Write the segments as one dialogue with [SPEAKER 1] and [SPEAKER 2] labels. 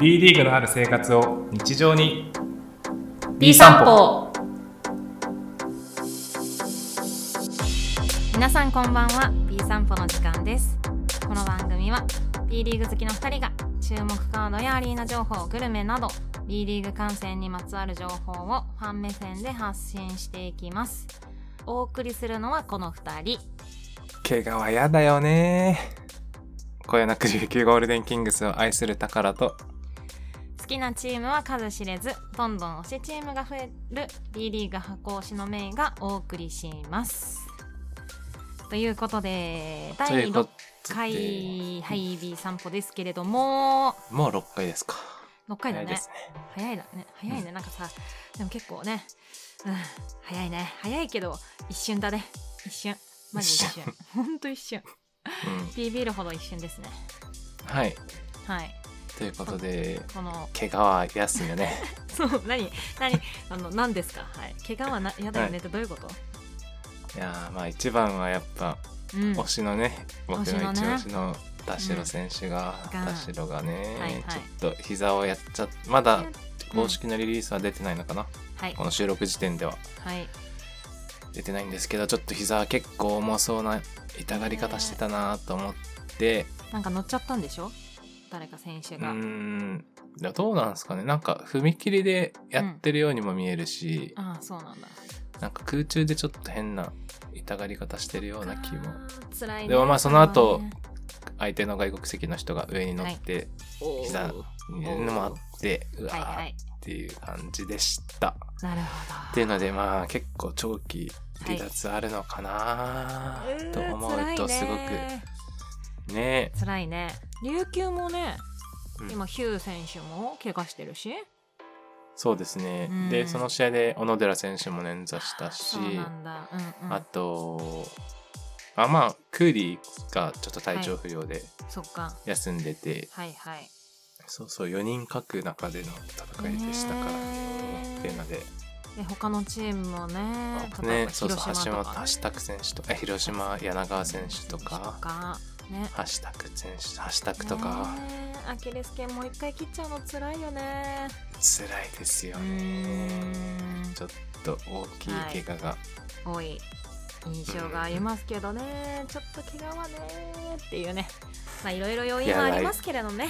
[SPEAKER 1] B リーグのある生活を日常に
[SPEAKER 2] B 散歩皆さんこんばんは B 散歩の時間ですこの番組は B リーグ好きの2人が注目カードやアリーナ情報グルメなど B リーグ観戦にまつわる情報をファン目線で発信していきますお送りするのはこの2人
[SPEAKER 1] 怪我は嫌だよねこよなく19ゴールデンキングスを愛する宝と
[SPEAKER 2] 好きなチームは数知れずどんどん推しチームが増える B リーグ箱推しのメイがお送りしますということで
[SPEAKER 1] とい
[SPEAKER 2] 第
[SPEAKER 1] うこと
[SPEAKER 2] 6
[SPEAKER 1] で
[SPEAKER 2] 回ハイビー散歩ですけれども
[SPEAKER 1] もう6回ですか
[SPEAKER 2] 6回だ
[SPEAKER 1] 早いで
[SPEAKER 2] ね
[SPEAKER 1] すね
[SPEAKER 2] 早いだね早いねなんかさでも結構ねうん早いね早いけど一瞬だね一瞬マジで一 瞬ほんと一瞬ビビるほど一瞬ですね
[SPEAKER 1] うん、はい
[SPEAKER 2] はい
[SPEAKER 1] ということで
[SPEAKER 2] この
[SPEAKER 1] 怪我は嫌っすよね
[SPEAKER 2] そう何何あの何ですかはい怪我はな嫌だよねってどういうこと、
[SPEAKER 1] いやーまあ一番はやっぱ
[SPEAKER 2] うん
[SPEAKER 1] 推しのね、僕の一押
[SPEAKER 2] 推
[SPEAKER 1] し
[SPEAKER 2] し
[SPEAKER 1] の田代選手が、
[SPEAKER 2] うん
[SPEAKER 1] 田代がね、
[SPEAKER 2] はいはい
[SPEAKER 1] ちょっと膝をやっちゃっまだ
[SPEAKER 2] うん
[SPEAKER 1] 公式のリリースは出てないのかな、
[SPEAKER 2] はい
[SPEAKER 1] この収録時点では
[SPEAKER 2] はい
[SPEAKER 1] 出てないんですけどちょっと膝は結構重そうな痛がり方してたなと思って、
[SPEAKER 2] なんか乗っちゃったんでしょ誰か選手
[SPEAKER 1] うー
[SPEAKER 2] が、
[SPEAKER 1] んでもどうなんですかねなんか踏切でやってるようにも見えるし、
[SPEAKER 2] ああそうなんだ
[SPEAKER 1] なんか空中でちょっと変な痛がり方してるような気も
[SPEAKER 2] 辛いね
[SPEAKER 1] でもまあその後
[SPEAKER 2] それはね
[SPEAKER 1] 相手の外国籍の人が上に乗って
[SPEAKER 2] おー
[SPEAKER 1] 膝のもあって、うわ
[SPEAKER 2] はい
[SPEAKER 1] ー
[SPEAKER 2] はい
[SPEAKER 1] っていう感じでした。
[SPEAKER 2] なる
[SPEAKER 1] っ
[SPEAKER 2] ほ
[SPEAKER 1] て
[SPEAKER 2] ど
[SPEAKER 1] いうのでまあ結構長期離脱あるのかなと思うとすごくね
[SPEAKER 2] く辛いね琉球もね、
[SPEAKER 1] うん
[SPEAKER 2] 今ヒュー選手も怪我してるし
[SPEAKER 1] そうですね、
[SPEAKER 2] うん
[SPEAKER 1] でその試合で小野寺選手も捻挫したし
[SPEAKER 2] そうなんだうんう
[SPEAKER 1] あ
[SPEAKER 2] ん
[SPEAKER 1] とあまあクーリーがちょっと体調不良で
[SPEAKER 2] そっか
[SPEAKER 1] 休んでて、
[SPEAKER 2] はいはい
[SPEAKER 1] そうそう4人各中での戦いでしたからね
[SPEAKER 2] ね
[SPEAKER 1] っていうので、
[SPEAKER 2] で他のチームもね例え
[SPEAKER 1] ね
[SPEAKER 2] ば
[SPEAKER 1] そうそう
[SPEAKER 2] 広
[SPEAKER 1] 橋
[SPEAKER 2] 島と
[SPEAKER 1] 本
[SPEAKER 2] か
[SPEAKER 1] 橋拓選手とかえ広島柳川選手とか
[SPEAKER 2] とかね
[SPEAKER 1] 橋拓選手橋拓とか。
[SPEAKER 2] ねえアキレス腱もう一回切っちゃうの辛いよね
[SPEAKER 1] 辛いですよ
[SPEAKER 2] う
[SPEAKER 1] ね
[SPEAKER 2] ーん
[SPEAKER 1] ちょっと大きい怪我が、
[SPEAKER 2] 多い印象がありますけどね、ちょっと怪我はねっていうねまあいろいろ要因はありますけれどね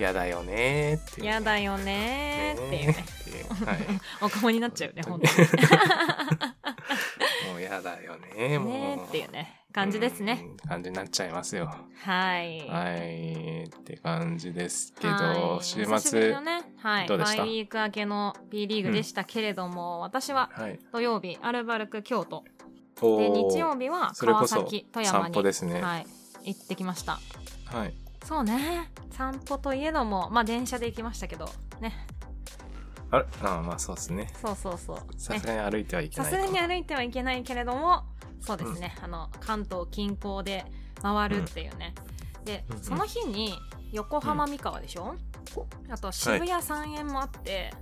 [SPEAKER 1] やだよねーっていう
[SPEAKER 2] やだよねーっていうね
[SPEAKER 1] っていうはい
[SPEAKER 2] お顔になっちゃうね本当に
[SPEAKER 1] もうやだよねーもう
[SPEAKER 2] ねーっていうね感じですね
[SPEAKER 1] うん感じになっちゃいますよ
[SPEAKER 2] はい
[SPEAKER 1] はいって感じですけ
[SPEAKER 2] は
[SPEAKER 1] ど
[SPEAKER 2] い
[SPEAKER 1] 週
[SPEAKER 2] 久しぶり
[SPEAKER 1] 末
[SPEAKER 2] のねはい
[SPEAKER 1] どうでした
[SPEAKER 2] バイウィーク明けの B リーグでしたけれども、私は
[SPEAKER 1] はい
[SPEAKER 2] 土曜日アルバルク京都
[SPEAKER 1] お
[SPEAKER 2] で
[SPEAKER 1] ー
[SPEAKER 2] 日曜日は
[SPEAKER 1] それこ
[SPEAKER 2] 川
[SPEAKER 1] そ
[SPEAKER 2] 崎富山
[SPEAKER 1] 散
[SPEAKER 2] に
[SPEAKER 1] 歩ですねは
[SPEAKER 2] はい、行ってきました
[SPEAKER 1] い、
[SPEAKER 2] そうね散歩といえどもまあ電車で行きましたけどね
[SPEAKER 1] あれあまあそうですね
[SPEAKER 2] そうそうそう
[SPEAKER 1] さ
[SPEAKER 2] ね
[SPEAKER 1] すがに歩いてはいけ
[SPEAKER 2] さ
[SPEAKER 1] ない
[SPEAKER 2] す
[SPEAKER 1] か
[SPEAKER 2] がに歩いてはいけないけれどもそうですね、あの関東近郊で回るっていうね、で、
[SPEAKER 1] うんうん
[SPEAKER 2] その日に横浜三河でしょ、あと渋谷三円もあって、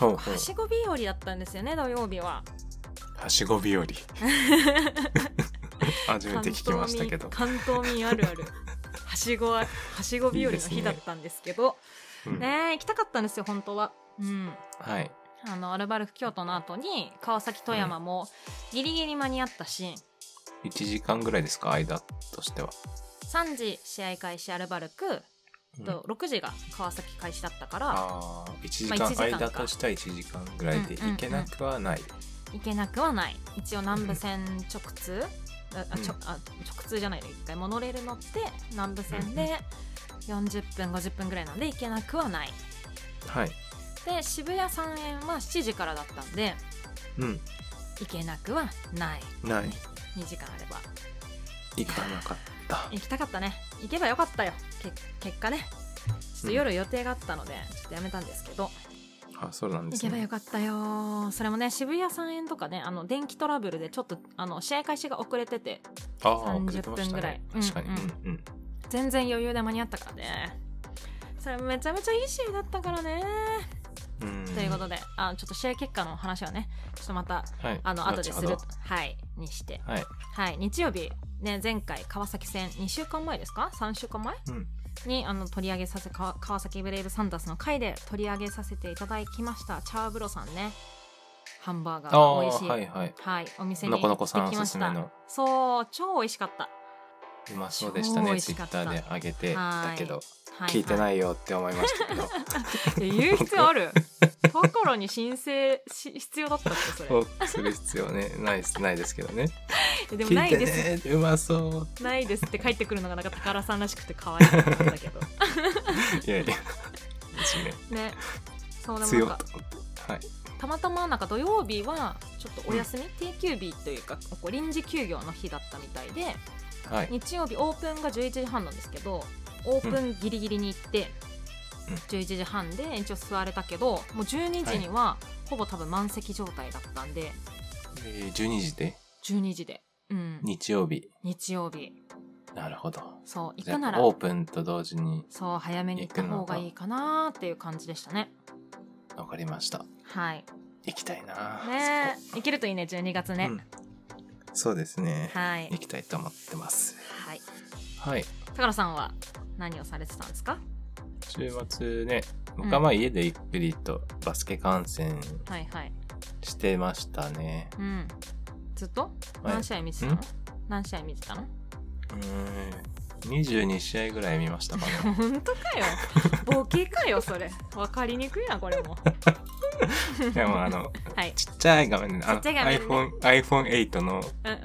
[SPEAKER 1] ほうほう
[SPEAKER 2] はしご日和だったんですよね土曜日は
[SPEAKER 1] はしご 日和初めて聞きましたけど
[SPEAKER 2] 関東民関東民あるあ るはしごははしご日和の日だったんですけど
[SPEAKER 1] うん
[SPEAKER 2] ねえ行きたかったんですよ本当はうん
[SPEAKER 1] はい
[SPEAKER 2] あのアルバルク京都の後に川崎富山もギリギリ間に合ったし、
[SPEAKER 1] 1時間ぐらいですか間としては、
[SPEAKER 2] 3時試合開始アルバルク、と6時が川崎開始だったから
[SPEAKER 1] あ1時
[SPEAKER 2] ま
[SPEAKER 1] 間
[SPEAKER 2] あ一時間か
[SPEAKER 1] 間としては1時間ぐらいでいけなくはない、
[SPEAKER 2] 行けなくはない一応南部線直通、ああちょ
[SPEAKER 1] う
[SPEAKER 2] あ直通じゃないの一回モノレール乗って南部線で40分50分ぐらいなんで行けなくはない
[SPEAKER 1] はい
[SPEAKER 2] で渋谷三円は7時からだったんで
[SPEAKER 1] うん
[SPEAKER 2] 行けなくはない
[SPEAKER 1] ない
[SPEAKER 2] 2時間あれば
[SPEAKER 1] 行かなかった
[SPEAKER 2] 行きたかったね行けばよかったよけ結果ねちょっと夜予定があったので、ちょっとやめたんですけど
[SPEAKER 1] あそうなんで
[SPEAKER 2] 行
[SPEAKER 1] す
[SPEAKER 2] けばよ
[SPEAKER 1] ね
[SPEAKER 2] かったよーそれもね渋谷三円とかねあの電気トラブルでちょっとあの試合開始が遅れてて
[SPEAKER 1] ああ
[SPEAKER 2] 30
[SPEAKER 1] 遅れてましたね
[SPEAKER 2] 分ぐらい
[SPEAKER 1] 確かに
[SPEAKER 2] うん
[SPEAKER 1] うんうん
[SPEAKER 2] 全然余裕で間に合ったからねそれめちゃめちゃいい試合だったからね、
[SPEAKER 1] うん
[SPEAKER 2] ということであちょっと試合結果の話はねちょっとまた
[SPEAKER 1] はい
[SPEAKER 2] あの後です
[SPEAKER 1] 後
[SPEAKER 2] る
[SPEAKER 1] ほど
[SPEAKER 2] はいにして
[SPEAKER 1] はい
[SPEAKER 2] はい日曜日ね前回川崎戦2週間前ですか3週間前
[SPEAKER 1] うん
[SPEAKER 2] にあの取り上げさせか川崎ブレイブサンダースの回で取り上げさせていただきましたチャーブロさんねハンバーガー美味しい、
[SPEAKER 1] あーはいはい
[SPEAKER 2] お店に
[SPEAKER 1] のこのこさん
[SPEAKER 2] 行っ
[SPEAKER 1] お
[SPEAKER 2] てきますし
[SPEAKER 1] すめ
[SPEAKER 2] た
[SPEAKER 1] の
[SPEAKER 2] そう超美味しかった
[SPEAKER 1] うまそうでしたね
[SPEAKER 2] 超美味
[SPEAKER 1] ツ
[SPEAKER 2] し
[SPEAKER 1] イ
[SPEAKER 2] かっ
[SPEAKER 1] ッ
[SPEAKER 2] た
[SPEAKER 1] ターで上げて
[SPEAKER 2] はい
[SPEAKER 1] だけど
[SPEAKER 2] は
[SPEAKER 1] 聞いて
[SPEAKER 2] い
[SPEAKER 1] ないよって思いました けど
[SPEAKER 2] はいいや言う必要あるところに申請し必要だったってそれ
[SPEAKER 1] そうする必要ねないですないですけどね
[SPEAKER 2] えでもな
[SPEAKER 1] 聞い
[SPEAKER 2] い
[SPEAKER 1] て
[SPEAKER 2] です
[SPEAKER 1] ねうまそう
[SPEAKER 2] ないですって帰ってくるのがなんか宝さんらしくて可愛かったんだけど
[SPEAKER 1] いやいや一面
[SPEAKER 2] ねそうでも
[SPEAKER 1] 強
[SPEAKER 2] ないん
[SPEAKER 1] と
[SPEAKER 2] か
[SPEAKER 1] 思ってはい
[SPEAKER 2] たまたまなんか土曜日はちょっとお休み、定休日というかここ臨時休業の日だったみたいで
[SPEAKER 1] はい
[SPEAKER 2] 日曜日オープンが11時半なんですけどオープンギリギリに行って、
[SPEAKER 1] うん
[SPEAKER 2] 11時半で延長座れたけどもう12時にはほぼ多分満席状態だったんで
[SPEAKER 1] えー12時で
[SPEAKER 2] 12時で、うん、
[SPEAKER 1] 日曜日
[SPEAKER 2] 日曜日
[SPEAKER 1] なるほど
[SPEAKER 2] そう行
[SPEAKER 1] じゃ
[SPEAKER 2] くなら
[SPEAKER 1] あオープンと同時に
[SPEAKER 2] そう早めに行った方がいいかなっていう感じでしたね
[SPEAKER 1] 分かりました
[SPEAKER 2] はい
[SPEAKER 1] 行きたいな
[SPEAKER 2] ねえ行けるといいね12月ね、
[SPEAKER 1] うんそうですね
[SPEAKER 2] はい
[SPEAKER 1] 行きたいと思ってます
[SPEAKER 2] はい
[SPEAKER 1] はい
[SPEAKER 2] 高田さんは何をされてたんですか
[SPEAKER 1] 週末ね
[SPEAKER 2] うん
[SPEAKER 1] 僕はまあ家でゆっくりとバスケ観戦
[SPEAKER 2] はいはい
[SPEAKER 1] してましたね、
[SPEAKER 2] うんずっと
[SPEAKER 1] はい
[SPEAKER 2] 何試合見てたの、
[SPEAKER 1] ん
[SPEAKER 2] 何試合見てたの
[SPEAKER 1] うーん22試合ぐらい見ましたか ね
[SPEAKER 2] 本当かよボケかよそれわかりにくいなこれも
[SPEAKER 1] でもあの
[SPEAKER 2] はい
[SPEAKER 1] ちっちゃい画面ねあの
[SPEAKER 2] ちっちゃい画面ね
[SPEAKER 1] iPhone iPhone8 の
[SPEAKER 2] うんうん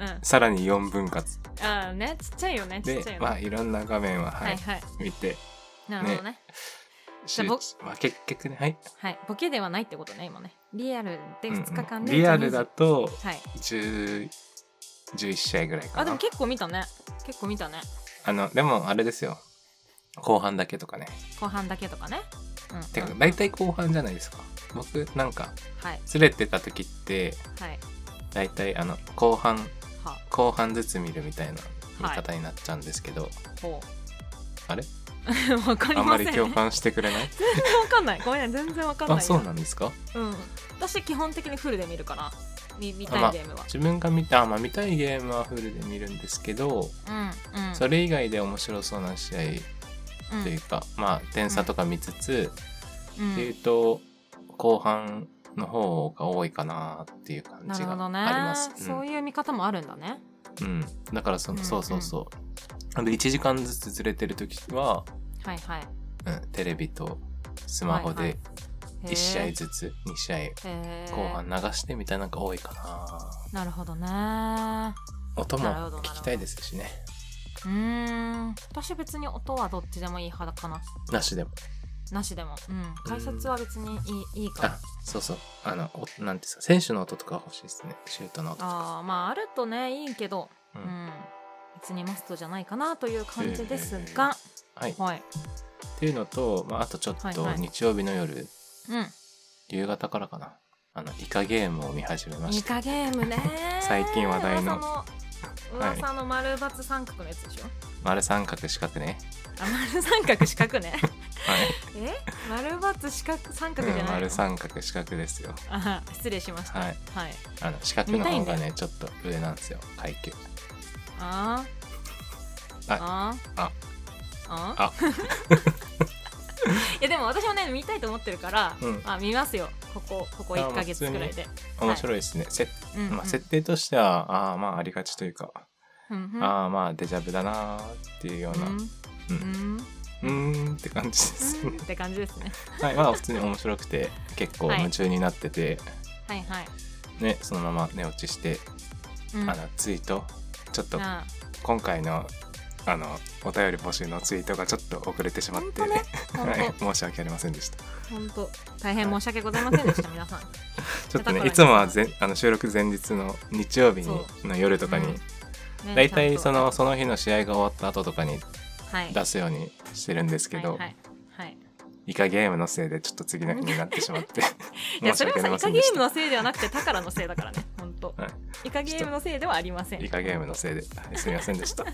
[SPEAKER 2] あ
[SPEAKER 1] さらに4分割
[SPEAKER 2] あねちっちゃいよねちっ
[SPEAKER 1] で
[SPEAKER 2] ちゃいよね、
[SPEAKER 1] まあいろんな画面は
[SPEAKER 2] は
[SPEAKER 1] はいい、
[SPEAKER 2] はい
[SPEAKER 1] 見て
[SPEAKER 2] なるほどね
[SPEAKER 1] 集
[SPEAKER 2] じゃあ
[SPEAKER 1] 中まあ結局ねはい、
[SPEAKER 2] はいボケではないってことね今ねリアルで2日間で、
[SPEAKER 1] リアルだ
[SPEAKER 2] 12
[SPEAKER 1] と
[SPEAKER 2] 時はい
[SPEAKER 1] 10 11試合ぐらいかな
[SPEAKER 2] あでも結構見たね結構見たね
[SPEAKER 1] あのでもあれですよ後半だけとかね
[SPEAKER 2] 後半だけとかねうん
[SPEAKER 1] てか
[SPEAKER 2] うん
[SPEAKER 1] 大体後半じゃないですか僕なんか
[SPEAKER 2] はい
[SPEAKER 1] ずれてた時って
[SPEAKER 2] はい
[SPEAKER 1] 大体あの後半
[SPEAKER 2] は
[SPEAKER 1] 後半ずつ見るみたいな見方になっちゃうんですけど、
[SPEAKER 2] ほう
[SPEAKER 1] あれ
[SPEAKER 2] わかり
[SPEAKER 1] あんま
[SPEAKER 2] ません
[SPEAKER 1] り共感してくれない
[SPEAKER 2] 全然わかんないごめん全然わかんない
[SPEAKER 1] あそう
[SPEAKER 2] の
[SPEAKER 1] なんですか
[SPEAKER 2] うん私基本的にフルで見るからみ見たいゲームは、
[SPEAKER 1] 自分が見たあ、まあ、見たいゲームはフルで見るんですけど、
[SPEAKER 2] うんうん
[SPEAKER 1] それ以外で面白そうな試合
[SPEAKER 2] うん
[SPEAKER 1] というか、まあ点差とか見つつ、
[SPEAKER 2] うん
[SPEAKER 1] っていうと後半の方が多いかなっていう感
[SPEAKER 2] な
[SPEAKER 1] じ
[SPEAKER 2] る
[SPEAKER 1] が
[SPEAKER 2] ほどね
[SPEAKER 1] あります。うん
[SPEAKER 2] そういう見方もあるんだね
[SPEAKER 1] うん、だからその、
[SPEAKER 2] うん
[SPEAKER 1] そうそうそう。あの1時間ずつずれてる時は、
[SPEAKER 2] はいはい
[SPEAKER 1] うん、テレビとスマホ
[SPEAKER 2] はいは
[SPEAKER 1] で
[SPEAKER 2] い
[SPEAKER 1] 1試合
[SPEAKER 2] へ
[SPEAKER 1] ずつ、2試合
[SPEAKER 2] え
[SPEAKER 1] 後半流してみたいなのが多いかな。
[SPEAKER 2] なるほどね
[SPEAKER 1] 音も
[SPEAKER 2] なるほどなるほど
[SPEAKER 1] 聞きたいですしね。
[SPEAKER 2] うーん私別に音はどっちでもいい派だかな
[SPEAKER 1] なしでも。
[SPEAKER 2] なしでもうん解説は別にいいいいかな
[SPEAKER 1] あ、そうそう。あの、おなんていうんですか、選手の音とか欲しいですね。シュートの音とか。
[SPEAKER 2] あーまああるとねいいけど、
[SPEAKER 1] う
[SPEAKER 2] うんん別にマストじゃないかなという感じですが、
[SPEAKER 1] はい。っ
[SPEAKER 2] はい、
[SPEAKER 1] ていうのと、まあ、あとちょっ
[SPEAKER 2] はい
[SPEAKER 1] と
[SPEAKER 2] はい
[SPEAKER 1] 日曜日の夜、
[SPEAKER 2] うん、
[SPEAKER 1] 夕方からかな。あの、イカゲームを見始めま
[SPEAKER 2] イ
[SPEAKER 1] した。
[SPEAKER 2] カゲームね
[SPEAKER 1] 最近話題の
[SPEAKER 2] 噂の噂の丸×三角のやつでしょ、
[SPEAKER 1] 丸三角四角ね。
[SPEAKER 2] あ丸三角四角ね
[SPEAKER 1] はい。
[SPEAKER 2] え丸× 四角三角じゃない
[SPEAKER 1] うん、
[SPEAKER 2] の、
[SPEAKER 1] 丸三角四角ですよ。
[SPEAKER 2] あ失礼しました
[SPEAKER 1] は
[SPEAKER 2] はいい、
[SPEAKER 1] あの四角の方
[SPEAKER 2] 見た
[SPEAKER 1] が
[SPEAKER 2] いんだ
[SPEAKER 1] ねちょっと上なんですよ階級
[SPEAKER 2] あーあ
[SPEAKER 1] あ
[SPEAKER 2] あ
[SPEAKER 1] あ
[SPEAKER 2] いやでも私もね見たいと思ってるから、
[SPEAKER 1] うん
[SPEAKER 2] あ見ますよここここ
[SPEAKER 1] あ
[SPEAKER 2] 1か月くらいで、
[SPEAKER 1] 面白いですね、せ
[SPEAKER 2] うんうん
[SPEAKER 1] まあ、設定としてはあーまあありがちというか、
[SPEAKER 2] うんうん
[SPEAKER 1] ああまあデジャブだなーっていうような
[SPEAKER 2] うん
[SPEAKER 1] うん
[SPEAKER 2] う
[SPEAKER 1] う
[SPEAKER 2] ん
[SPEAKER 1] ーんって感じです
[SPEAKER 2] うん
[SPEAKER 1] ね
[SPEAKER 2] って感じですね
[SPEAKER 1] はいまあ普通に面白くて結構
[SPEAKER 2] はい
[SPEAKER 1] 夢中になってて、
[SPEAKER 2] はいはい、
[SPEAKER 1] ねそのまま寝落ちして、
[SPEAKER 2] うん
[SPEAKER 1] あのツイートちょっと
[SPEAKER 2] あ
[SPEAKER 1] 今回のあのお便り募集のツイートがちょっと遅れてしまっ
[SPEAKER 2] 本
[SPEAKER 1] て
[SPEAKER 2] 当ね 本
[SPEAKER 1] はい、申し訳ありませんでした
[SPEAKER 2] 当本当大変申し訳ございませんでした皆さん
[SPEAKER 1] ちょっと
[SPEAKER 2] だから
[SPEAKER 1] ね
[SPEAKER 2] ね
[SPEAKER 1] いつもはぜあの収録前日の日曜日に
[SPEAKER 2] そ
[SPEAKER 1] の夜とかに、
[SPEAKER 2] うんね
[SPEAKER 1] 大体
[SPEAKER 2] ちゃ
[SPEAKER 1] そ
[SPEAKER 2] んと
[SPEAKER 1] のその日の試合が終わった後とかに
[SPEAKER 2] はい
[SPEAKER 1] 出すようにしてるんですけど、
[SPEAKER 2] はいはいはい、
[SPEAKER 1] イカゲームのせいでちょっと次の日になってしまって
[SPEAKER 2] いやそれはさイカゲーム
[SPEAKER 1] イ
[SPEAKER 2] のせいではなくてタカラのせいだからね本当、
[SPEAKER 1] はい
[SPEAKER 2] イカゲームのせいではありません
[SPEAKER 1] カイカゲームのせいで、はい、すみませんで したは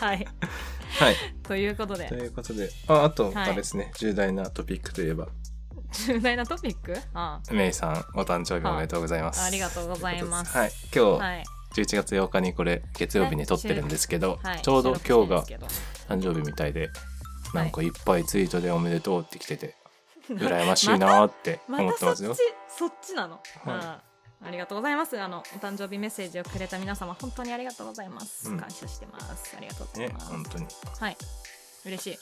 [SPEAKER 2] はい
[SPEAKER 1] い
[SPEAKER 2] ということで
[SPEAKER 1] ということでああとあ
[SPEAKER 2] はい
[SPEAKER 1] れですね、重大なトピックといえば
[SPEAKER 2] 重大なトピックあ
[SPEAKER 1] メイさんお誕生日おめでとうございます、
[SPEAKER 2] あありがとうございます
[SPEAKER 1] ということです
[SPEAKER 2] あ
[SPEAKER 1] はい
[SPEAKER 2] はい
[SPEAKER 1] 今日11月8日にこれ月曜日に撮ってるんですけど、
[SPEAKER 2] はい
[SPEAKER 1] ちょうど今日が
[SPEAKER 2] 収録してるんですけど
[SPEAKER 1] 誕生日みたいでなんかいっぱいツイートでおめでとうって来て て、羨ましいなーって
[SPEAKER 2] また
[SPEAKER 1] 思ってますよ。
[SPEAKER 2] そっちそっちなの、あーありがとうございますあのお誕生日メッセージをくれた皆様本当にありがとうございます、
[SPEAKER 1] うん
[SPEAKER 2] 感謝してますありがとうござい
[SPEAKER 1] ね、
[SPEAKER 2] ます、
[SPEAKER 1] 本当に。
[SPEAKER 2] はい嬉しい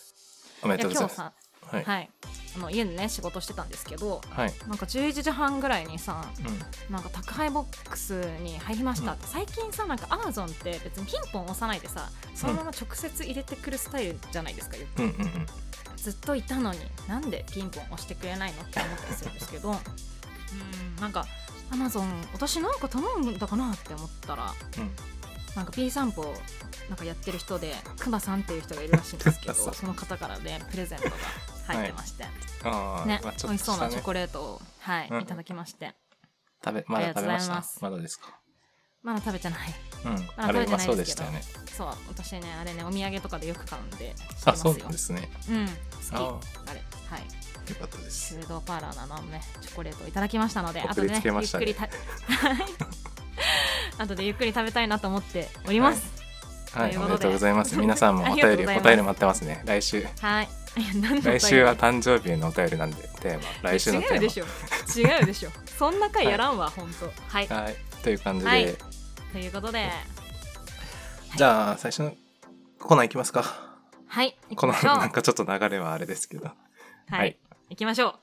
[SPEAKER 1] おめ
[SPEAKER 2] い
[SPEAKER 1] で
[SPEAKER 2] や
[SPEAKER 1] とうございま
[SPEAKER 2] 今日
[SPEAKER 1] す。
[SPEAKER 2] さ、
[SPEAKER 1] はい。
[SPEAKER 2] はい、あの家でね仕事してたんですけど
[SPEAKER 1] はい。
[SPEAKER 2] なんか11時半ぐらいにさ
[SPEAKER 1] うん。
[SPEAKER 2] なんか宅配ボックスに入りましたって、最近さなんかアマゾンって別にピンポン押さないでさそのまま直接入れてくるスタイルじゃないですかよく
[SPEAKER 1] うんうんうん。
[SPEAKER 2] ずっといたのになんでピンポン押してくれないのって思ったりするんです けどうんなんかアマゾン私なんか頼んだかなって思ったら
[SPEAKER 1] うん。
[SPEAKER 2] なんか P 散歩なんかやってる人でクマさんっていう人がいるらしいんですけど
[SPEAKER 1] そう
[SPEAKER 2] その方からねプレゼントが入ってまして、
[SPEAKER 1] ああ、
[SPEAKER 2] ね、
[SPEAKER 1] まあち
[SPEAKER 2] 美
[SPEAKER 1] ょっと
[SPEAKER 2] 味しそう
[SPEAKER 1] した
[SPEAKER 2] な
[SPEAKER 1] ね
[SPEAKER 2] チョコレートを、はい、
[SPEAKER 1] うん
[SPEAKER 2] いただきまして
[SPEAKER 1] 食べ、まだ食べまし
[SPEAKER 2] ありがとうござい
[SPEAKER 1] た
[SPEAKER 2] ます。
[SPEAKER 1] まだですか。
[SPEAKER 2] まだ食べてない
[SPEAKER 1] うん。
[SPEAKER 2] あ
[SPEAKER 1] あれ、
[SPEAKER 2] 食べて
[SPEAKER 1] ま
[SPEAKER 2] ないですけど
[SPEAKER 1] そうでしたよね。
[SPEAKER 2] そう私ねあれねお土産とかでよく買うんで知ってま
[SPEAKER 1] あ、
[SPEAKER 2] す
[SPEAKER 1] そ
[SPEAKER 2] よ
[SPEAKER 1] うなんですね。
[SPEAKER 2] うん
[SPEAKER 1] あ
[SPEAKER 2] 好きあれはい
[SPEAKER 1] よかったで
[SPEAKER 2] シ
[SPEAKER 1] す
[SPEAKER 2] ュ。ードーパーラーなのねチョコレートをいただきましたので後
[SPEAKER 1] 送
[SPEAKER 2] で
[SPEAKER 1] り
[SPEAKER 2] ね
[SPEAKER 1] つけま
[SPEAKER 2] ゆっ
[SPEAKER 1] した
[SPEAKER 2] く
[SPEAKER 1] ね
[SPEAKER 2] りた 後でゆっくり食べたいなと思っております
[SPEAKER 1] はい、
[SPEAKER 2] という
[SPEAKER 1] お
[SPEAKER 2] ことで
[SPEAKER 1] めでとうござい ます。皆さんもお
[SPEAKER 2] ありがとう
[SPEAKER 1] 便
[SPEAKER 2] ご
[SPEAKER 1] り、
[SPEAKER 2] ざい
[SPEAKER 1] お便り
[SPEAKER 2] ます
[SPEAKER 1] 待ってますね。来 週。
[SPEAKER 2] はいいや何の
[SPEAKER 1] 来週は誕生日へのお便りなんで、テーマ。来週の
[SPEAKER 2] 違う
[SPEAKER 1] テ
[SPEAKER 2] で
[SPEAKER 1] ー
[SPEAKER 2] しょ違うでしょそんな回やらんわ、ほんとはい、
[SPEAKER 1] マ。はい。という感じ
[SPEAKER 2] はい
[SPEAKER 1] で、
[SPEAKER 2] ということで
[SPEAKER 1] じゃあ、最初のコーナーいきますか。
[SPEAKER 2] はい行
[SPEAKER 1] こ
[SPEAKER 2] き
[SPEAKER 1] の、
[SPEAKER 2] ましょう
[SPEAKER 1] なんかちょっと流れはあれですけど。
[SPEAKER 2] はい、
[SPEAKER 1] はい
[SPEAKER 2] 行きましょう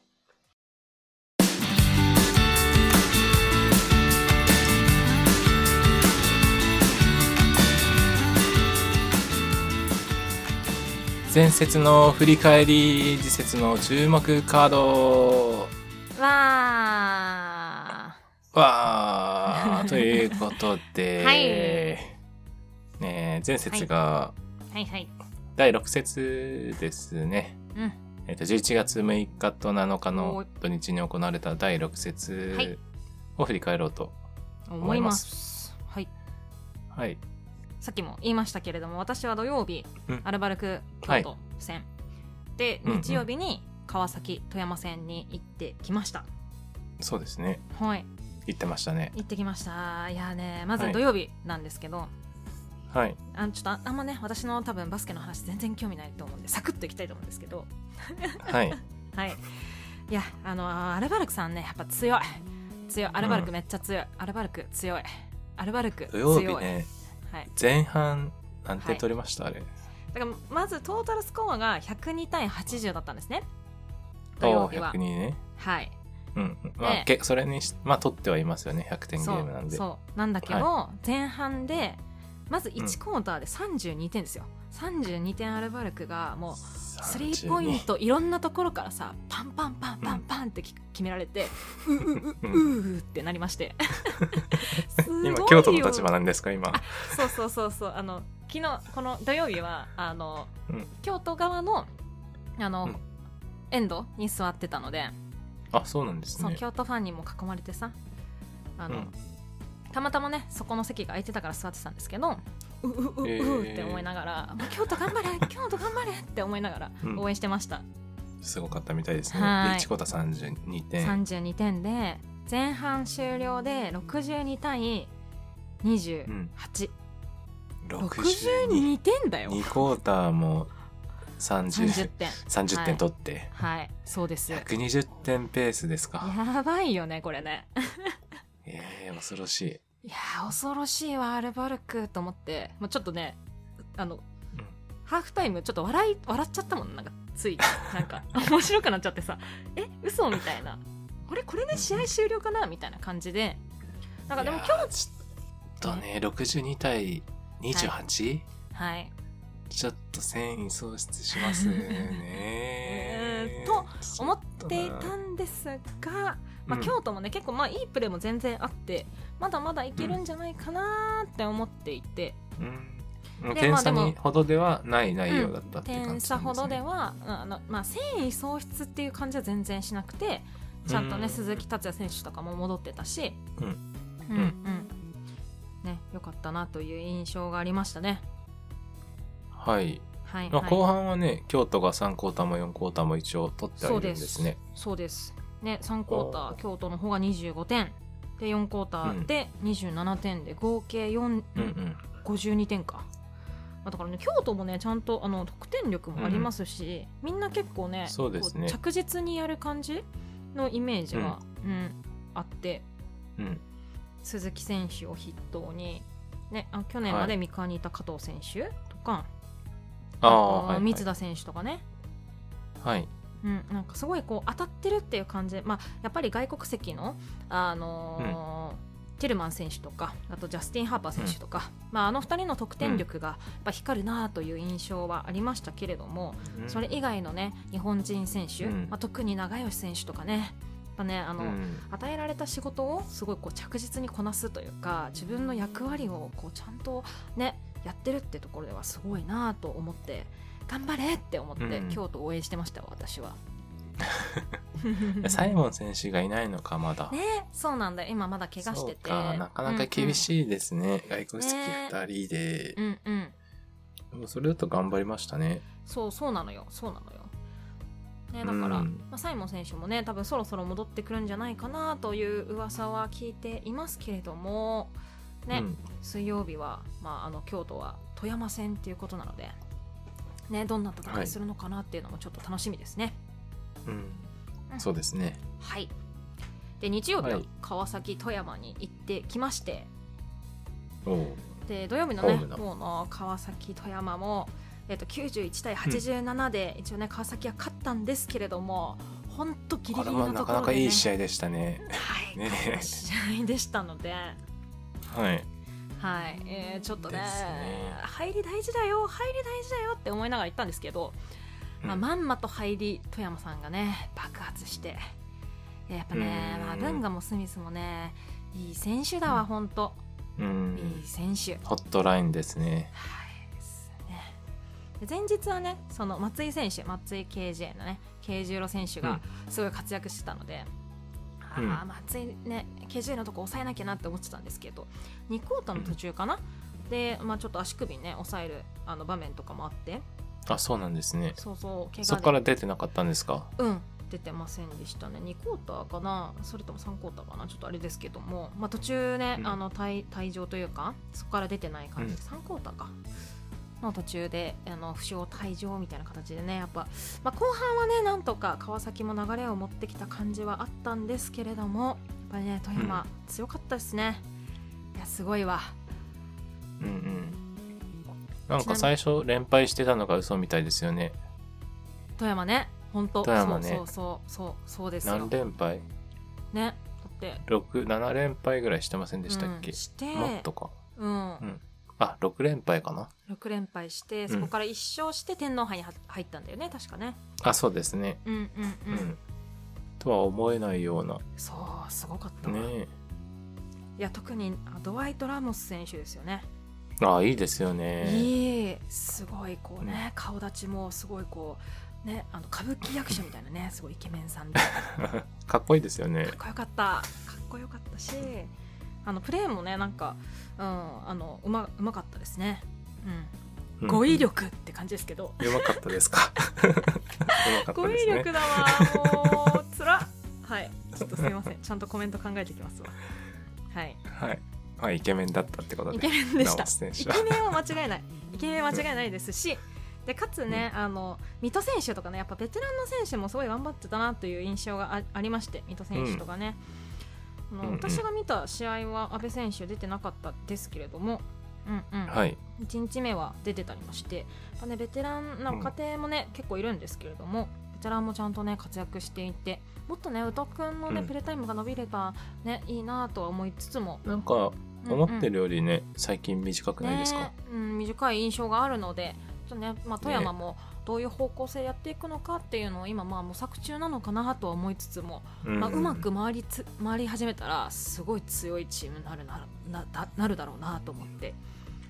[SPEAKER 1] 前節の振り返り、次節の注目カード。
[SPEAKER 2] わ
[SPEAKER 1] わーということで、
[SPEAKER 2] はい
[SPEAKER 1] ねえ前節が
[SPEAKER 2] ーはいはい
[SPEAKER 1] 第6節ですね、
[SPEAKER 2] うん
[SPEAKER 1] えっと11月6日と7日
[SPEAKER 2] お
[SPEAKER 1] の
[SPEAKER 2] ー
[SPEAKER 1] 土日に行われた第6
[SPEAKER 2] はい
[SPEAKER 1] 節を振り返ろうと、
[SPEAKER 2] 思いますはい
[SPEAKER 1] はい
[SPEAKER 2] さっきも言いましたけれども私は土曜日、
[SPEAKER 1] うん
[SPEAKER 2] アルバルク京都線、で
[SPEAKER 1] うんうん
[SPEAKER 2] 日曜日に川崎富山線に行ってきました、
[SPEAKER 1] そうですね
[SPEAKER 2] はい
[SPEAKER 1] 言ってましたね
[SPEAKER 2] 行ってきましたいやーねまず
[SPEAKER 1] はい
[SPEAKER 2] 土曜日なんですけど、
[SPEAKER 1] はい
[SPEAKER 2] あちょっとああんまね私の多分バスケの話全然興味ないと思うんでサクッといきたいと思うんですけど
[SPEAKER 1] はい
[SPEAKER 2] はいいやあのアルバルクさんねやっぱ強い強いアルバル
[SPEAKER 1] う
[SPEAKER 2] ク
[SPEAKER 1] ん
[SPEAKER 2] めっちゃ強い、アルバルク強いアルバルク
[SPEAKER 1] 土
[SPEAKER 2] 強
[SPEAKER 1] 曜
[SPEAKER 2] い、
[SPEAKER 1] 日ね
[SPEAKER 2] はい、
[SPEAKER 1] 前半何
[SPEAKER 2] は
[SPEAKER 1] 点
[SPEAKER 2] い
[SPEAKER 1] 取りました、あれ
[SPEAKER 2] だからまずトータルスコアが102対80だったんですね土曜
[SPEAKER 1] お
[SPEAKER 2] 日は
[SPEAKER 1] 102ね
[SPEAKER 2] はい
[SPEAKER 1] うんまあ、
[SPEAKER 2] ね
[SPEAKER 1] けそれにしまあ取ってはいますよね100点ゲ
[SPEAKER 2] そ
[SPEAKER 1] ームな
[SPEAKER 2] うん
[SPEAKER 1] で
[SPEAKER 2] そうなんだけど、前半でまず
[SPEAKER 1] うん
[SPEAKER 2] 1クォーターで32点ですよ、32点アルバルクがもうスリー
[SPEAKER 1] 32
[SPEAKER 2] ポイントいろんなところからさパンパンパンパンパンってき決められて、う うううううってなりましてすごいよ
[SPEAKER 1] 今京都の立場なんですか今
[SPEAKER 2] そうそうそうそうあの昨日この土曜日はあの、
[SPEAKER 1] うん
[SPEAKER 2] 京都側のあの、
[SPEAKER 1] うん
[SPEAKER 2] エンドに座ってたので、
[SPEAKER 1] あそうなんです
[SPEAKER 2] そう
[SPEAKER 1] ね
[SPEAKER 2] 京都ファンにも囲まれてさあ
[SPEAKER 1] う
[SPEAKER 2] の、
[SPEAKER 1] ん
[SPEAKER 2] たまたまねそこの席が空いてたから座ってたんですけどううううう
[SPEAKER 1] えー
[SPEAKER 2] うって思いながら、もう京都頑 張れ京都頑張れって思いながら
[SPEAKER 1] うん
[SPEAKER 2] 応援してました、
[SPEAKER 1] すごかったみたいですね
[SPEAKER 2] はい
[SPEAKER 1] で一コタ32点
[SPEAKER 2] 32点で前半終了で62対28、
[SPEAKER 1] うん
[SPEAKER 2] 62点だよ
[SPEAKER 1] 2コーターも
[SPEAKER 2] 30
[SPEAKER 1] 3030
[SPEAKER 2] 点
[SPEAKER 1] 点取って、
[SPEAKER 2] はいそうですや
[SPEAKER 1] 120点ペースですか
[SPEAKER 2] ばいよねこれね
[SPEAKER 1] えー、恐ろしい、
[SPEAKER 2] いやー恐ろしいわアルバルクと思ってもうちょっとねあの
[SPEAKER 1] うん
[SPEAKER 2] ハーフタイムちょっと笑い笑っちゃったもんなんかついなん か面白くなっちゃってさえ嘘みたいなあれこれで試合終了かなみたいな感じでなんかでも
[SPEAKER 1] いや
[SPEAKER 2] 今
[SPEAKER 1] ー
[SPEAKER 2] 日
[SPEAKER 1] ちょっとね62対 28?、
[SPEAKER 2] はい
[SPEAKER 1] ちょっと戦意喪失しますね
[SPEAKER 2] うーんと思
[SPEAKER 1] っ
[SPEAKER 2] っていたんですが、まあ、
[SPEAKER 1] うん
[SPEAKER 2] 京都もね、結構まあいいプレーも全然あってまだまだいけるんじゃないかなーって思っていて、
[SPEAKER 1] うん
[SPEAKER 2] で
[SPEAKER 1] 点
[SPEAKER 2] まあ
[SPEAKER 1] 差
[SPEAKER 2] でも
[SPEAKER 1] にほどではない内容だったっていう感じなん
[SPEAKER 2] 点
[SPEAKER 1] です、ね
[SPEAKER 2] 差ほどでは、うんあのまあ、戦意喪失っていう感じは全然しなくてちゃんとね、
[SPEAKER 1] うん
[SPEAKER 2] 鈴木達也選手とかも戻ってたし、
[SPEAKER 1] うんう
[SPEAKER 2] うん
[SPEAKER 1] ん
[SPEAKER 2] うんね、よかったなという印象がありましたね。
[SPEAKER 1] はい
[SPEAKER 2] はい、
[SPEAKER 1] まあ、
[SPEAKER 2] はい
[SPEAKER 1] 後半はね京都が3クォーターも4クォーターも一応取ってあ
[SPEAKER 2] そ
[SPEAKER 1] る
[SPEAKER 2] うん
[SPEAKER 1] で
[SPEAKER 2] ですす
[SPEAKER 1] ね。
[SPEAKER 2] そうです、ね、3クォータ
[SPEAKER 1] お
[SPEAKER 2] ー京都の方が25点で4クォーターで27点で合計4、
[SPEAKER 1] うんうん
[SPEAKER 2] 52点かまあだからね京都もねちゃんとあの得点力もありますし、みんな結構ね
[SPEAKER 1] そうですね
[SPEAKER 2] こ着実にやる感じのイメージが、うんあって
[SPEAKER 1] うん
[SPEAKER 2] 鈴木選手を筆頭に、ね、あ去年まで三河にいた加藤選手とか、
[SPEAKER 1] あ
[SPEAKER 2] あ
[SPEAKER 1] あ、はい
[SPEAKER 2] と
[SPEAKER 1] はい、
[SPEAKER 2] 水田選手とかね、
[SPEAKER 1] はい
[SPEAKER 2] うん、なんかすごいこう当たってるっていう感じで、まあ、やっぱり外国籍の、あのーティルマン選手とかあとジャスティン・ハーパー選手とか、まあ、あの2人の得点力がやっぱ光るなという印象はありましたけれども、
[SPEAKER 1] うん
[SPEAKER 2] それ以外の、ね、日本人選手、
[SPEAKER 1] うん
[SPEAKER 2] まあ、特に長吉選手とかねやっぱねあ
[SPEAKER 1] う
[SPEAKER 2] の、
[SPEAKER 1] ん、
[SPEAKER 2] 与えられた仕事をすごいこう着実にこなすというか自分の役割をこうちゃんとねやってるってところではすごいなと思って頑張れって思って、
[SPEAKER 1] うん
[SPEAKER 2] 京都応援してましたわ 私は。
[SPEAKER 1] サイモン選手がいないのかまだ、
[SPEAKER 2] ねそうなんだよ今まだ怪我してて
[SPEAKER 1] そうかなかなか厳しいですね、外国籍2人で
[SPEAKER 2] う、んうん、うんうん
[SPEAKER 1] でもそれだと頑張りましたね
[SPEAKER 2] そうそうなのよそうなのよ。ね、だから、
[SPEAKER 1] うん
[SPEAKER 2] まあ、サイモン選手もね多分そろそろ戻ってくるんじゃないかなという噂は聞いていますけれどもね、
[SPEAKER 1] うん
[SPEAKER 2] 水曜日は、まあ、あの京都は富山戦っていうことなので、ね、どんな戦いするのかなっていうのもちょっと楽しみですね。
[SPEAKER 1] うん、そうですね
[SPEAKER 2] はい、で日曜日は
[SPEAKER 1] はい
[SPEAKER 2] 川崎、富山に行ってきまして
[SPEAKER 1] おう
[SPEAKER 2] で土曜日の
[SPEAKER 1] ホ
[SPEAKER 2] ね
[SPEAKER 1] ームの
[SPEAKER 2] 方の川崎、富山も、えっと91対87で、一応ね川崎は勝ったんですけれども本当ギリ
[SPEAKER 1] こ
[SPEAKER 2] ギ
[SPEAKER 1] れ
[SPEAKER 2] リ
[SPEAKER 1] も
[SPEAKER 2] の
[SPEAKER 1] な
[SPEAKER 2] とこ
[SPEAKER 1] かな
[SPEAKER 2] ろ
[SPEAKER 1] か
[SPEAKER 2] で、ね、
[SPEAKER 1] いい試合でしたね
[SPEAKER 2] はい、
[SPEAKER 1] ね
[SPEAKER 2] 勝った試合でしたので。
[SPEAKER 1] はい
[SPEAKER 2] はい、えーちょっとね
[SPEAKER 1] ですね
[SPEAKER 2] 入り大事だよ入り大事だよって思いながら行ったんですけど、
[SPEAKER 1] うん
[SPEAKER 2] まあ、まんまと入り富山さんがね爆発していややっぱね、
[SPEAKER 1] うん
[SPEAKER 2] まあ、文賀もスミスもねいい選手だわ、
[SPEAKER 1] うん
[SPEAKER 2] ほんと
[SPEAKER 1] う
[SPEAKER 2] いい
[SPEAKER 1] ん
[SPEAKER 2] 選手、
[SPEAKER 1] ホットラインですね
[SPEAKER 2] はいですねで前日はねその松井選手松井 KJ のね K 十郎選手がすごい活躍してたので、
[SPEAKER 1] うん
[SPEAKER 2] ああ松井ね KJ のとこ抑えなきゃなって思ってたんですけど2クォーターの途中かな、で、まあ、ちょっと足首ね抑えるあの場面とかもあって
[SPEAKER 1] あそうなんですね
[SPEAKER 2] そうそう怪
[SPEAKER 1] そこか
[SPEAKER 2] 我で
[SPEAKER 1] ら出てなかったんですか
[SPEAKER 2] うん出てませんでしたね2クォーターかなそれとも3クォーターかなちょっとあれですけども、まあ、途中ね、
[SPEAKER 1] うん
[SPEAKER 2] あの退退場というかそこから出てない感じで、
[SPEAKER 1] う
[SPEAKER 2] 3クォーターかの途中であの負傷退場みたいな形でねやっぱ、まあ、後半はねなんとか川崎も流れを持ってきた感じはあったんですけれどもやっぱりね富山、強かったですねいやすごいわ
[SPEAKER 1] うんうんなんか最初連敗してたのが嘘みたいですよね
[SPEAKER 2] 富山ね本当
[SPEAKER 1] 富山ね
[SPEAKER 2] そうそうそうそうそうですよ
[SPEAKER 1] 何連敗
[SPEAKER 2] ねだって
[SPEAKER 1] 67連敗ぐらいしてませんでしたっ
[SPEAKER 2] う
[SPEAKER 1] け
[SPEAKER 2] ん、、して
[SPEAKER 1] もっとか
[SPEAKER 2] うん
[SPEAKER 1] あ6連敗かな
[SPEAKER 2] 6連敗してそこから1勝して天皇杯には入ったんだよね確かね
[SPEAKER 1] あそうですね
[SPEAKER 2] うんうん
[SPEAKER 1] う
[SPEAKER 2] うん、
[SPEAKER 1] んとは思えないような
[SPEAKER 2] そうすごかったわ、
[SPEAKER 1] ね
[SPEAKER 2] いや特にあドワイト・ラモス選手ですよね、
[SPEAKER 1] あいいですよね
[SPEAKER 2] いいすごいこうね、顔立ちもすごいこうねあの歌舞伎役者みたいなね すごいイケメンさんでか
[SPEAKER 1] かっこいいですよね
[SPEAKER 2] っこよかったかっこよかったしあのプレーもねなんか、うん、あのうまうまかったですね、うん、語彙力って感じですけど
[SPEAKER 1] うまかったですか うまかっ
[SPEAKER 2] 語
[SPEAKER 1] たで
[SPEAKER 2] 彙
[SPEAKER 1] すね
[SPEAKER 2] 力だわもうつ らはいちょっとすいませんちゃんとコメント考えてきますわはい
[SPEAKER 1] はいまあイケメンだったってこと
[SPEAKER 2] イ
[SPEAKER 1] で
[SPEAKER 2] ケメンでした
[SPEAKER 1] 直す選
[SPEAKER 2] イ
[SPEAKER 1] 手は
[SPEAKER 2] ケメンは間違いないイケメンは間違いないですしでかつね、あの水戸選手とかねやっぱベテランの選手もすごい頑張ってたなという印象があありまして水戸選手とかね、あの
[SPEAKER 1] うんうん
[SPEAKER 2] 私が見た試合は阿部選手出てなかったですけれども、うんうん
[SPEAKER 1] はい
[SPEAKER 2] 1日目は出てたりもして、やっぱね、ベテランの家庭もね、結構いるんですけれどもベテランもちゃんとね活躍していてもっとね宇都君のね、
[SPEAKER 1] うん
[SPEAKER 2] プレータイムが伸びればねいいなとは思いつつも
[SPEAKER 1] なんか思って
[SPEAKER 2] る
[SPEAKER 1] るよりね、最近短くないですか
[SPEAKER 2] ね、うん、短い印象があるのでちょっとね、まあ、富山もどういう方向性やっていくのかっていうのを今まあ模索中なのかなとは思いつつも、
[SPEAKER 1] うん
[SPEAKER 2] まあ、うまく回りつ回り始めたらすごい強いチームになるななななるだろうなと思って。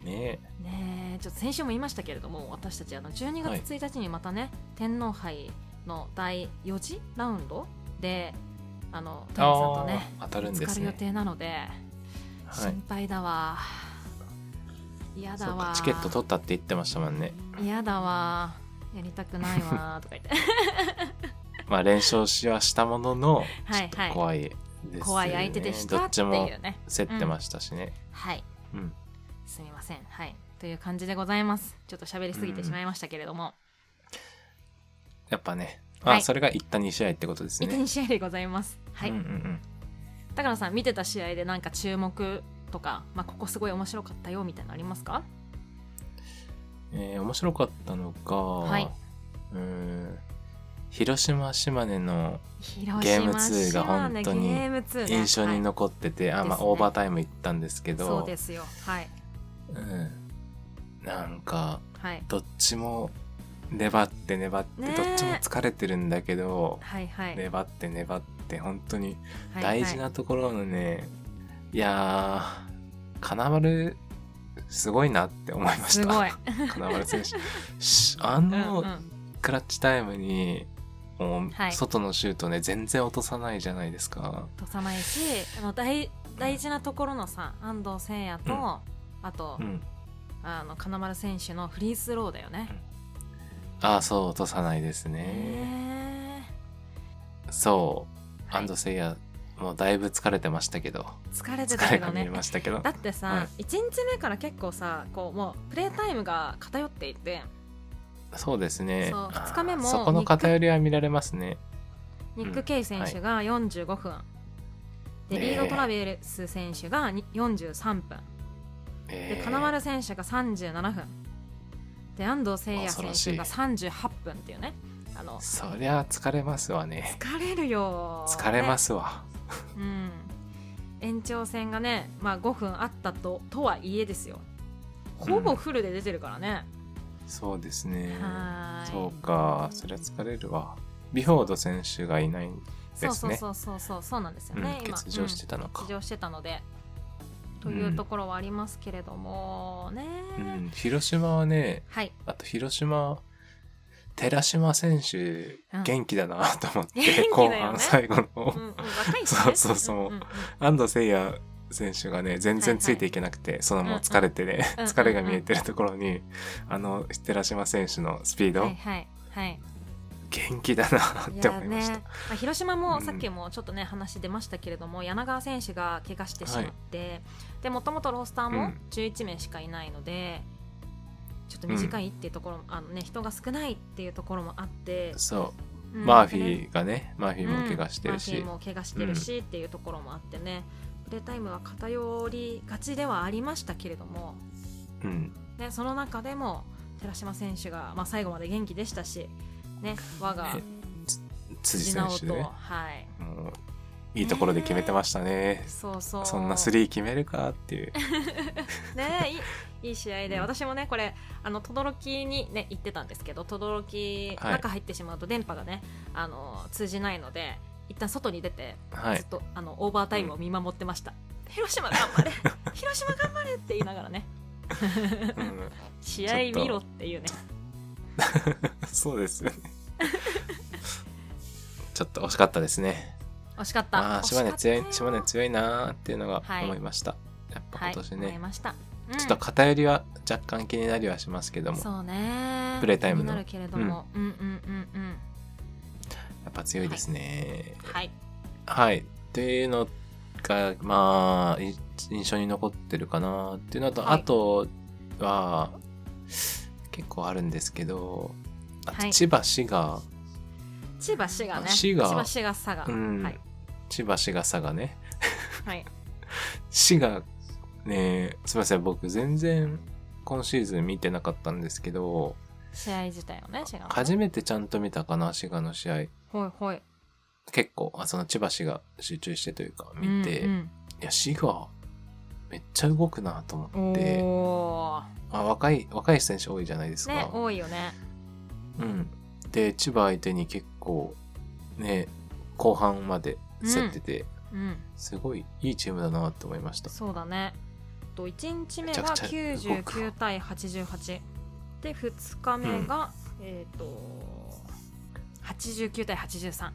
[SPEAKER 1] ね
[SPEAKER 2] ねえちょっと先週も言いましたけれども私たちあの12
[SPEAKER 1] はい
[SPEAKER 2] 月1日にまたね、天皇杯の第4次ラウンドであの富山さんとね
[SPEAKER 1] あー当たるん
[SPEAKER 2] ぶ
[SPEAKER 1] で
[SPEAKER 2] つか
[SPEAKER 1] す
[SPEAKER 2] る予
[SPEAKER 1] ね
[SPEAKER 2] 定なので、
[SPEAKER 1] はい
[SPEAKER 2] 心配だわ嫌
[SPEAKER 1] そ
[SPEAKER 2] だ
[SPEAKER 1] うか
[SPEAKER 2] わ
[SPEAKER 1] チケット取ったって言ってましたもんね
[SPEAKER 2] 嫌だわやりたくない わとか言って
[SPEAKER 1] まあ連勝しはしたものの
[SPEAKER 2] はいはい怖い
[SPEAKER 1] 怖いですよね
[SPEAKER 2] 相手でし
[SPEAKER 1] ど
[SPEAKER 2] たっ
[SPEAKER 1] って
[SPEAKER 2] い
[SPEAKER 1] ち
[SPEAKER 2] う
[SPEAKER 1] も
[SPEAKER 2] ね
[SPEAKER 1] 競ってましたしね
[SPEAKER 2] はい
[SPEAKER 1] うん、
[SPEAKER 2] すみませんはいという感じでございますちょっと喋りすぎてしまいましたけれども、
[SPEAKER 1] やっぱね。あ、
[SPEAKER 2] はい
[SPEAKER 1] それが行った2試合ってことです
[SPEAKER 2] 見て
[SPEAKER 1] ね。
[SPEAKER 2] 2試合でございますはい、
[SPEAKER 1] うんうんうん。
[SPEAKER 2] 高野さん見てた試合でなんか注目とか、まあ、ここすごい面白かったよみたいなのありますか
[SPEAKER 1] えー面白かったのが、
[SPEAKER 2] いう
[SPEAKER 1] ーん広島島根の
[SPEAKER 2] 広
[SPEAKER 1] ゲーム
[SPEAKER 2] 島
[SPEAKER 1] 2が本当に
[SPEAKER 2] ゲーム2ね
[SPEAKER 1] 印象に
[SPEAKER 2] はい
[SPEAKER 1] 残ってて、あまあ、
[SPEAKER 2] ですね
[SPEAKER 1] オーバータイム行ったんですけど
[SPEAKER 2] そうですよはい
[SPEAKER 1] うん、なんか
[SPEAKER 2] はい
[SPEAKER 1] どっちも粘って粘って、
[SPEAKER 2] ねえ
[SPEAKER 1] どっちも疲れてるんだけど、
[SPEAKER 2] はいはい、
[SPEAKER 1] 粘って粘って本当に
[SPEAKER 2] はいはい
[SPEAKER 1] 大事なところのね、いやー金丸すごいなって思いまし
[SPEAKER 2] す
[SPEAKER 1] た。
[SPEAKER 2] ごい
[SPEAKER 1] 金丸選手しあの、
[SPEAKER 2] うんうん
[SPEAKER 1] クラッチタイムにもう
[SPEAKER 2] はい
[SPEAKER 1] 外のシュートね全然落とさないじゃないですか。
[SPEAKER 2] 落とさないしあの大大事なところのさ安藤誠也と、
[SPEAKER 1] うん
[SPEAKER 2] あと、
[SPEAKER 1] うん、
[SPEAKER 2] あの金丸選手のフリースローだよね。
[SPEAKER 1] ああそう落とさないですね。
[SPEAKER 2] ね
[SPEAKER 1] そう
[SPEAKER 2] え
[SPEAKER 1] 安藤聖也もうだいぶ疲れてましたけど
[SPEAKER 2] 疲れてた
[SPEAKER 1] 疲
[SPEAKER 2] け
[SPEAKER 1] れ
[SPEAKER 2] ど
[SPEAKER 1] が見え
[SPEAKER 2] ね
[SPEAKER 1] ましたけど
[SPEAKER 2] だって
[SPEAKER 1] は
[SPEAKER 2] さ、
[SPEAKER 1] い
[SPEAKER 2] 一1日目から結構さこうもうプレータイムが偏っていて
[SPEAKER 1] そうですね
[SPEAKER 2] そう
[SPEAKER 1] あー
[SPEAKER 2] 二日目も
[SPEAKER 1] そこの偏りは見られますね
[SPEAKER 2] ニック・ケイ選手が45分、で
[SPEAKER 1] ねえ
[SPEAKER 2] リード・トラベルス選手がに43分で
[SPEAKER 1] えー
[SPEAKER 2] 金丸選手が37分で安藤誠也選手が38分っていうねあの
[SPEAKER 1] そりゃ疲れますわね
[SPEAKER 2] 疲れるよ、
[SPEAKER 1] 疲れますすわ、
[SPEAKER 2] うん、延長戦がね、まあ、5分あったととはいえですよほぼフルで出てるからね、
[SPEAKER 1] そうですね
[SPEAKER 2] はーい
[SPEAKER 1] そうかそりゃ疲れるわビフォード選手がいない、
[SPEAKER 2] そう
[SPEAKER 1] ですね
[SPEAKER 2] そうそうそうそうそうなんですよ
[SPEAKER 1] うん
[SPEAKER 2] ね、今
[SPEAKER 1] 欠場してたの
[SPEAKER 2] うん
[SPEAKER 1] か
[SPEAKER 2] 欠、場してたのでというところはありますけれどもね、
[SPEAKER 1] うん、広島はね
[SPEAKER 2] はい
[SPEAKER 1] あと広島寺島選手
[SPEAKER 2] うん
[SPEAKER 1] 元気だなと思って、
[SPEAKER 2] 元気だよ
[SPEAKER 1] 後
[SPEAKER 2] ね
[SPEAKER 1] 半最後の、
[SPEAKER 2] うんうん、若いし、ね、
[SPEAKER 1] そうそうそうん
[SPEAKER 2] んん
[SPEAKER 1] 安藤聖也選手がね全然ついていけなくて、そのもう疲れてね、
[SPEAKER 2] うんうん
[SPEAKER 1] 疲れが見えてるところに、あの寺島選手のスピード、
[SPEAKER 2] はいはいはい
[SPEAKER 1] 元気だなって思いました、
[SPEAKER 2] やねあ広島も
[SPEAKER 1] うん
[SPEAKER 2] さっきもちょっとね、話出ましたけれども柳川選手が怪我してしまって、でもともとロースター
[SPEAKER 1] う
[SPEAKER 2] も
[SPEAKER 1] ん
[SPEAKER 2] 11名しかいないので、ちょっと短いっていうところも、あのね人が少ないっていうところもあって、
[SPEAKER 1] そう、
[SPEAKER 2] うん
[SPEAKER 1] マーフ
[SPEAKER 2] で
[SPEAKER 1] ィ
[SPEAKER 2] ね
[SPEAKER 1] ーがねマーフィーも怪我してる
[SPEAKER 2] うん
[SPEAKER 1] し、
[SPEAKER 2] マーフィーも怪我してるしっていうところもあってね、プレータイムは偏りがちではありましたけれども、
[SPEAKER 1] うん
[SPEAKER 2] ね、その中でも寺島選手が、まあ、最後まで元気でしたし、ね、我が
[SPEAKER 1] ね辻
[SPEAKER 2] 辻
[SPEAKER 1] 選
[SPEAKER 2] 直
[SPEAKER 1] 手
[SPEAKER 2] 人、
[SPEAKER 1] でね
[SPEAKER 2] はい、
[SPEAKER 1] もういいところで決めてましたね、
[SPEAKER 2] そうそう
[SPEAKER 1] そんなスリー決めるかっていう
[SPEAKER 2] ねいいいい試合で、
[SPEAKER 1] うん
[SPEAKER 2] 私もねこれあの轟にね行ってたんですけど轟
[SPEAKER 1] はい
[SPEAKER 2] 中入ってしまうと電波がね、あの通じないので一旦外に出て、
[SPEAKER 1] は
[SPEAKER 2] ず
[SPEAKER 1] い
[SPEAKER 2] っとあのオーバータイムを見守ってました、広島頑 張れ広島頑張れって言いながらね
[SPEAKER 1] うん
[SPEAKER 2] 試合見ろっていうね
[SPEAKER 1] そうですよね。ちょっと惜しかったですね。
[SPEAKER 2] 惜しかった
[SPEAKER 1] ああ、島根強い
[SPEAKER 2] 惜、しか
[SPEAKER 1] 島
[SPEAKER 2] った
[SPEAKER 1] 根
[SPEAKER 2] よ
[SPEAKER 1] 強いなーっていうのが
[SPEAKER 2] はい
[SPEAKER 1] 思いました。やっぱ今年ね、
[SPEAKER 2] はい思いました、うん
[SPEAKER 1] ちょっと偏りは若干気になりはしますけども、や
[SPEAKER 2] そうね
[SPEAKER 1] プレータイムの
[SPEAKER 2] 気になるけれども、うん、うんうんうん
[SPEAKER 1] っぱ強いですね。
[SPEAKER 2] はい
[SPEAKER 1] はい。っていうのが、まあ、い印象に残ってるかなっていうのと、
[SPEAKER 2] は
[SPEAKER 1] あ
[SPEAKER 2] い
[SPEAKER 1] とは、結構あるんですけど、あと
[SPEAKER 2] はい
[SPEAKER 1] 千葉、滋賀、
[SPEAKER 2] 千葉滋賀ね
[SPEAKER 1] 滋賀
[SPEAKER 2] 千葉滋賀佐賀、
[SPEAKER 1] うん
[SPEAKER 2] はい
[SPEAKER 1] 千葉、滋賀、佐賀ね、
[SPEAKER 2] はい
[SPEAKER 1] 死がねすみません僕全然今シーズン見てなかったんですけど
[SPEAKER 2] 試合自体をね滋賀のね
[SPEAKER 1] 初めてちゃんと見たかな滋賀の試合
[SPEAKER 2] ほいほい
[SPEAKER 1] 結構あその千葉市が集中してというか見て、
[SPEAKER 2] うん
[SPEAKER 1] いや滋賀めっちゃ動くなと
[SPEAKER 2] うん
[SPEAKER 1] 思って
[SPEAKER 2] お
[SPEAKER 1] あ若い若い選手多いじゃないです
[SPEAKER 2] ー
[SPEAKER 1] か、
[SPEAKER 2] ね多いよね
[SPEAKER 1] うん、で千葉相手に結構ね後半まで競ってて、
[SPEAKER 2] うん
[SPEAKER 1] すごいいいチームだなと思いました
[SPEAKER 2] そうだねと1日目
[SPEAKER 1] めち
[SPEAKER 2] が
[SPEAKER 1] ゃくちゃ動く
[SPEAKER 2] 99対88で2日目が、えっ、ー、と89対83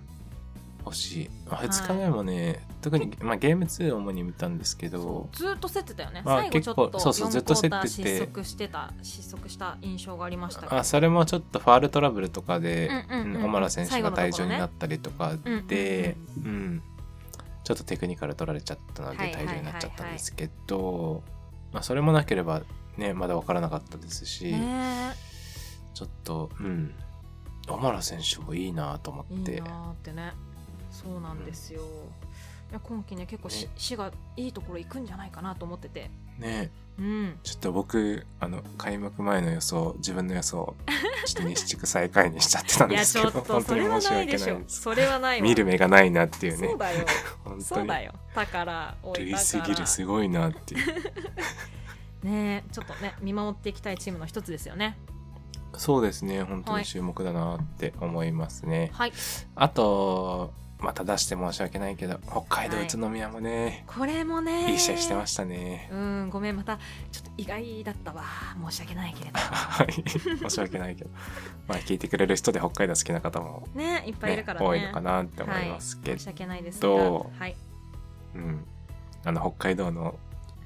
[SPEAKER 1] 欲しい、まあ、
[SPEAKER 2] はい
[SPEAKER 1] 2日目もね、特に、まあ、ゲーム2を主に見たんですけど
[SPEAKER 2] ずーっと競ってたよね、
[SPEAKER 1] まあ
[SPEAKER 2] 最後ちょっ
[SPEAKER 1] 結
[SPEAKER 2] と
[SPEAKER 1] 構そうそうずっ
[SPEAKER 2] 4ク
[SPEAKER 1] と
[SPEAKER 2] ォ
[SPEAKER 1] 競って
[SPEAKER 2] ー
[SPEAKER 1] て
[SPEAKER 2] ター失速してた失速した印象がありましたけど
[SPEAKER 1] あそれもちょっとファールトラブルとかで
[SPEAKER 2] うんうんうん
[SPEAKER 1] うん小原選手
[SPEAKER 2] 最
[SPEAKER 1] が
[SPEAKER 2] 後のところ
[SPEAKER 1] 退
[SPEAKER 2] ね
[SPEAKER 1] 場になったりとかで、うんちょっとテクニカル取られちゃったので
[SPEAKER 2] はい
[SPEAKER 1] 退場になっちゃったんですけど、まあ、それもなければねまだ分からなかったですし、
[SPEAKER 2] ね
[SPEAKER 1] ちょっとうん小原選手もいいなと思
[SPEAKER 2] え
[SPEAKER 1] っ
[SPEAKER 2] いい
[SPEAKER 1] て
[SPEAKER 2] なーってねそうなんですよ、いや今季ね結構し、
[SPEAKER 1] ね
[SPEAKER 2] 市がいいところ行くんじゃないかなと思ってて
[SPEAKER 1] ね
[SPEAKER 2] うん
[SPEAKER 1] ちょっと僕あの開幕前の予想自分の予想ちょっと西地区最下位にしちゃってたん
[SPEAKER 2] い
[SPEAKER 1] で
[SPEAKER 2] や
[SPEAKER 1] す
[SPEAKER 2] ち
[SPEAKER 1] け
[SPEAKER 2] ょ
[SPEAKER 1] ど
[SPEAKER 2] っと
[SPEAKER 1] 本
[SPEAKER 2] そ
[SPEAKER 1] 当に
[SPEAKER 2] れは
[SPEAKER 1] 申し
[SPEAKER 2] ない
[SPEAKER 1] 訳
[SPEAKER 2] でし
[SPEAKER 1] ない
[SPEAKER 2] ょ
[SPEAKER 1] です
[SPEAKER 2] それはないわ
[SPEAKER 1] 見る目がないなっていうね
[SPEAKER 2] そうだよ
[SPEAKER 1] 本当
[SPEAKER 2] そう
[SPEAKER 1] に
[SPEAKER 2] だよだからおい
[SPEAKER 1] ルイ
[SPEAKER 2] だ
[SPEAKER 1] ス
[SPEAKER 2] か
[SPEAKER 1] ギル
[SPEAKER 2] ら
[SPEAKER 1] すごいなっていう
[SPEAKER 2] ねえちょっとね見守っていきたいチームの一つですよね
[SPEAKER 1] そうですね本当
[SPEAKER 2] はい
[SPEAKER 1] に注目だなって思いますね、
[SPEAKER 2] はい
[SPEAKER 1] あとまた出して申し訳ないけど北海道
[SPEAKER 2] はい
[SPEAKER 1] 宇都宮もね、
[SPEAKER 2] これもね
[SPEAKER 1] い、い試合してま
[SPEAKER 2] し
[SPEAKER 1] したね
[SPEAKER 2] たうんごめんまたちょっと意外だったわ申し訳ないけれど
[SPEAKER 1] はい申し訳ない けどまあ聞いてくれる人で北海道好きな方も、
[SPEAKER 2] ねいっぱいい
[SPEAKER 1] ね
[SPEAKER 2] るからね
[SPEAKER 1] 多いのかなって思いますけ
[SPEAKER 2] 申
[SPEAKER 1] ど
[SPEAKER 2] し、訳ないですが
[SPEAKER 1] ど
[SPEAKER 2] はい
[SPEAKER 1] うん、あの北海道の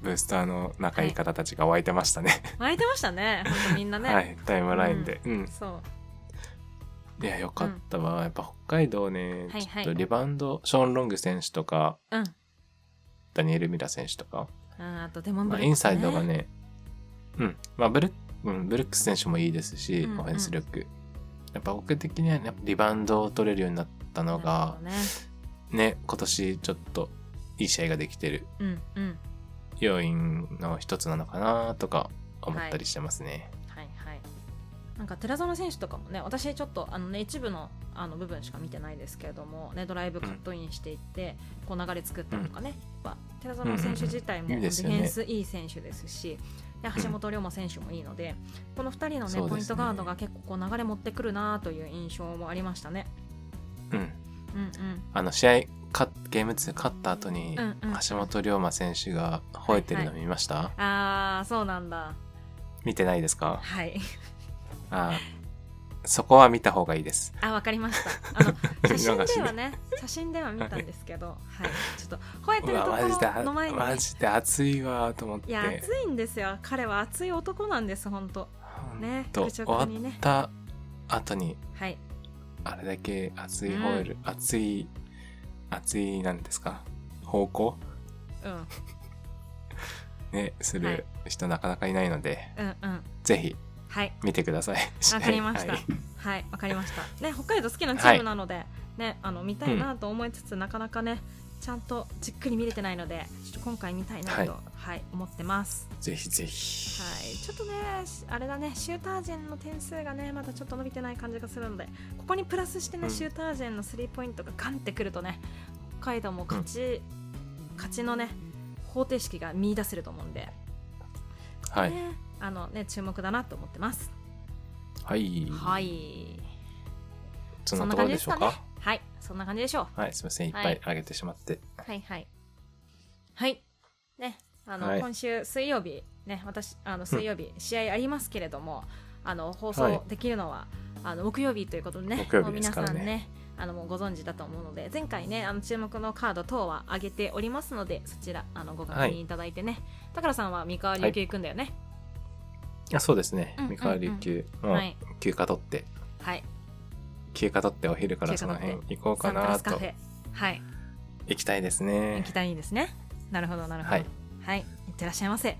[SPEAKER 1] ブースターの仲いい方たちが湧いてましたね。
[SPEAKER 2] 巻いてましたね本当みんな ね、
[SPEAKER 1] はい、タイムラインで。うん。
[SPEAKER 2] そう
[SPEAKER 1] いや、よかったわ。やっぱ北海道ね、
[SPEAKER 2] はいはい
[SPEAKER 1] ちょっとリバウンド、ショーン・ロング選手とか、
[SPEAKER 2] うん
[SPEAKER 1] ダニエル・ミラ選手とか、
[SPEAKER 2] あーあとデモン
[SPEAKER 1] ま
[SPEAKER 2] ブ
[SPEAKER 1] あ、
[SPEAKER 2] ルックスね
[SPEAKER 1] インサイドがね、うん、まあブルッ、うん、ブルックス選手もいいですし、
[SPEAKER 2] うんうん
[SPEAKER 1] オフェンス力。やっぱ僕的には、ね、リバウンドを取れるようになったのが、
[SPEAKER 2] なる
[SPEAKER 1] ね、今年ちょっといい試合ができてる
[SPEAKER 2] ほどねうんうん
[SPEAKER 1] 要因の一つなのかなとか思ったりしてますね。
[SPEAKER 2] はいはいなんか寺園選手とかもね私ちょっとあの、ね、一部のあの部分しか見てないですけれども、ね、ドライブカットインしていって、こう流れ作ったりとかね、やっぱ寺園選手自体も
[SPEAKER 1] うんうん
[SPEAKER 2] デ
[SPEAKER 1] うんいいで
[SPEAKER 2] ィ
[SPEAKER 1] す
[SPEAKER 2] フ
[SPEAKER 1] よね
[SPEAKER 2] ェンスいい選手ですし、で橋本龍馬選手もいいので、この2人
[SPEAKER 1] そ
[SPEAKER 2] の、ね
[SPEAKER 1] うですね
[SPEAKER 2] ポイントガードが結構こう流れ持ってくるなという印象もありましたね。
[SPEAKER 1] うん
[SPEAKER 2] うんうん、
[SPEAKER 1] あの試合かゲーム2勝った後に
[SPEAKER 2] うんうん
[SPEAKER 1] 橋本龍馬選手が吠えてるの見ました、
[SPEAKER 2] あーそうなんだ
[SPEAKER 1] 見てないですか
[SPEAKER 2] はい
[SPEAKER 1] あーそこは見た方がいいです。
[SPEAKER 2] あわかりました あの写
[SPEAKER 1] 見逃しで
[SPEAKER 2] 真ではね写真では見たんですけど、はい、ちょっと吠えて
[SPEAKER 1] う
[SPEAKER 2] ると
[SPEAKER 1] わマジ
[SPEAKER 2] こ
[SPEAKER 1] で
[SPEAKER 2] ろの前に、ね、
[SPEAKER 1] マジで熱いわと思って
[SPEAKER 2] いや熱いんですよ彼は熱い男なんです本当
[SPEAKER 1] ほん
[SPEAKER 2] ね
[SPEAKER 1] と
[SPEAKER 2] 愚
[SPEAKER 1] 終
[SPEAKER 2] 直
[SPEAKER 1] わっ
[SPEAKER 2] にね
[SPEAKER 1] た後に
[SPEAKER 2] はい
[SPEAKER 1] あれだけ熱いホール、熱い熱いなんですか方向
[SPEAKER 2] うん
[SPEAKER 1] ねす
[SPEAKER 2] はい
[SPEAKER 1] る人なかなかいないので、
[SPEAKER 2] うんうん
[SPEAKER 1] ぜひ
[SPEAKER 2] はい
[SPEAKER 1] 見てください。
[SPEAKER 2] わかりました
[SPEAKER 1] はい
[SPEAKER 2] はいわかりましたね北海道好きなチームなので、ねあの見たいなと思いつつ、なかなかねちゃんとじっくり見れてないのでちょっと今回見たいなとは、
[SPEAKER 1] はいい
[SPEAKER 2] 思ってます
[SPEAKER 1] ぜひぜひ。
[SPEAKER 2] はいちょっとねしあれだねシューター陣の点数がねまだちょっと伸びてない感じがするのでここにプラスしてね、
[SPEAKER 1] うん
[SPEAKER 2] シューター陣のスリーポイントがガンってくるとね北海道も勝ち、勝ちのね方程式が見出せると思うんで
[SPEAKER 1] はい。
[SPEAKER 2] ね、あのね注目だなと思ってます。
[SPEAKER 1] はい。
[SPEAKER 2] はい。
[SPEAKER 1] そんなところでしょうか。
[SPEAKER 2] はい、そんな感じでしょう。
[SPEAKER 1] はい、すみません。いっ
[SPEAKER 2] は
[SPEAKER 1] ぱ
[SPEAKER 2] い
[SPEAKER 1] いあげてしまって。
[SPEAKER 2] はいはい。はい。ね、あの、
[SPEAKER 1] はい
[SPEAKER 2] 今週水曜日ね、私あの水曜日試合ありますけれども、あの放
[SPEAKER 1] はい
[SPEAKER 2] 送できるのは、あの木曜日ということでね、
[SPEAKER 1] 木曜日ですから
[SPEAKER 2] もう
[SPEAKER 1] ね
[SPEAKER 2] 皆さんね。あのもうご存知だと思うので前回ねあの注目のカード等は上げておりますのでそちらあのご確
[SPEAKER 1] は
[SPEAKER 2] 認
[SPEAKER 1] い
[SPEAKER 2] いただいてね、宝さんは三河琉球行くんだよね
[SPEAKER 1] あ、そうですね
[SPEAKER 2] うん。
[SPEAKER 1] 三河琉球、も
[SPEAKER 2] は
[SPEAKER 1] う
[SPEAKER 2] い
[SPEAKER 1] 休暇取って、
[SPEAKER 2] はい
[SPEAKER 1] 休暇取ってお昼から
[SPEAKER 2] 休
[SPEAKER 1] そ
[SPEAKER 2] 暇
[SPEAKER 1] の
[SPEAKER 2] 取って
[SPEAKER 1] 辺行こう
[SPEAKER 2] サ
[SPEAKER 1] か
[SPEAKER 2] ンプラ
[SPEAKER 1] な
[SPEAKER 2] スカフ
[SPEAKER 1] と。
[SPEAKER 2] ェはい
[SPEAKER 1] 行きたいです
[SPEAKER 2] 行
[SPEAKER 1] ね
[SPEAKER 2] き。たいですね。なるほどなるほど。
[SPEAKER 1] は
[SPEAKER 2] はいい、。いってらっしゃいませ。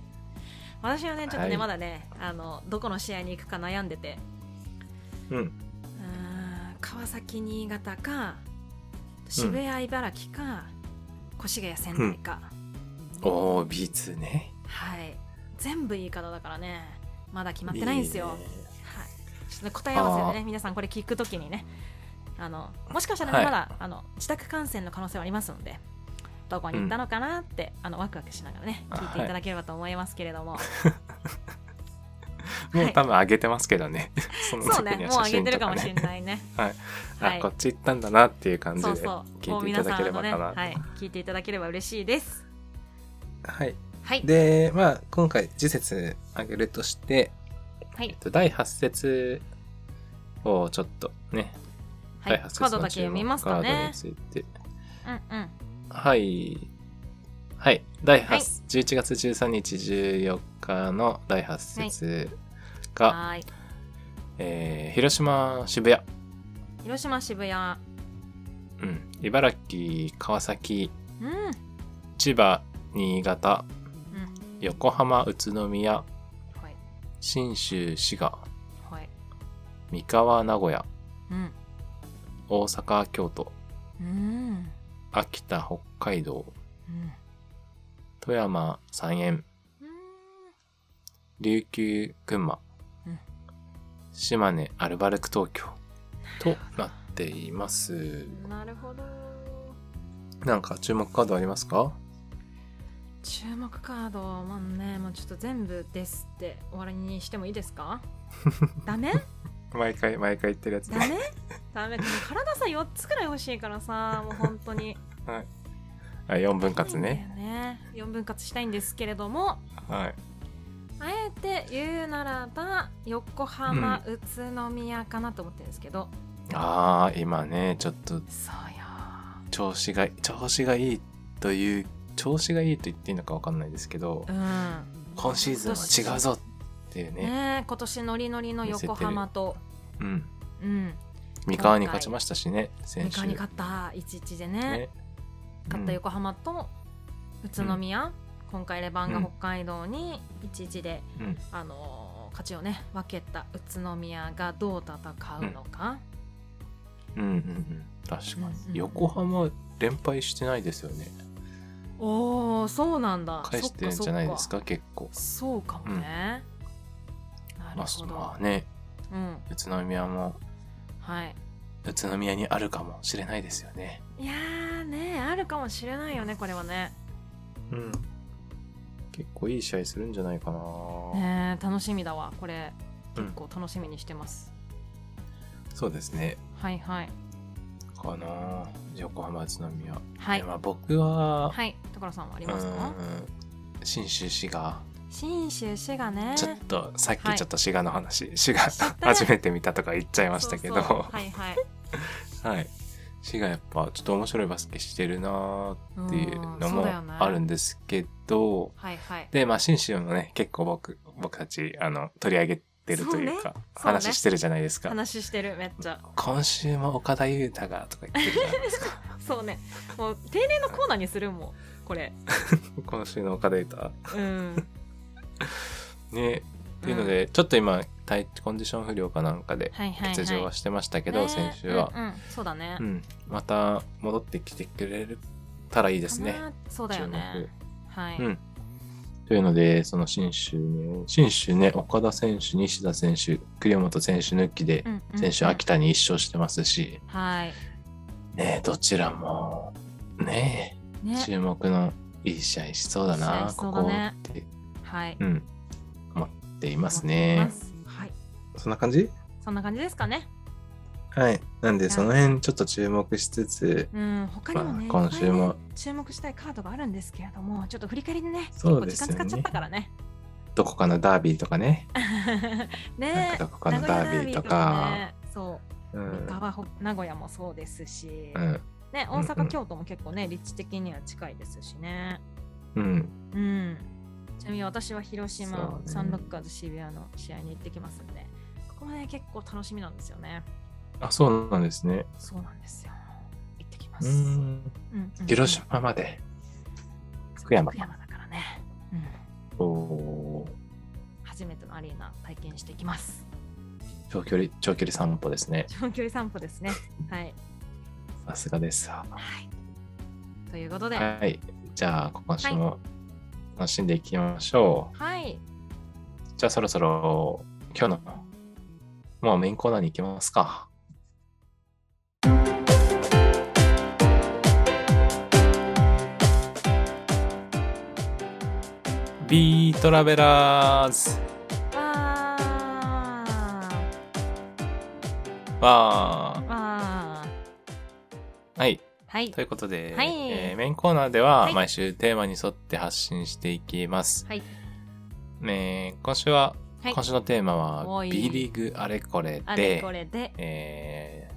[SPEAKER 2] 私はねちょっとね、
[SPEAKER 1] はい
[SPEAKER 2] まだねあのどこの試合に行くか悩んでて、
[SPEAKER 1] うん。
[SPEAKER 2] うーん川崎新潟か渋谷茨城か、越谷仙台か、
[SPEAKER 1] おお、B2 ね。
[SPEAKER 2] はい全部いい方だからねまだ決まってないんですよ。
[SPEAKER 1] ね
[SPEAKER 2] はい。ちょっとね答え合わせで
[SPEAKER 1] あ
[SPEAKER 2] ね皆さんこれ聞くときにねあのもしかしたら、ね
[SPEAKER 1] はい
[SPEAKER 2] まだあの自宅感染の可能性はありますのでどこに行ったのかなって、あのワクワクしながらね
[SPEAKER 1] あ
[SPEAKER 2] 聞いていただければと思いますけれども、
[SPEAKER 1] もう多分あげてますけどね。 その
[SPEAKER 2] そう
[SPEAKER 1] 時
[SPEAKER 2] ね
[SPEAKER 1] には
[SPEAKER 2] もう
[SPEAKER 1] 写
[SPEAKER 2] 上げ
[SPEAKER 1] 真
[SPEAKER 2] て
[SPEAKER 1] と
[SPEAKER 2] るか
[SPEAKER 1] か
[SPEAKER 2] もしれ
[SPEAKER 1] ね。
[SPEAKER 2] ないねは
[SPEAKER 1] あ
[SPEAKER 2] い、
[SPEAKER 1] こっち行ったんだなっていう感じで
[SPEAKER 2] そうそうも
[SPEAKER 1] 聞いうていた
[SPEAKER 2] 皆
[SPEAKER 1] だ
[SPEAKER 2] さ
[SPEAKER 1] け
[SPEAKER 2] ん
[SPEAKER 1] れ
[SPEAKER 2] の
[SPEAKER 1] ば
[SPEAKER 2] ね、
[SPEAKER 1] かな。
[SPEAKER 2] はい、聞いていただければ嬉しいです
[SPEAKER 1] はい。
[SPEAKER 2] はい
[SPEAKER 1] で、まあ今回次節あげるとして、
[SPEAKER 2] は
[SPEAKER 1] えっ
[SPEAKER 2] い
[SPEAKER 1] と第8節をちょっとね、
[SPEAKER 2] はい
[SPEAKER 1] 第8節
[SPEAKER 2] カードだ
[SPEAKER 1] の
[SPEAKER 2] け
[SPEAKER 1] 注
[SPEAKER 2] 読み
[SPEAKER 1] 目
[SPEAKER 2] ます
[SPEAKER 1] カ
[SPEAKER 2] か
[SPEAKER 1] ード
[SPEAKER 2] ね
[SPEAKER 1] について。
[SPEAKER 2] うんうん
[SPEAKER 1] はい。はい。第8、
[SPEAKER 2] はい
[SPEAKER 1] 11月13日14日の第8節が、
[SPEAKER 2] はーい
[SPEAKER 1] えー広島、渋谷、
[SPEAKER 2] 広島渋谷うん
[SPEAKER 1] うん、茨城、川崎、千葉、新潟、
[SPEAKER 2] うん
[SPEAKER 1] 横浜宇都宮
[SPEAKER 2] はい
[SPEAKER 1] 信州滋賀
[SPEAKER 2] はい
[SPEAKER 1] 三河名古屋
[SPEAKER 2] うん
[SPEAKER 1] 大阪京都
[SPEAKER 2] うん
[SPEAKER 1] 秋田北海道
[SPEAKER 2] うん
[SPEAKER 1] 富山三円琉球群馬、
[SPEAKER 2] うん
[SPEAKER 1] 島根アルバルク東京とな
[SPEAKER 2] な
[SPEAKER 1] っています
[SPEAKER 2] うんなるほど
[SPEAKER 1] なんか注目カードありますか
[SPEAKER 2] 注目カードまあねもうちょっと全部ですって終わりにしてもいいですか ダメ
[SPEAKER 1] 毎回毎回言ってるやつ
[SPEAKER 2] ダメダメでも体さ4つくらい欲しいからさもう本当に
[SPEAKER 1] はい、4分割ね。
[SPEAKER 2] いいんだよね4分割したいんですけれども
[SPEAKER 1] はい。
[SPEAKER 2] あえて言うならば横浜、宇都宮かなと思ってるんですけど
[SPEAKER 1] ああ、今ね、ちょっと
[SPEAKER 2] そうよ
[SPEAKER 1] 調子が、調子がいいという、調子がいいと言っていいのかわかんないですけど
[SPEAKER 2] う、ん
[SPEAKER 1] 今シーズンは違うぞっていうね。
[SPEAKER 2] ねえ今年ノリノリの横浜と
[SPEAKER 1] うん。
[SPEAKER 2] うん
[SPEAKER 1] 三河に勝ちましたしね、先
[SPEAKER 2] 三
[SPEAKER 1] 週。
[SPEAKER 2] 河に勝った11でね
[SPEAKER 1] ね。
[SPEAKER 2] 勝っ
[SPEAKER 1] う
[SPEAKER 2] た
[SPEAKER 1] ん
[SPEAKER 2] 横浜と宇都宮、今回レバンが北海道に11で、
[SPEAKER 1] うん
[SPEAKER 2] あのー勝ちをね分けた宇都宮がどう戦うのか、
[SPEAKER 1] うんうんうん。確か
[SPEAKER 2] うんうん
[SPEAKER 1] に。横浜連敗してないですよね。
[SPEAKER 2] おおそうなんだ
[SPEAKER 1] 返してるんじゃないです
[SPEAKER 2] そっ
[SPEAKER 1] か、結構。
[SPEAKER 2] そうかもね、なる
[SPEAKER 1] まあ
[SPEAKER 2] ほ、ど、
[SPEAKER 1] まあね、
[SPEAKER 2] うん
[SPEAKER 1] 宇都宮も、
[SPEAKER 2] はい
[SPEAKER 1] 宇都宮にあるかもしれないですよね。
[SPEAKER 2] いやーねあるかもしれないよねこれはね
[SPEAKER 1] うん。結構いい試合するんじゃないかな。
[SPEAKER 2] ねー楽しみだわこれ
[SPEAKER 1] うん
[SPEAKER 2] 結構楽しみにしてます、
[SPEAKER 1] そうですね。
[SPEAKER 2] はいはい
[SPEAKER 1] かなあ横浜宇都宮。
[SPEAKER 2] はいい
[SPEAKER 1] やまあ僕は、
[SPEAKER 2] はい所さんはあり
[SPEAKER 1] う
[SPEAKER 2] ますか
[SPEAKER 1] ーん、信州滋賀。
[SPEAKER 2] 信州滋賀ね
[SPEAKER 1] ちょっと、さっ
[SPEAKER 2] は
[SPEAKER 1] き
[SPEAKER 2] い
[SPEAKER 1] ちょっと滋賀の話、滋賀
[SPEAKER 2] 知った
[SPEAKER 1] 初めて見たとか言っちゃいましたけど、
[SPEAKER 2] そうそうは いはい
[SPEAKER 1] はい。滋賀やっぱちょっと面白いバスケしてるなあっていうのもある
[SPEAKER 2] ん
[SPEAKER 1] んですけど、
[SPEAKER 2] はいはい
[SPEAKER 1] で、まあ、信州もね、結構僕、僕たち、あの、取り上げてるというか、
[SPEAKER 2] そうね
[SPEAKER 1] 話してるじゃないですか。
[SPEAKER 2] 話してるめっちゃ
[SPEAKER 1] 今週も岡田優太がとか言ってるじゃないですか。
[SPEAKER 2] そうねもう定例のコーナーにするもんこれ
[SPEAKER 1] 今週の岡田優太。
[SPEAKER 2] うん
[SPEAKER 1] ね、っていうので、ちょっと今体コンディション不良かなんかで
[SPEAKER 2] はいはいはい
[SPEAKER 1] 欠場はしてましたけど、
[SPEAKER 2] ね
[SPEAKER 1] 先週は
[SPEAKER 2] う、んうんそうだね
[SPEAKER 1] うんまた戻ってきてくれたらいいですね
[SPEAKER 2] か。なそうだよねはい
[SPEAKER 1] うんというのでその信州に信州ね岡田選手西田選手栗本選手抜きで、選手秋
[SPEAKER 2] た
[SPEAKER 1] 田に一勝してますし、
[SPEAKER 2] はい
[SPEAKER 1] ねどちらもね
[SPEAKER 2] ね
[SPEAKER 1] 注目のいい試合しそうだ
[SPEAKER 2] いい試合
[SPEAKER 1] な
[SPEAKER 2] しそ
[SPEAKER 1] こ
[SPEAKER 2] うだ
[SPEAKER 1] こ
[SPEAKER 2] ね
[SPEAKER 1] って、
[SPEAKER 2] はい
[SPEAKER 1] うん、思っています
[SPEAKER 2] 思っ
[SPEAKER 1] ね
[SPEAKER 2] てま。すはい
[SPEAKER 1] そんな感じ
[SPEAKER 2] そんな感じですかね
[SPEAKER 1] はい。なんで、
[SPEAKER 2] はい
[SPEAKER 1] その辺ちょっと注目しつつ、
[SPEAKER 2] うん他にもね
[SPEAKER 1] まあ今週も
[SPEAKER 2] いっぱいね注目したいカードがあるんですけれどもちょっと振り返りでね結
[SPEAKER 1] そ
[SPEAKER 2] 構
[SPEAKER 1] うで
[SPEAKER 2] 時
[SPEAKER 1] すよ
[SPEAKER 2] 間使
[SPEAKER 1] ね
[SPEAKER 2] っちゃったからね
[SPEAKER 1] どこかのダービーとかね。なん
[SPEAKER 2] ね
[SPEAKER 1] かどこかのダービーとか。
[SPEAKER 2] 名古屋ダービーとかねそう
[SPEAKER 1] うん。
[SPEAKER 2] 三河ほ名古屋もそうですし、
[SPEAKER 1] うん。
[SPEAKER 2] ね、
[SPEAKER 1] うん
[SPEAKER 2] 大阪、
[SPEAKER 1] うん
[SPEAKER 2] 京都も結構ね立地的には近いですしね、
[SPEAKER 1] うん。
[SPEAKER 2] うん、ちなみに私は広島、
[SPEAKER 1] そうね
[SPEAKER 2] サンロッカーズ渋谷の試合に行ってきますんでここもね結構楽しみなんですよね
[SPEAKER 1] あ、そうなんですね。
[SPEAKER 2] そうなんですよ行ってきま
[SPEAKER 1] う
[SPEAKER 2] す、
[SPEAKER 1] ん。
[SPEAKER 2] うんうん
[SPEAKER 1] 広島まで。福山
[SPEAKER 2] 福山だからね、うん、
[SPEAKER 1] おー
[SPEAKER 2] 初めてのアリーナ体験してきます
[SPEAKER 1] 長距離、長距離散歩ですね。
[SPEAKER 2] 長距離散歩ですねはい、
[SPEAKER 1] さすがです。は
[SPEAKER 2] はい、ということではい、
[SPEAKER 1] い。じゃあ、今週も楽しんでいきましょう。じゃあ、そろそろ今日の、もうメインコーナーに行きますか。ビートラベラーズ
[SPEAKER 2] わー
[SPEAKER 1] は、
[SPEAKER 2] わ
[SPEAKER 1] はい。
[SPEAKER 2] ーはい
[SPEAKER 1] ということで、
[SPEAKER 2] はい
[SPEAKER 1] えーメインコーナーでは
[SPEAKER 2] はい
[SPEAKER 1] 毎週テーマに沿って発信していきます。
[SPEAKER 2] はい
[SPEAKER 1] ね今週は、
[SPEAKER 2] はい
[SPEAKER 1] 今週のテーマ
[SPEAKER 2] お
[SPEAKER 1] は、
[SPEAKER 2] い
[SPEAKER 1] B リーグあれこれで、
[SPEAKER 2] あれこれで
[SPEAKER 1] え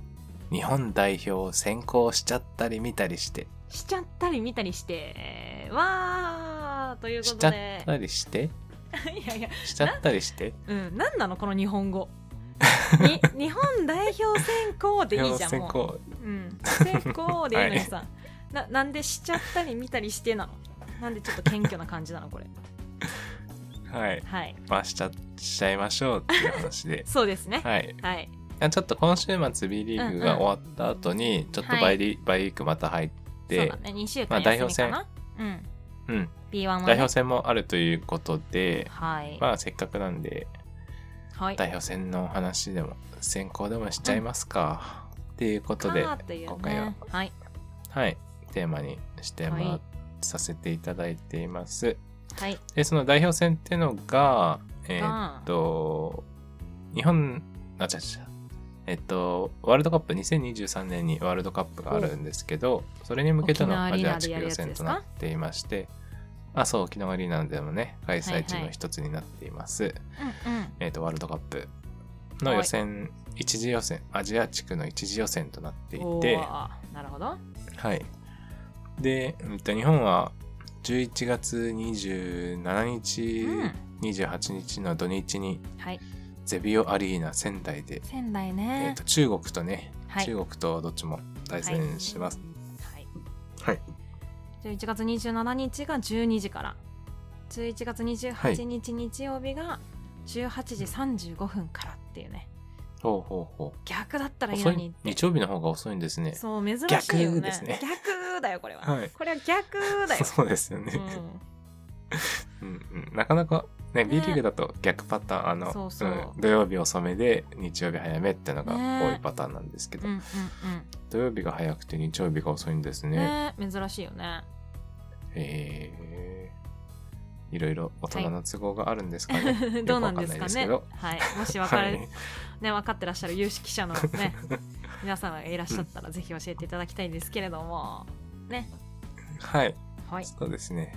[SPEAKER 1] ー日本代表を選考しちゃったり見たりして、
[SPEAKER 2] しちゃったり見たりしてわーというこ
[SPEAKER 1] しちゃっ
[SPEAKER 2] とで
[SPEAKER 1] たりして、
[SPEAKER 2] いやいや、
[SPEAKER 1] しちゃったりして、
[SPEAKER 2] うん、何なのこの日 本語に日本代表選考でいいじゃん
[SPEAKER 1] 選
[SPEAKER 2] も
[SPEAKER 1] 考、
[SPEAKER 2] う、うん、選考でいいのに さ、ななんでしちゃったり見たりしてなのなんでちょっと謙虚な感じなのこれ
[SPEAKER 1] はい。
[SPEAKER 2] はい。
[SPEAKER 1] まあ、しちゃ、しちゃいましょうっていう話で
[SPEAKER 2] そうですね
[SPEAKER 1] はい。
[SPEAKER 2] はい
[SPEAKER 1] あちょっと今週末 B リーグが終わった後に、ちょっとバイリ、バイリーグまた入っ
[SPEAKER 2] そう
[SPEAKER 1] て
[SPEAKER 2] だ、ね2週
[SPEAKER 1] まあ
[SPEAKER 2] 間
[SPEAKER 1] 代
[SPEAKER 2] 休み
[SPEAKER 1] 表戦
[SPEAKER 2] かな、うん
[SPEAKER 1] うん。
[SPEAKER 2] B1 の、ね、
[SPEAKER 1] 代表戦もあるということで、
[SPEAKER 2] はい、
[SPEAKER 1] まあ、せっかくなんで、
[SPEAKER 2] はい
[SPEAKER 1] 代表戦の話でも、先行でもしちゃいますか。っていうことで
[SPEAKER 2] かーという、ね、
[SPEAKER 1] 今回は、
[SPEAKER 2] はい
[SPEAKER 1] はい、テーマにしてもら、
[SPEAKER 2] はい
[SPEAKER 1] させていただいています。
[SPEAKER 2] はい
[SPEAKER 1] で、その代表戦っていうのが、えー
[SPEAKER 2] あ
[SPEAKER 1] えっ
[SPEAKER 2] ー
[SPEAKER 1] と、日本、あ、違う違う。えっと、ワールドカップ、2023年にワールドカップがあるんですけど、それに向けて
[SPEAKER 2] 沖
[SPEAKER 1] の
[SPEAKER 2] 縄ア
[SPEAKER 1] ア
[SPEAKER 2] リー
[SPEAKER 1] ジ
[SPEAKER 2] ナ
[SPEAKER 1] ア
[SPEAKER 2] で
[SPEAKER 1] 地
[SPEAKER 2] や
[SPEAKER 1] 区
[SPEAKER 2] る
[SPEAKER 1] 予
[SPEAKER 2] やつ
[SPEAKER 1] 選
[SPEAKER 2] です
[SPEAKER 1] と
[SPEAKER 2] か
[SPEAKER 1] なっていまして、あ、そう、沖縄アリーナでもね、開催地
[SPEAKER 2] はいは
[SPEAKER 1] の
[SPEAKER 2] い
[SPEAKER 1] 一つになっています、
[SPEAKER 2] うんうん
[SPEAKER 1] えっと、ワールドカップの予選、一次予選、アジア地区の一次予選となってい
[SPEAKER 2] お
[SPEAKER 1] て、
[SPEAKER 2] ーなるほど
[SPEAKER 1] はい。で、うんと日本は11月27日、
[SPEAKER 2] うん
[SPEAKER 1] 28日の土日に
[SPEAKER 2] はい
[SPEAKER 1] ゼビオアリーナ仙台で、
[SPEAKER 2] 仙台
[SPEAKER 1] え
[SPEAKER 2] ね
[SPEAKER 1] ー、と中国とね、
[SPEAKER 2] はい
[SPEAKER 1] 中国とどっちも対戦します。
[SPEAKER 2] はい
[SPEAKER 1] はい。
[SPEAKER 2] 11月27日が12時から11月28日日曜日が18時35分からっていうね
[SPEAKER 1] ほうほうほ
[SPEAKER 2] 逆だった
[SPEAKER 1] う。
[SPEAKER 2] らいい
[SPEAKER 1] 遅
[SPEAKER 2] のに
[SPEAKER 1] い
[SPEAKER 2] っ、て
[SPEAKER 1] 日曜日の方が遅いんですね。
[SPEAKER 2] そう珍しいよね
[SPEAKER 1] 逆ですね
[SPEAKER 2] 逆だよこれは、
[SPEAKER 1] はい
[SPEAKER 2] これは逆だよ、
[SPEAKER 1] そうですよね。
[SPEAKER 2] う
[SPEAKER 1] うんうんなかなか、ね、
[SPEAKER 2] ね
[SPEAKER 1] B リーグだと逆パターン、あの、
[SPEAKER 2] そうそうん
[SPEAKER 1] 土曜日遅めで日曜日早めってのが
[SPEAKER 2] ね
[SPEAKER 1] 多いパターンなんですけど、
[SPEAKER 2] ん、うんうん
[SPEAKER 1] 土曜日が早くて日曜日が遅いんです
[SPEAKER 2] うん
[SPEAKER 1] ね。
[SPEAKER 2] ね珍しいよね
[SPEAKER 1] えーいろいろ大人の都合があるんですかね。よく
[SPEAKER 2] どう
[SPEAKER 1] わ
[SPEAKER 2] なん
[SPEAKER 1] か
[SPEAKER 2] で
[SPEAKER 1] な
[SPEAKER 2] す
[SPEAKER 1] い
[SPEAKER 2] か
[SPEAKER 1] け
[SPEAKER 2] ね
[SPEAKER 1] ど
[SPEAKER 2] はいもし分か
[SPEAKER 1] は
[SPEAKER 2] る、
[SPEAKER 1] い、
[SPEAKER 2] ね、分かってらっしゃる有識者の ね皆さんがいらっしゃったらぜひ教えていただきたいんですけれども
[SPEAKER 1] はい、
[SPEAKER 2] はい
[SPEAKER 1] そうですね。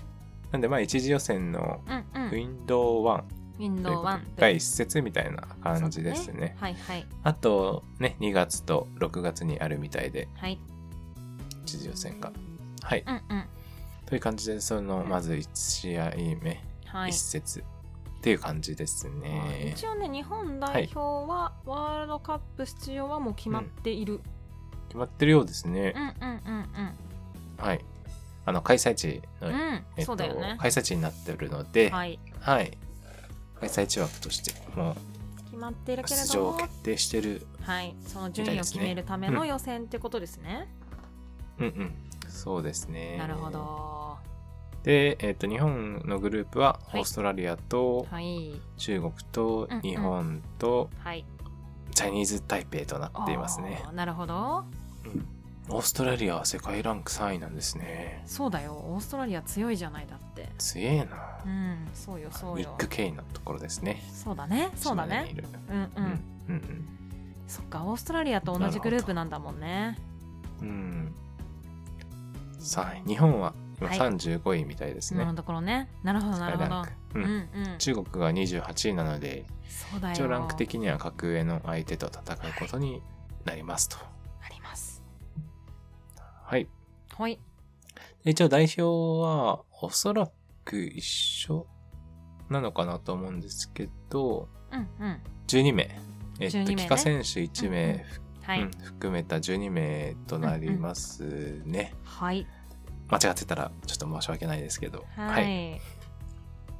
[SPEAKER 1] なんで、まあ、一次予選の
[SPEAKER 2] うんうん
[SPEAKER 1] Window1 ということで
[SPEAKER 2] Windows1
[SPEAKER 1] 第1節みたいな感じです
[SPEAKER 2] そう
[SPEAKER 1] ね。
[SPEAKER 2] はいはい
[SPEAKER 1] あと、ね、2月と6月にあるみたいで、
[SPEAKER 2] はい
[SPEAKER 1] 一次予選が。はい。
[SPEAKER 2] うんうん
[SPEAKER 1] という感じで、その、
[SPEAKER 2] うん
[SPEAKER 1] まず1試合目、
[SPEAKER 2] は
[SPEAKER 1] 1
[SPEAKER 2] い
[SPEAKER 1] 節っていう感じですね。
[SPEAKER 2] 一応ね日本代表はワールドカップ出場はもう決まっている、
[SPEAKER 1] 決まってるようですね
[SPEAKER 2] うん、。うんうん
[SPEAKER 1] はい。あの、開催地の、
[SPEAKER 2] うんうん、
[SPEAKER 1] えっ
[SPEAKER 2] そ
[SPEAKER 1] と、
[SPEAKER 2] うだよね
[SPEAKER 1] 開催地になってるので、
[SPEAKER 2] はい
[SPEAKER 1] はい。開催地枠として、も
[SPEAKER 2] 決まっている
[SPEAKER 1] う
[SPEAKER 2] けれ
[SPEAKER 1] 出
[SPEAKER 2] ど
[SPEAKER 1] 場を
[SPEAKER 2] も
[SPEAKER 1] 決定してる。
[SPEAKER 2] はいその順位を決めるための予選ってことですね、
[SPEAKER 1] うんうん。そうですね。
[SPEAKER 2] なるほ。ど
[SPEAKER 1] で、えっ、と、日本のグループは、オ
[SPEAKER 2] はい
[SPEAKER 1] ーストラリアと、
[SPEAKER 2] はい
[SPEAKER 1] 中国と
[SPEAKER 2] うんうん、
[SPEAKER 1] 日本と、
[SPEAKER 2] はい
[SPEAKER 1] チャイニーズ・台北となっていますね
[SPEAKER 2] あ。ーなるほど
[SPEAKER 1] オーストラリアは世界ランク3位なんですね。
[SPEAKER 2] そうだよオーストラリア強いじゃないだって
[SPEAKER 1] 強えな
[SPEAKER 2] う。んそうよそう
[SPEAKER 1] ニッ
[SPEAKER 2] よ
[SPEAKER 1] ク・ケイのところですね。
[SPEAKER 2] そうだねそうだ
[SPEAKER 1] 島根に
[SPEAKER 2] ね
[SPEAKER 1] いる。
[SPEAKER 2] うん
[SPEAKER 1] う
[SPEAKER 2] うんん、
[SPEAKER 1] うん
[SPEAKER 2] そっかオーストラリアと同じグループなんだもんね
[SPEAKER 1] うん。うん。3位。日本は今
[SPEAKER 2] はい
[SPEAKER 1] 35位みたいですね。
[SPEAKER 2] 今のところねなるほど
[SPEAKER 1] 世
[SPEAKER 2] なる
[SPEAKER 1] 界
[SPEAKER 2] ほ
[SPEAKER 1] ラン
[SPEAKER 2] ど
[SPEAKER 1] ク。
[SPEAKER 2] う
[SPEAKER 1] うんん
[SPEAKER 2] うん
[SPEAKER 1] 中国が28位なので
[SPEAKER 2] そうだよ
[SPEAKER 1] 一応ランク的には格上の相手と戦うことになりますと。
[SPEAKER 2] あります
[SPEAKER 1] はい。
[SPEAKER 2] はい
[SPEAKER 1] 一応代表はおそらく一緒なのかなと思うんですけど、
[SPEAKER 2] うんうん
[SPEAKER 1] 12名。えっと、
[SPEAKER 2] 12名ね
[SPEAKER 1] 帰化選手1名、
[SPEAKER 2] はい、
[SPEAKER 1] うん含めた12名となりますね。
[SPEAKER 2] はい
[SPEAKER 1] 間違ってたらちょっと申し訳ないですけど。
[SPEAKER 2] はい、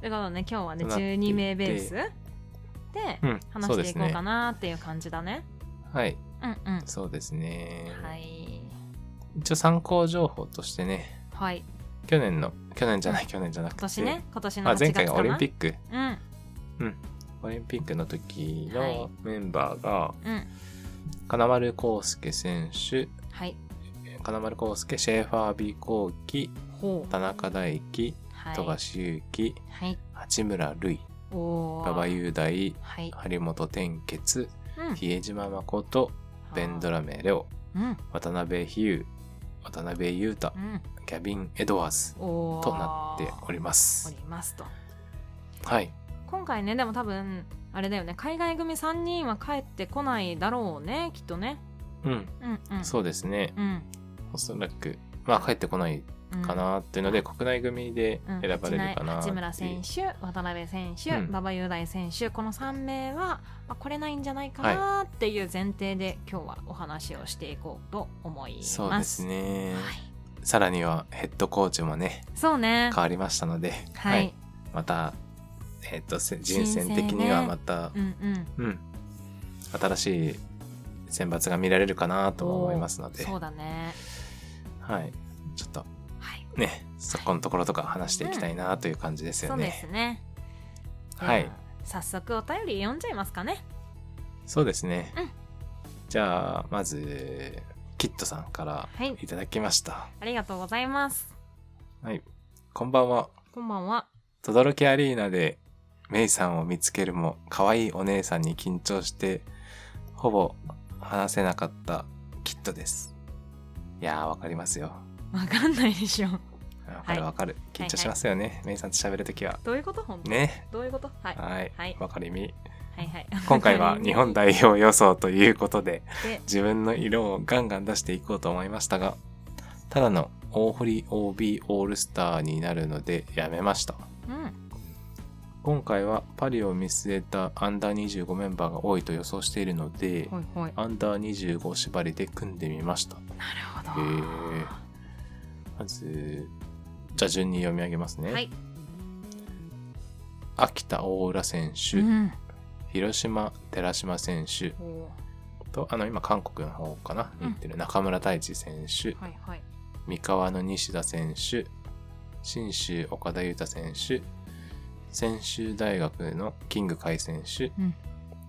[SPEAKER 2] ということでね今日はね
[SPEAKER 1] となっていて
[SPEAKER 2] 12名ベースで
[SPEAKER 1] うん、
[SPEAKER 2] 話
[SPEAKER 1] そう
[SPEAKER 2] し
[SPEAKER 1] で
[SPEAKER 2] てい
[SPEAKER 1] す
[SPEAKER 2] こうか
[SPEAKER 1] ね。
[SPEAKER 2] なっていう感じだね
[SPEAKER 1] はい。
[SPEAKER 2] うんうん
[SPEAKER 1] そうですね。
[SPEAKER 2] はい
[SPEAKER 1] 一応参考情報としてね、
[SPEAKER 2] はい
[SPEAKER 1] 去年の去年じゃない去年じゃなくて
[SPEAKER 2] 今年ね今年の
[SPEAKER 1] まあ、
[SPEAKER 2] 8
[SPEAKER 1] 前
[SPEAKER 2] 月か
[SPEAKER 1] 回
[SPEAKER 2] な、
[SPEAKER 1] がオリンピック
[SPEAKER 2] うん
[SPEAKER 1] オリンピックの時
[SPEAKER 2] はい
[SPEAKER 1] のメンバーが
[SPEAKER 2] うん
[SPEAKER 1] 金丸康介選手
[SPEAKER 2] はい
[SPEAKER 1] 金丸康介シェーファー・ビー・コウキ
[SPEAKER 2] ほう
[SPEAKER 1] 田中大輝
[SPEAKER 2] はい
[SPEAKER 1] 富樫勇樹
[SPEAKER 2] はい
[SPEAKER 1] 八村塁
[SPEAKER 2] おおー
[SPEAKER 1] 馬場雄大
[SPEAKER 2] はい
[SPEAKER 1] 張本天傑
[SPEAKER 2] うん
[SPEAKER 1] 比江島誠ベンドラメレオ
[SPEAKER 2] うんうん
[SPEAKER 1] 渡辺比喩渡辺裕太ギャビン・エドワーズ
[SPEAKER 2] おー
[SPEAKER 1] となっておりま
[SPEAKER 2] お
[SPEAKER 1] す
[SPEAKER 2] りますと
[SPEAKER 1] はい
[SPEAKER 2] 今回ねでも多分あれだよね海外組3人は帰ってこないだろうねきっとね
[SPEAKER 1] うん
[SPEAKER 2] うんうん
[SPEAKER 1] そうですね
[SPEAKER 2] うん
[SPEAKER 1] おそらくまあ帰ってこない
[SPEAKER 2] うん
[SPEAKER 1] かなっていうので、国内組で
[SPEAKER 2] うん
[SPEAKER 1] 選ばれるかなってい
[SPEAKER 2] 八
[SPEAKER 1] う
[SPEAKER 2] 村選手渡辺選手、
[SPEAKER 1] うん
[SPEAKER 2] 馬場雄大選手この3名は、まあ、来れないんじゃないかなっていう前提で、今日はお話をしていこうと思います。
[SPEAKER 1] そうですね、
[SPEAKER 2] はい、
[SPEAKER 1] さらにはヘッドコーチもね
[SPEAKER 2] そうね
[SPEAKER 1] 変わりましたので、
[SPEAKER 2] はい、
[SPEAKER 1] またえっとせ人選的にはまた、
[SPEAKER 2] うんうん
[SPEAKER 1] うん新しい選抜が見られるかなと思いますので、
[SPEAKER 2] そうだね
[SPEAKER 1] はい、ちょっと
[SPEAKER 2] はい
[SPEAKER 1] ねそこのところとか話していきたいなという感じです
[SPEAKER 2] そ
[SPEAKER 1] よ
[SPEAKER 2] う
[SPEAKER 1] ね。
[SPEAKER 2] ですね
[SPEAKER 1] はい
[SPEAKER 2] じゃあ早速お便り読んじゃいますかね
[SPEAKER 1] そうですね。
[SPEAKER 2] うん
[SPEAKER 1] じゃあ、まず、キットさんから
[SPEAKER 2] はい
[SPEAKER 1] いただきました。
[SPEAKER 2] ありがとうございます
[SPEAKER 1] はい。こんばんは。
[SPEAKER 2] こんばんは
[SPEAKER 1] とどろきアリーナで、メイさんを見つけるも、可愛いお姉さんに緊張して、ほぼ話せなかったキットです。いやー、わかりますよ。
[SPEAKER 2] わかんないでしょ
[SPEAKER 1] わかるわかる。緊張しますよね。メイさんと喋るときは。
[SPEAKER 2] どういうこと本当
[SPEAKER 1] ね。
[SPEAKER 2] どういうことはい
[SPEAKER 1] はい
[SPEAKER 2] はい。
[SPEAKER 1] わかりみ。
[SPEAKER 2] はいはい
[SPEAKER 1] 今回 は日本代表予想ということで、
[SPEAKER 2] で
[SPEAKER 1] 自分の色をガンガン出していこうと思いましたが、ただの大堀 OB オールスターになるのでやめました。
[SPEAKER 2] うん
[SPEAKER 1] 今回はパリを見据えたアンダー25メンバーが多いと予想しているので、
[SPEAKER 2] ほいほい
[SPEAKER 1] アンダー25縛りで組んでみました。へ
[SPEAKER 2] なるほど
[SPEAKER 1] え。まず、じゃあ順に読み上げますね。
[SPEAKER 2] はい
[SPEAKER 1] 秋田大浦選手、
[SPEAKER 2] うん
[SPEAKER 1] 広島寺島選手
[SPEAKER 2] お
[SPEAKER 1] と、あの今韓国の方かな、
[SPEAKER 2] うん
[SPEAKER 1] 行ってる中村太一選手、
[SPEAKER 2] はいはい
[SPEAKER 1] 三河の西田選手、信州岡田裕太選手、専修大学のキング海選手、
[SPEAKER 2] うん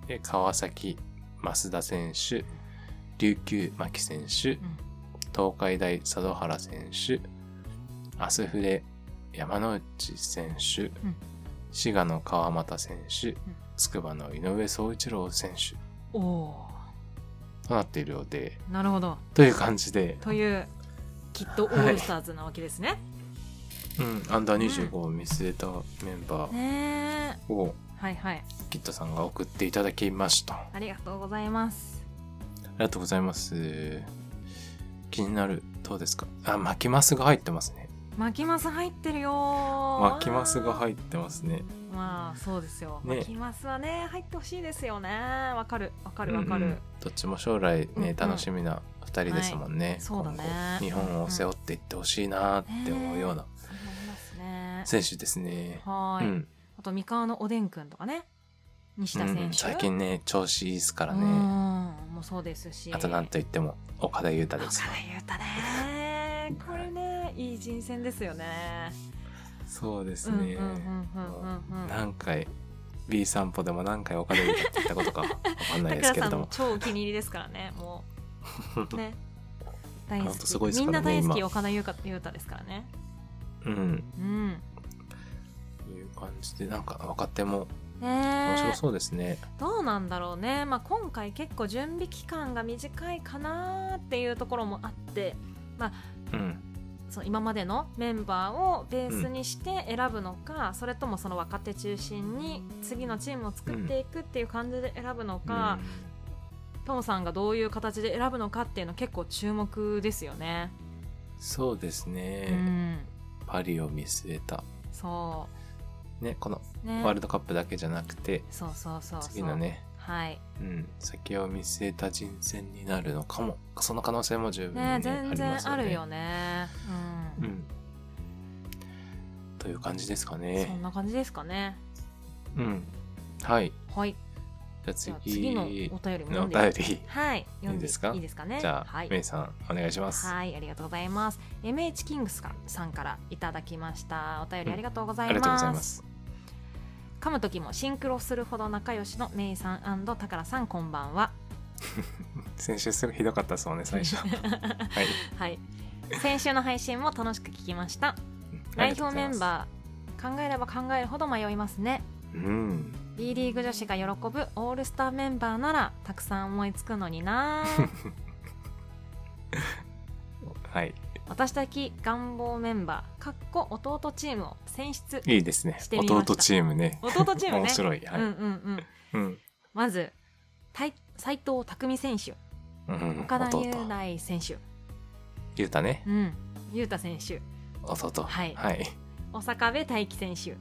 [SPEAKER 1] で川崎増田選手、琉球牧選手、
[SPEAKER 2] うん
[SPEAKER 1] 東海大佐渡原選手、アスフレ山之内選手、
[SPEAKER 2] ん
[SPEAKER 1] 滋賀の川又選手、
[SPEAKER 2] ん
[SPEAKER 1] 筑波の井上宗一郎選手
[SPEAKER 2] おお
[SPEAKER 1] となっているようで、
[SPEAKER 2] ーなるほど
[SPEAKER 1] という感じで、
[SPEAKER 2] というきっとオールスターズなわけですね、
[SPEAKER 1] うん、アンダー25を見据えたメンバー
[SPEAKER 2] ね
[SPEAKER 1] を、
[SPEAKER 2] えはいはい
[SPEAKER 1] キットさんが送っていただきました。あ
[SPEAKER 2] ありがとうございます
[SPEAKER 1] りがとうございます。気になる、どうですかあ、巻きマスが入ってますね。
[SPEAKER 2] 巻きマス入ってるよー
[SPEAKER 1] 巻きマスが入ってますね。
[SPEAKER 2] まあそうですよ、
[SPEAKER 1] ね
[SPEAKER 2] 巻きマスはね入ってほしいですよねわかるわかるわかる、
[SPEAKER 1] うんうんどっちも将来
[SPEAKER 2] うんう
[SPEAKER 1] ね、
[SPEAKER 2] ん
[SPEAKER 1] 楽しみな二人ですもんね。
[SPEAKER 2] いそうだね
[SPEAKER 1] 今後日本を背負っていってほしいなって思うような
[SPEAKER 2] そうなりますね
[SPEAKER 1] 選手ですね。
[SPEAKER 2] はー
[SPEAKER 1] う
[SPEAKER 2] い、
[SPEAKER 1] ん
[SPEAKER 2] あと三河のおでんくんとかね西田選手、
[SPEAKER 1] うん最近ね、調子いいですから
[SPEAKER 2] う
[SPEAKER 1] ね。
[SPEAKER 2] んもうそうですし
[SPEAKER 1] あとなんといっても、岡田裕太です
[SPEAKER 2] 岡。田裕太ねこれねいい人選ですよね
[SPEAKER 1] そうで
[SPEAKER 2] う
[SPEAKER 1] す
[SPEAKER 2] んうん
[SPEAKER 1] ね。
[SPEAKER 2] うんうんうんうん
[SPEAKER 1] 何回、B 散歩でも何回岡田裕太って言ったことかわかんないです
[SPEAKER 2] 高
[SPEAKER 1] け
[SPEAKER 2] 田
[SPEAKER 1] れ
[SPEAKER 2] さ
[SPEAKER 1] ど
[SPEAKER 2] ん
[SPEAKER 1] も
[SPEAKER 2] も。超お気に入りですからねもうね大好
[SPEAKER 1] ほんと
[SPEAKER 2] き
[SPEAKER 1] すごいです
[SPEAKER 2] み
[SPEAKER 1] か
[SPEAKER 2] ん
[SPEAKER 1] らね
[SPEAKER 2] な大好き
[SPEAKER 1] 今
[SPEAKER 2] 岡田優太優太ですからね
[SPEAKER 1] うん。
[SPEAKER 2] うん
[SPEAKER 1] いう感じで、なんか若手も
[SPEAKER 2] ねえ
[SPEAKER 1] 面白そうですね。
[SPEAKER 2] どうなんだろうね、まあ、今回結構準備期間が短いかなっていうところもあって
[SPEAKER 1] うん。
[SPEAKER 2] そう今までのメンバーをベースにして選ぶのか、それともその若手中心に次のチームを作っていくっていう感じで選ぶのか、トモさんがどういう形で選ぶのかっていうの結構注目ですよね。
[SPEAKER 1] そうです
[SPEAKER 2] う
[SPEAKER 1] ね。
[SPEAKER 2] ん
[SPEAKER 1] パリを見据えた。
[SPEAKER 2] そ
[SPEAKER 1] ね、この
[SPEAKER 2] うね
[SPEAKER 1] ワールドカップだけじゃなくて、
[SPEAKER 2] そうそうそうそう
[SPEAKER 1] 次のね、
[SPEAKER 2] はい
[SPEAKER 1] うん、先を見据えた人選になるのかも。その可能性も十分にね、
[SPEAKER 2] ね全
[SPEAKER 1] ります
[SPEAKER 2] 然あるよ
[SPEAKER 1] ね。
[SPEAKER 2] ねう、
[SPEAKER 1] うんん。という感じですか
[SPEAKER 2] そん
[SPEAKER 1] ね。
[SPEAKER 2] な感じですかね
[SPEAKER 1] うん。はい。
[SPEAKER 2] はい
[SPEAKER 1] じゃあ
[SPEAKER 2] じゃあ
[SPEAKER 1] 次
[SPEAKER 2] 次のお便りも読
[SPEAKER 1] の
[SPEAKER 2] ん
[SPEAKER 1] お
[SPEAKER 2] でいい
[SPEAKER 1] 便り。
[SPEAKER 2] はい読
[SPEAKER 1] い
[SPEAKER 2] んで
[SPEAKER 1] いですか
[SPEAKER 2] いいですかね
[SPEAKER 1] じゃあ、
[SPEAKER 2] はい
[SPEAKER 1] メイさん、お願いします。あ
[SPEAKER 2] はいありがとうございます MH キングスさんからいただきましたお便りありがとうござい
[SPEAKER 1] りがとう
[SPEAKER 2] ま
[SPEAKER 1] ご
[SPEAKER 2] す,、
[SPEAKER 1] ざいます。
[SPEAKER 2] 噛む時もシンクロするほど仲良しのメイさんタカラさんこんばんは
[SPEAKER 1] 先週すごいひどかったですもんね、 最初。はい。
[SPEAKER 2] はい先週の配信も楽しく聞きました代表メン
[SPEAKER 1] ー。
[SPEAKER 2] バー考えれば考えるほど迷いますね
[SPEAKER 1] うん。
[SPEAKER 2] B リーグ女子が喜ぶオールスターメンバーならたくさん思いつくのになぁ
[SPEAKER 1] はい。
[SPEAKER 2] 私的願望メンバーかっこ弟チームを選出
[SPEAKER 1] いいですね
[SPEAKER 2] してみました
[SPEAKER 1] 弟チームね。
[SPEAKER 2] 弟チームね
[SPEAKER 1] 面白い。は
[SPEAKER 2] うんうん
[SPEAKER 1] い。
[SPEAKER 2] うん
[SPEAKER 1] うん。
[SPEAKER 2] まず斎藤匠選手
[SPEAKER 1] うん。
[SPEAKER 2] 岡田
[SPEAKER 1] 弟
[SPEAKER 2] 雄。大選手
[SPEAKER 1] ゆうたね。
[SPEAKER 2] うん雄太選手
[SPEAKER 1] 弟。
[SPEAKER 2] はい
[SPEAKER 1] はい。
[SPEAKER 2] 小坂部大樹選手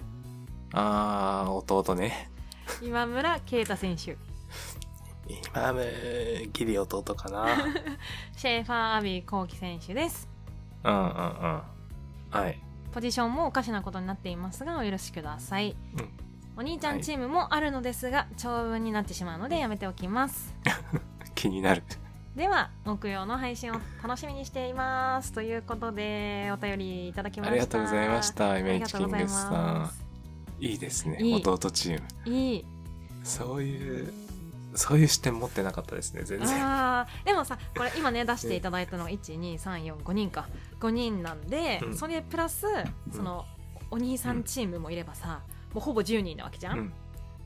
[SPEAKER 1] あー、弟ね。
[SPEAKER 2] 今村啓太選手
[SPEAKER 1] 今、ギリ弟かな。 うん
[SPEAKER 2] シェーファー・アビー幸輝選手です
[SPEAKER 1] うんうん。はい。
[SPEAKER 2] ポジションもおかしなことになっていますがお許しください、
[SPEAKER 1] うん
[SPEAKER 2] お兄ちゃんチームもあるのですが、長文になってしまうのでやめておきます
[SPEAKER 1] 気になる。
[SPEAKER 2] では木曜の配信を楽しみにしていますということでお便りいただきまし
[SPEAKER 1] あ
[SPEAKER 2] た
[SPEAKER 1] りがとうございました、イ
[SPEAKER 2] あ
[SPEAKER 1] メ
[SPEAKER 2] り
[SPEAKER 1] イ
[SPEAKER 2] が
[SPEAKER 1] キ
[SPEAKER 2] と
[SPEAKER 1] キ
[SPEAKER 2] う
[SPEAKER 1] ン
[SPEAKER 2] ござい
[SPEAKER 1] グ
[SPEAKER 2] ま
[SPEAKER 1] さ
[SPEAKER 2] す
[SPEAKER 1] ん。いいですね、
[SPEAKER 2] いい
[SPEAKER 1] 弟チーム。
[SPEAKER 2] いい
[SPEAKER 1] そういう、そういう視点持ってなかったですね、全然。
[SPEAKER 2] あーでもさこれ今ね出していただいたのが12345人か5人なんで、
[SPEAKER 1] うん
[SPEAKER 2] それプラスその、お兄さんチームもいればさ、もうほぼ10人なわけじゃん、
[SPEAKER 1] うん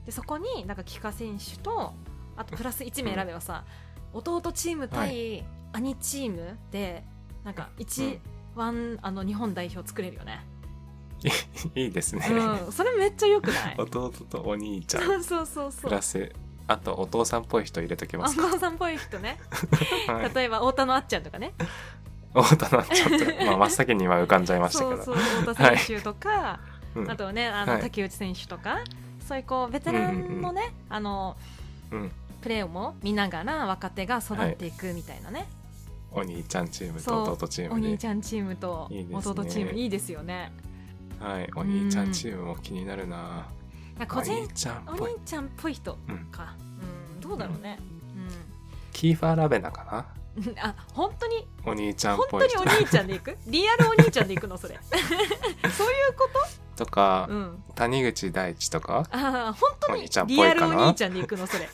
[SPEAKER 2] でそこになんか帰化選手とあとプラス1名選べばさ、弟チーム対兄チームでなんか1、ワンあの日本代表作れるよね、
[SPEAKER 1] いいですね。
[SPEAKER 2] うん、それめっちゃよくな い
[SPEAKER 1] 弟とお兄ちゃん、
[SPEAKER 2] そうそうそうそ
[SPEAKER 1] プ
[SPEAKER 2] う
[SPEAKER 1] ラス、あとお父さんっぽい人入れときま
[SPEAKER 2] あ
[SPEAKER 1] す
[SPEAKER 2] ん
[SPEAKER 1] か。
[SPEAKER 2] まさんっぽい人ね
[SPEAKER 1] はい
[SPEAKER 2] 例えば太田のあっちゃんとかね
[SPEAKER 1] 太田なんちゃって、まあ、真っ先に今浮かんじゃいました
[SPEAKER 2] そ
[SPEAKER 1] け
[SPEAKER 2] う
[SPEAKER 1] ど
[SPEAKER 2] そう太田選手とか、
[SPEAKER 1] うん
[SPEAKER 2] あとねあの、
[SPEAKER 1] はい
[SPEAKER 2] 竹内選手とかそういうこうベテランのね、あの
[SPEAKER 1] うん、
[SPEAKER 2] プレーも見ながら若手が育っていくみたいなね、
[SPEAKER 1] お兄ちゃんチーム
[SPEAKER 2] そう
[SPEAKER 1] と弟チー
[SPEAKER 2] お
[SPEAKER 1] ム
[SPEAKER 2] 兄
[SPEAKER 1] で
[SPEAKER 2] ちゃんチームと
[SPEAKER 1] いいですね
[SPEAKER 2] 弟チームいいですよね
[SPEAKER 1] はい、お兄ちゃんチームも気になるな、
[SPEAKER 2] なんか
[SPEAKER 1] お
[SPEAKER 2] 個人
[SPEAKER 1] 兄ちゃん
[SPEAKER 2] お
[SPEAKER 1] っぽい
[SPEAKER 2] 兄ちゃんっぽい人
[SPEAKER 1] うん
[SPEAKER 2] か、うん、どうだろうね、
[SPEAKER 1] キーファーラベナかな
[SPEAKER 2] うん あ本当に
[SPEAKER 1] お兄ちゃんっ
[SPEAKER 2] 本
[SPEAKER 1] ぽ
[SPEAKER 2] 当
[SPEAKER 1] い
[SPEAKER 2] に
[SPEAKER 1] 人
[SPEAKER 2] お兄ちゃんでいくリアルお兄ちゃんでいくの それそういうこと
[SPEAKER 1] とか、
[SPEAKER 2] うん
[SPEAKER 1] 谷口大地とか
[SPEAKER 2] ああ本当
[SPEAKER 1] お
[SPEAKER 2] に
[SPEAKER 1] 兄ちゃんっぽい
[SPEAKER 2] リ
[SPEAKER 1] かな
[SPEAKER 2] アルお兄ちゃんで行くのそ れ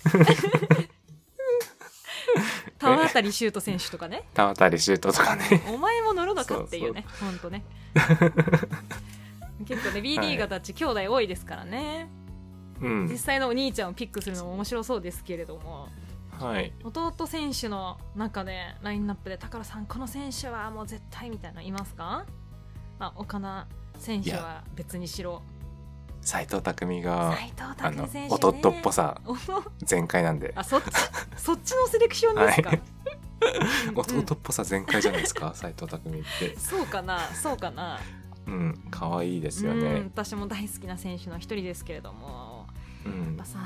[SPEAKER 2] 田渡修斗選手とかね
[SPEAKER 1] 田渡シュートとかね
[SPEAKER 2] お前も乗るのかっていうね本当ね結構ね BD がたち兄弟多いですからね、
[SPEAKER 1] うん
[SPEAKER 2] 実際のお兄ちゃんをピックするのも面白そうですけれども
[SPEAKER 1] はい
[SPEAKER 2] 弟選手の中でラインナップで宝さんこの選手はもう絶対みたいなのいますか、まあ、岡田選手
[SPEAKER 1] い
[SPEAKER 2] は別にしろ
[SPEAKER 1] 斎藤匠が
[SPEAKER 2] 斉藤
[SPEAKER 1] あ
[SPEAKER 2] 拓
[SPEAKER 1] の
[SPEAKER 2] 選手、ね、
[SPEAKER 1] 弟っぽさ
[SPEAKER 2] お
[SPEAKER 1] 全開なんで
[SPEAKER 2] あそっちそっちのセレクションですか、
[SPEAKER 1] はい
[SPEAKER 2] うんうん
[SPEAKER 1] 弟っぽさ全開じゃないですか 斎藤匠って
[SPEAKER 2] そうかなそうかな
[SPEAKER 1] うん可愛いですよ
[SPEAKER 2] うん
[SPEAKER 1] ね
[SPEAKER 2] 私も大好きな選手の一人ですけれども
[SPEAKER 1] うん、
[SPEAKER 2] やっぱさ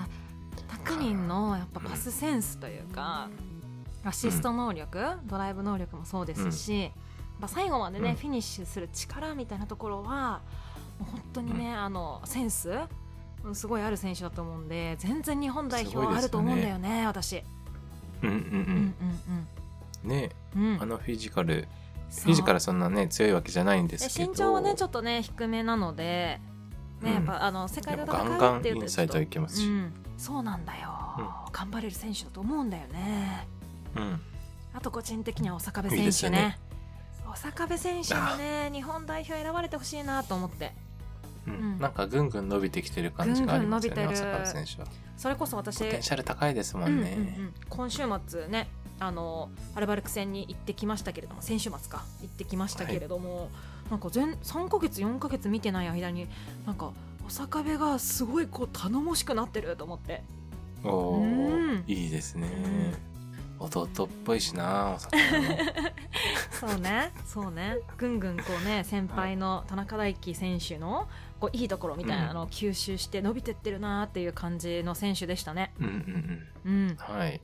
[SPEAKER 2] 拓人のやっぱパスセンスというかアシスト能力、ドライブ能力もそうですし、やっぱ最後までね、
[SPEAKER 1] うん
[SPEAKER 2] フィニッシュする力みたいなところはもう本当にね、あのセンスうんすごいある選手だと思うんで全然日本代表はあると思うんだよね私。
[SPEAKER 1] うんうん
[SPEAKER 2] うんうん
[SPEAKER 1] うんね
[SPEAKER 2] うんうん
[SPEAKER 1] あのフィジカル
[SPEAKER 2] そう
[SPEAKER 1] フィジカルそんなね強いわけじゃないんですけ
[SPEAKER 2] え
[SPEAKER 1] ど
[SPEAKER 2] 身長はねちょっとね低めなので、ね
[SPEAKER 1] うん
[SPEAKER 2] やっぱあの世界で
[SPEAKER 1] でも
[SPEAKER 2] 戦
[SPEAKER 1] ガンガ
[SPEAKER 2] う
[SPEAKER 1] ン
[SPEAKER 2] っていう
[SPEAKER 1] イ
[SPEAKER 2] と
[SPEAKER 1] ンサイドいけますし
[SPEAKER 2] うんそうなんだよ、
[SPEAKER 1] う
[SPEAKER 2] 頑張れる選手だと思うんだよね
[SPEAKER 1] うん
[SPEAKER 2] あと個人的には小坂部選
[SPEAKER 1] いいです
[SPEAKER 2] 手
[SPEAKER 1] よ
[SPEAKER 2] ね
[SPEAKER 1] ね
[SPEAKER 2] 小坂部選手もね日本代表選ばれてほしいなと思って
[SPEAKER 1] うん
[SPEAKER 2] うん
[SPEAKER 1] なんかぐんぐん伸びてきてる感じがありますよね
[SPEAKER 2] ぐんぐん伸びてる
[SPEAKER 1] 浅川選手は
[SPEAKER 2] それこそ私
[SPEAKER 1] ポテンシャル高いですもんね、
[SPEAKER 2] うんうんうん今週末ねあのアルバルク戦に行ってきましたけれども先週末か行ってきましたけれども、なんか全3ヶ月4ヶ月見てない間になんか小坂部がすごいこう頼もしくなってると思って
[SPEAKER 1] おー
[SPEAKER 2] うん
[SPEAKER 1] いいですね、弟っぽいしなお魚 も
[SPEAKER 2] そうねそうねぐんぐんこうね先輩の田中大輝選手のこういいところみたいなのを吸収して伸びてってるなーっていう感じの選手でしたね。
[SPEAKER 1] うんうんうん
[SPEAKER 2] うん、
[SPEAKER 1] はい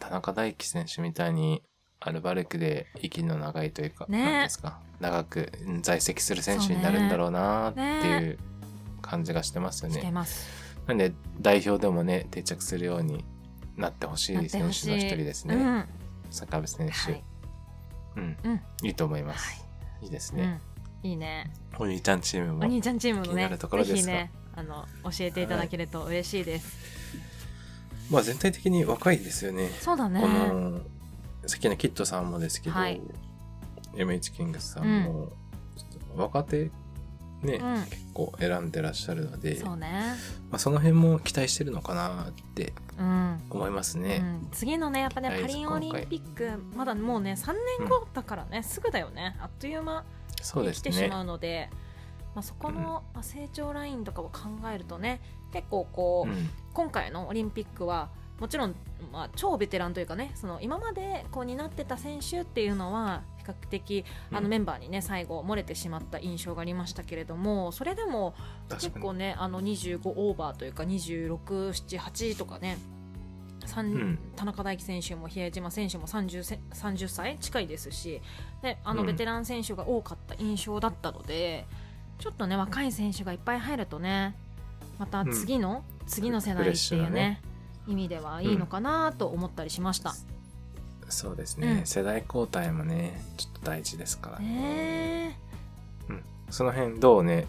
[SPEAKER 1] 田中大輝選手みたいにアルバルクで息の長いというか、
[SPEAKER 2] ね
[SPEAKER 1] なんですか長くうん在籍する選手になるんだろうなっていう感じがしてますよね
[SPEAKER 2] してます。
[SPEAKER 1] なんで代表でもね定着するようになってほしい
[SPEAKER 2] なっ
[SPEAKER 1] 選手
[SPEAKER 2] て
[SPEAKER 1] の
[SPEAKER 2] ほ
[SPEAKER 1] 一
[SPEAKER 2] しい。
[SPEAKER 1] 人ですね、
[SPEAKER 2] うん、は
[SPEAKER 1] 坂部選手、
[SPEAKER 2] い、
[SPEAKER 1] うん、
[SPEAKER 2] うん、
[SPEAKER 1] いいと思います、い、いです
[SPEAKER 2] う
[SPEAKER 1] ね、
[SPEAKER 2] ん、いいね。
[SPEAKER 1] お兄ちゃんチーム
[SPEAKER 2] お
[SPEAKER 1] も
[SPEAKER 2] 兄ちゃんチームの
[SPEAKER 1] 気に
[SPEAKER 2] ね、
[SPEAKER 1] なるところ
[SPEAKER 2] ぜ
[SPEAKER 1] です
[SPEAKER 2] ひ
[SPEAKER 1] が
[SPEAKER 2] ね、あの教えていただけると嬉しいです。
[SPEAKER 1] まあ全体的に若いですよね
[SPEAKER 2] そうだね
[SPEAKER 1] こ。のさっきのキッドさんもですけど、
[SPEAKER 2] はい
[SPEAKER 1] MH キングスさんも、ちょっと若手ね、
[SPEAKER 2] うん
[SPEAKER 1] 結構選んでらっしゃるので
[SPEAKER 2] そうね。
[SPEAKER 1] まあ、その辺も期待してるのかなって
[SPEAKER 2] うん。
[SPEAKER 1] 思います
[SPEAKER 2] う
[SPEAKER 1] ね。
[SPEAKER 2] ん、次のねやっぱね
[SPEAKER 1] はい
[SPEAKER 2] パリンオリンピックまだもうね3年後だからね、すぐだよねあっという間
[SPEAKER 1] そうで
[SPEAKER 2] に
[SPEAKER 1] す
[SPEAKER 2] 来てし
[SPEAKER 1] ね。
[SPEAKER 2] まうのでまあ、そこのまあ成長ラインとかを考えるとね結構こう、
[SPEAKER 1] うん
[SPEAKER 2] 今回のオリンピックはもちろん、まあ、超ベテランというかねその今までこう担ってた選手っていうのは比較的あ
[SPEAKER 1] う
[SPEAKER 2] の
[SPEAKER 1] ん
[SPEAKER 2] メンバーにね最後漏れてしまった印象がありましたけれどもそれでも結
[SPEAKER 1] 確かに
[SPEAKER 2] 構ねあの25オーバーというか2678とかね、三
[SPEAKER 1] うん
[SPEAKER 2] 田中大輝選手も比江島選手も 30, せ30歳近いですしであの
[SPEAKER 1] うん
[SPEAKER 2] ベテラン選手が多かった印象だったので、ちょっとね若い選手がいっぱい入るとねまた次の、次の世
[SPEAKER 1] フレ
[SPEAKER 2] 代
[SPEAKER 1] ッ
[SPEAKER 2] って
[SPEAKER 1] シ
[SPEAKER 2] い
[SPEAKER 1] ュ
[SPEAKER 2] う
[SPEAKER 1] な
[SPEAKER 2] ね
[SPEAKER 1] ね
[SPEAKER 2] 意味ではいいのかなと思ったりしました、
[SPEAKER 1] そうですね、
[SPEAKER 2] うん
[SPEAKER 1] 世代交代もねちょっと大事ですからね
[SPEAKER 2] ね
[SPEAKER 1] その辺どうね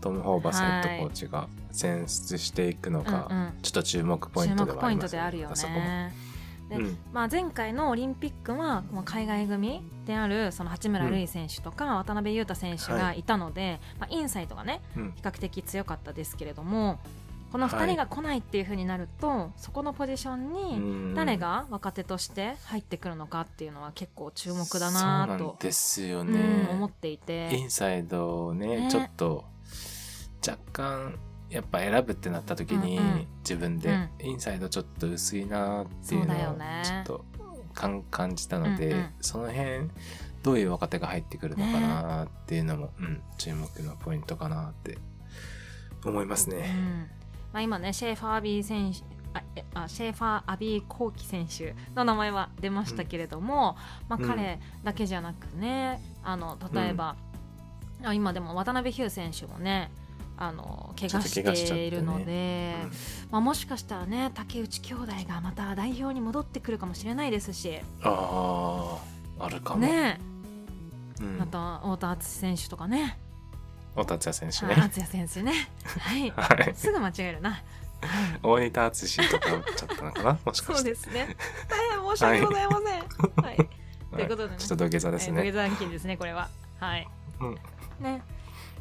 [SPEAKER 1] トム・ホーバスヘッドコーチが選出していくの
[SPEAKER 2] え、うん
[SPEAKER 1] か、
[SPEAKER 2] うん、
[SPEAKER 1] ちょっと注目ポイ
[SPEAKER 2] 注
[SPEAKER 1] ントで
[SPEAKER 2] 目
[SPEAKER 1] はあ
[SPEAKER 2] ポイ
[SPEAKER 1] り
[SPEAKER 2] ン
[SPEAKER 1] ま
[SPEAKER 2] ト
[SPEAKER 1] す
[SPEAKER 2] であるよ
[SPEAKER 1] あそこも
[SPEAKER 2] ね。で
[SPEAKER 1] うん
[SPEAKER 2] まあ、前回のオリンピックはまあ海外組であるその八村塁選手とか渡辺裕太選手がいたので、まあ、インサイトがね
[SPEAKER 1] うん
[SPEAKER 2] 比較的強かったですけれどもこの2人が来ないっていうふうになると、そこのポジションに
[SPEAKER 1] うん
[SPEAKER 2] 誰が若手として入ってくるのかっていうのは結構注目だ
[SPEAKER 1] そ
[SPEAKER 2] な
[SPEAKER 1] うなん
[SPEAKER 2] と
[SPEAKER 1] ですよ
[SPEAKER 2] う
[SPEAKER 1] ね、
[SPEAKER 2] ん思っていて
[SPEAKER 1] インサイドをね
[SPEAKER 2] ね
[SPEAKER 1] ちょっと若干やっぱ選ぶってなった時に、
[SPEAKER 2] うんうん
[SPEAKER 1] 自分で、
[SPEAKER 2] うん
[SPEAKER 1] インサイドちょっと薄いなっていうのを
[SPEAKER 2] そうだよね
[SPEAKER 1] ちょっと感感じたので、
[SPEAKER 2] うんうん
[SPEAKER 1] その辺どういう若手が入ってくるのかなっていうのも、うん、注目のポイントかなって思います
[SPEAKER 2] う
[SPEAKER 1] ね。
[SPEAKER 2] んまあ、今ねシェーファーアビー選手あえあシェーファーアビー・コーキ選手の名前は出ましたけれども、まあ、
[SPEAKER 1] うん
[SPEAKER 2] 彼だけじゃなくねあの例えば、あ今でも渡辺ヒュー選手もねあの怪我
[SPEAKER 1] ちょっと怪我し
[SPEAKER 2] し
[SPEAKER 1] ちゃってて
[SPEAKER 2] いる
[SPEAKER 1] ね
[SPEAKER 2] ので、
[SPEAKER 1] うん
[SPEAKER 2] まあ、もしかしたらね竹内兄弟がまた代表に戻ってくるかもしれないですし
[SPEAKER 1] あーあるかも。
[SPEAKER 2] ね
[SPEAKER 1] うん、
[SPEAKER 2] また太田敦史選手とかね
[SPEAKER 1] お達也選手
[SPEAKER 2] はい
[SPEAKER 1] ね。
[SPEAKER 2] 敦也選手ね はい
[SPEAKER 1] はい。
[SPEAKER 2] すぐ間違えるな
[SPEAKER 1] 大仁田敦史とか打っちゃったのかなもしか
[SPEAKER 2] そう
[SPEAKER 1] して。
[SPEAKER 2] です ね。大変申し訳ございません。はい。ということでね
[SPEAKER 1] はいちょっと土下座です
[SPEAKER 2] えー土
[SPEAKER 1] ね。
[SPEAKER 2] 下座金ですね、これは。はい。
[SPEAKER 1] うん
[SPEAKER 2] ね。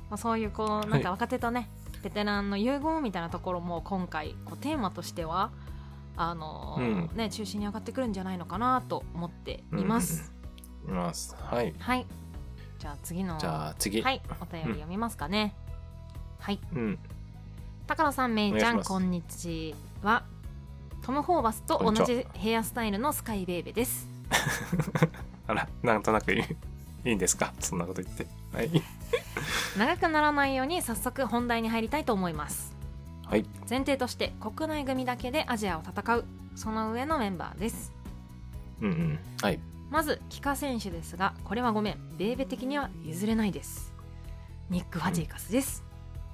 [SPEAKER 2] まあ、そういうこう、なんか若手とね、ベテランの融合みたいなところも、今回、こうテーマとしては。あのーね、中心に上がってくるんじゃないのかなと思っています。
[SPEAKER 1] います。はい。
[SPEAKER 2] はい。じゃあ、次の。
[SPEAKER 1] じゃあ次。
[SPEAKER 2] はい、お便り読みますかね。はい。
[SPEAKER 1] うん。
[SPEAKER 2] 高野さん、めいち
[SPEAKER 1] お願い
[SPEAKER 2] ゃ
[SPEAKER 1] し
[SPEAKER 2] ん、
[SPEAKER 1] ます
[SPEAKER 2] こんにちは。トム・ホーバスと同
[SPEAKER 1] こんに
[SPEAKER 2] じヘアスタイルのスカイ・ベイベです。
[SPEAKER 1] あら、なんとなくいいいいんですかそんなこと言って。はい。
[SPEAKER 2] 長くならないように早速本題に入りたいと思います
[SPEAKER 1] はい。
[SPEAKER 2] 前提として国内組だけでアジアを戦うその上のメンバーです
[SPEAKER 1] うんうん。はい。
[SPEAKER 2] まず帰化選手ですがこれはごめんベーベ的には譲れないですニック・ファジーカスです、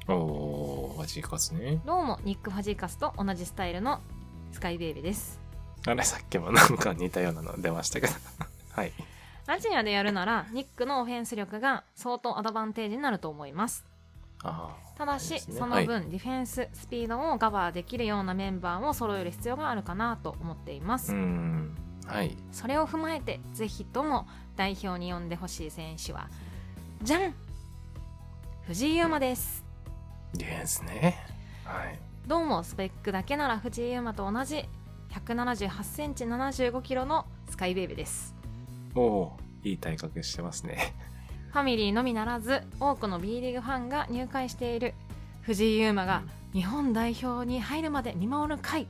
[SPEAKER 1] おー、マジかすね。
[SPEAKER 2] どうもニック・ファジーカスと同じスタイルのスカイベイベです
[SPEAKER 1] あれ、さっきもなんか似たようなの出ましたけど。 はい。
[SPEAKER 2] アジアでやるならニックのオフェンス力が相当アドバンテージになると思います
[SPEAKER 1] あ
[SPEAKER 2] ただし、
[SPEAKER 1] そうですね
[SPEAKER 2] その分、ディフェンススピードをガバーできるようなメンバーを揃える必要があるかなと思っています
[SPEAKER 1] ー。う、ん。はい。
[SPEAKER 2] それを踏まえてぜひとも代表に呼んでほしい選手はじゃん藤井優馬です
[SPEAKER 1] ディフェンスね。はい。
[SPEAKER 2] どうもスペックだけなら藤井優馬と同じ1 7 8ンチ7 5キロのスカイベイベです
[SPEAKER 1] おー、いい体格してます ね。
[SPEAKER 2] ファミリーのみならず多くの B リーグファンが入会している藤井優馬が日本代表に入るまで見守る会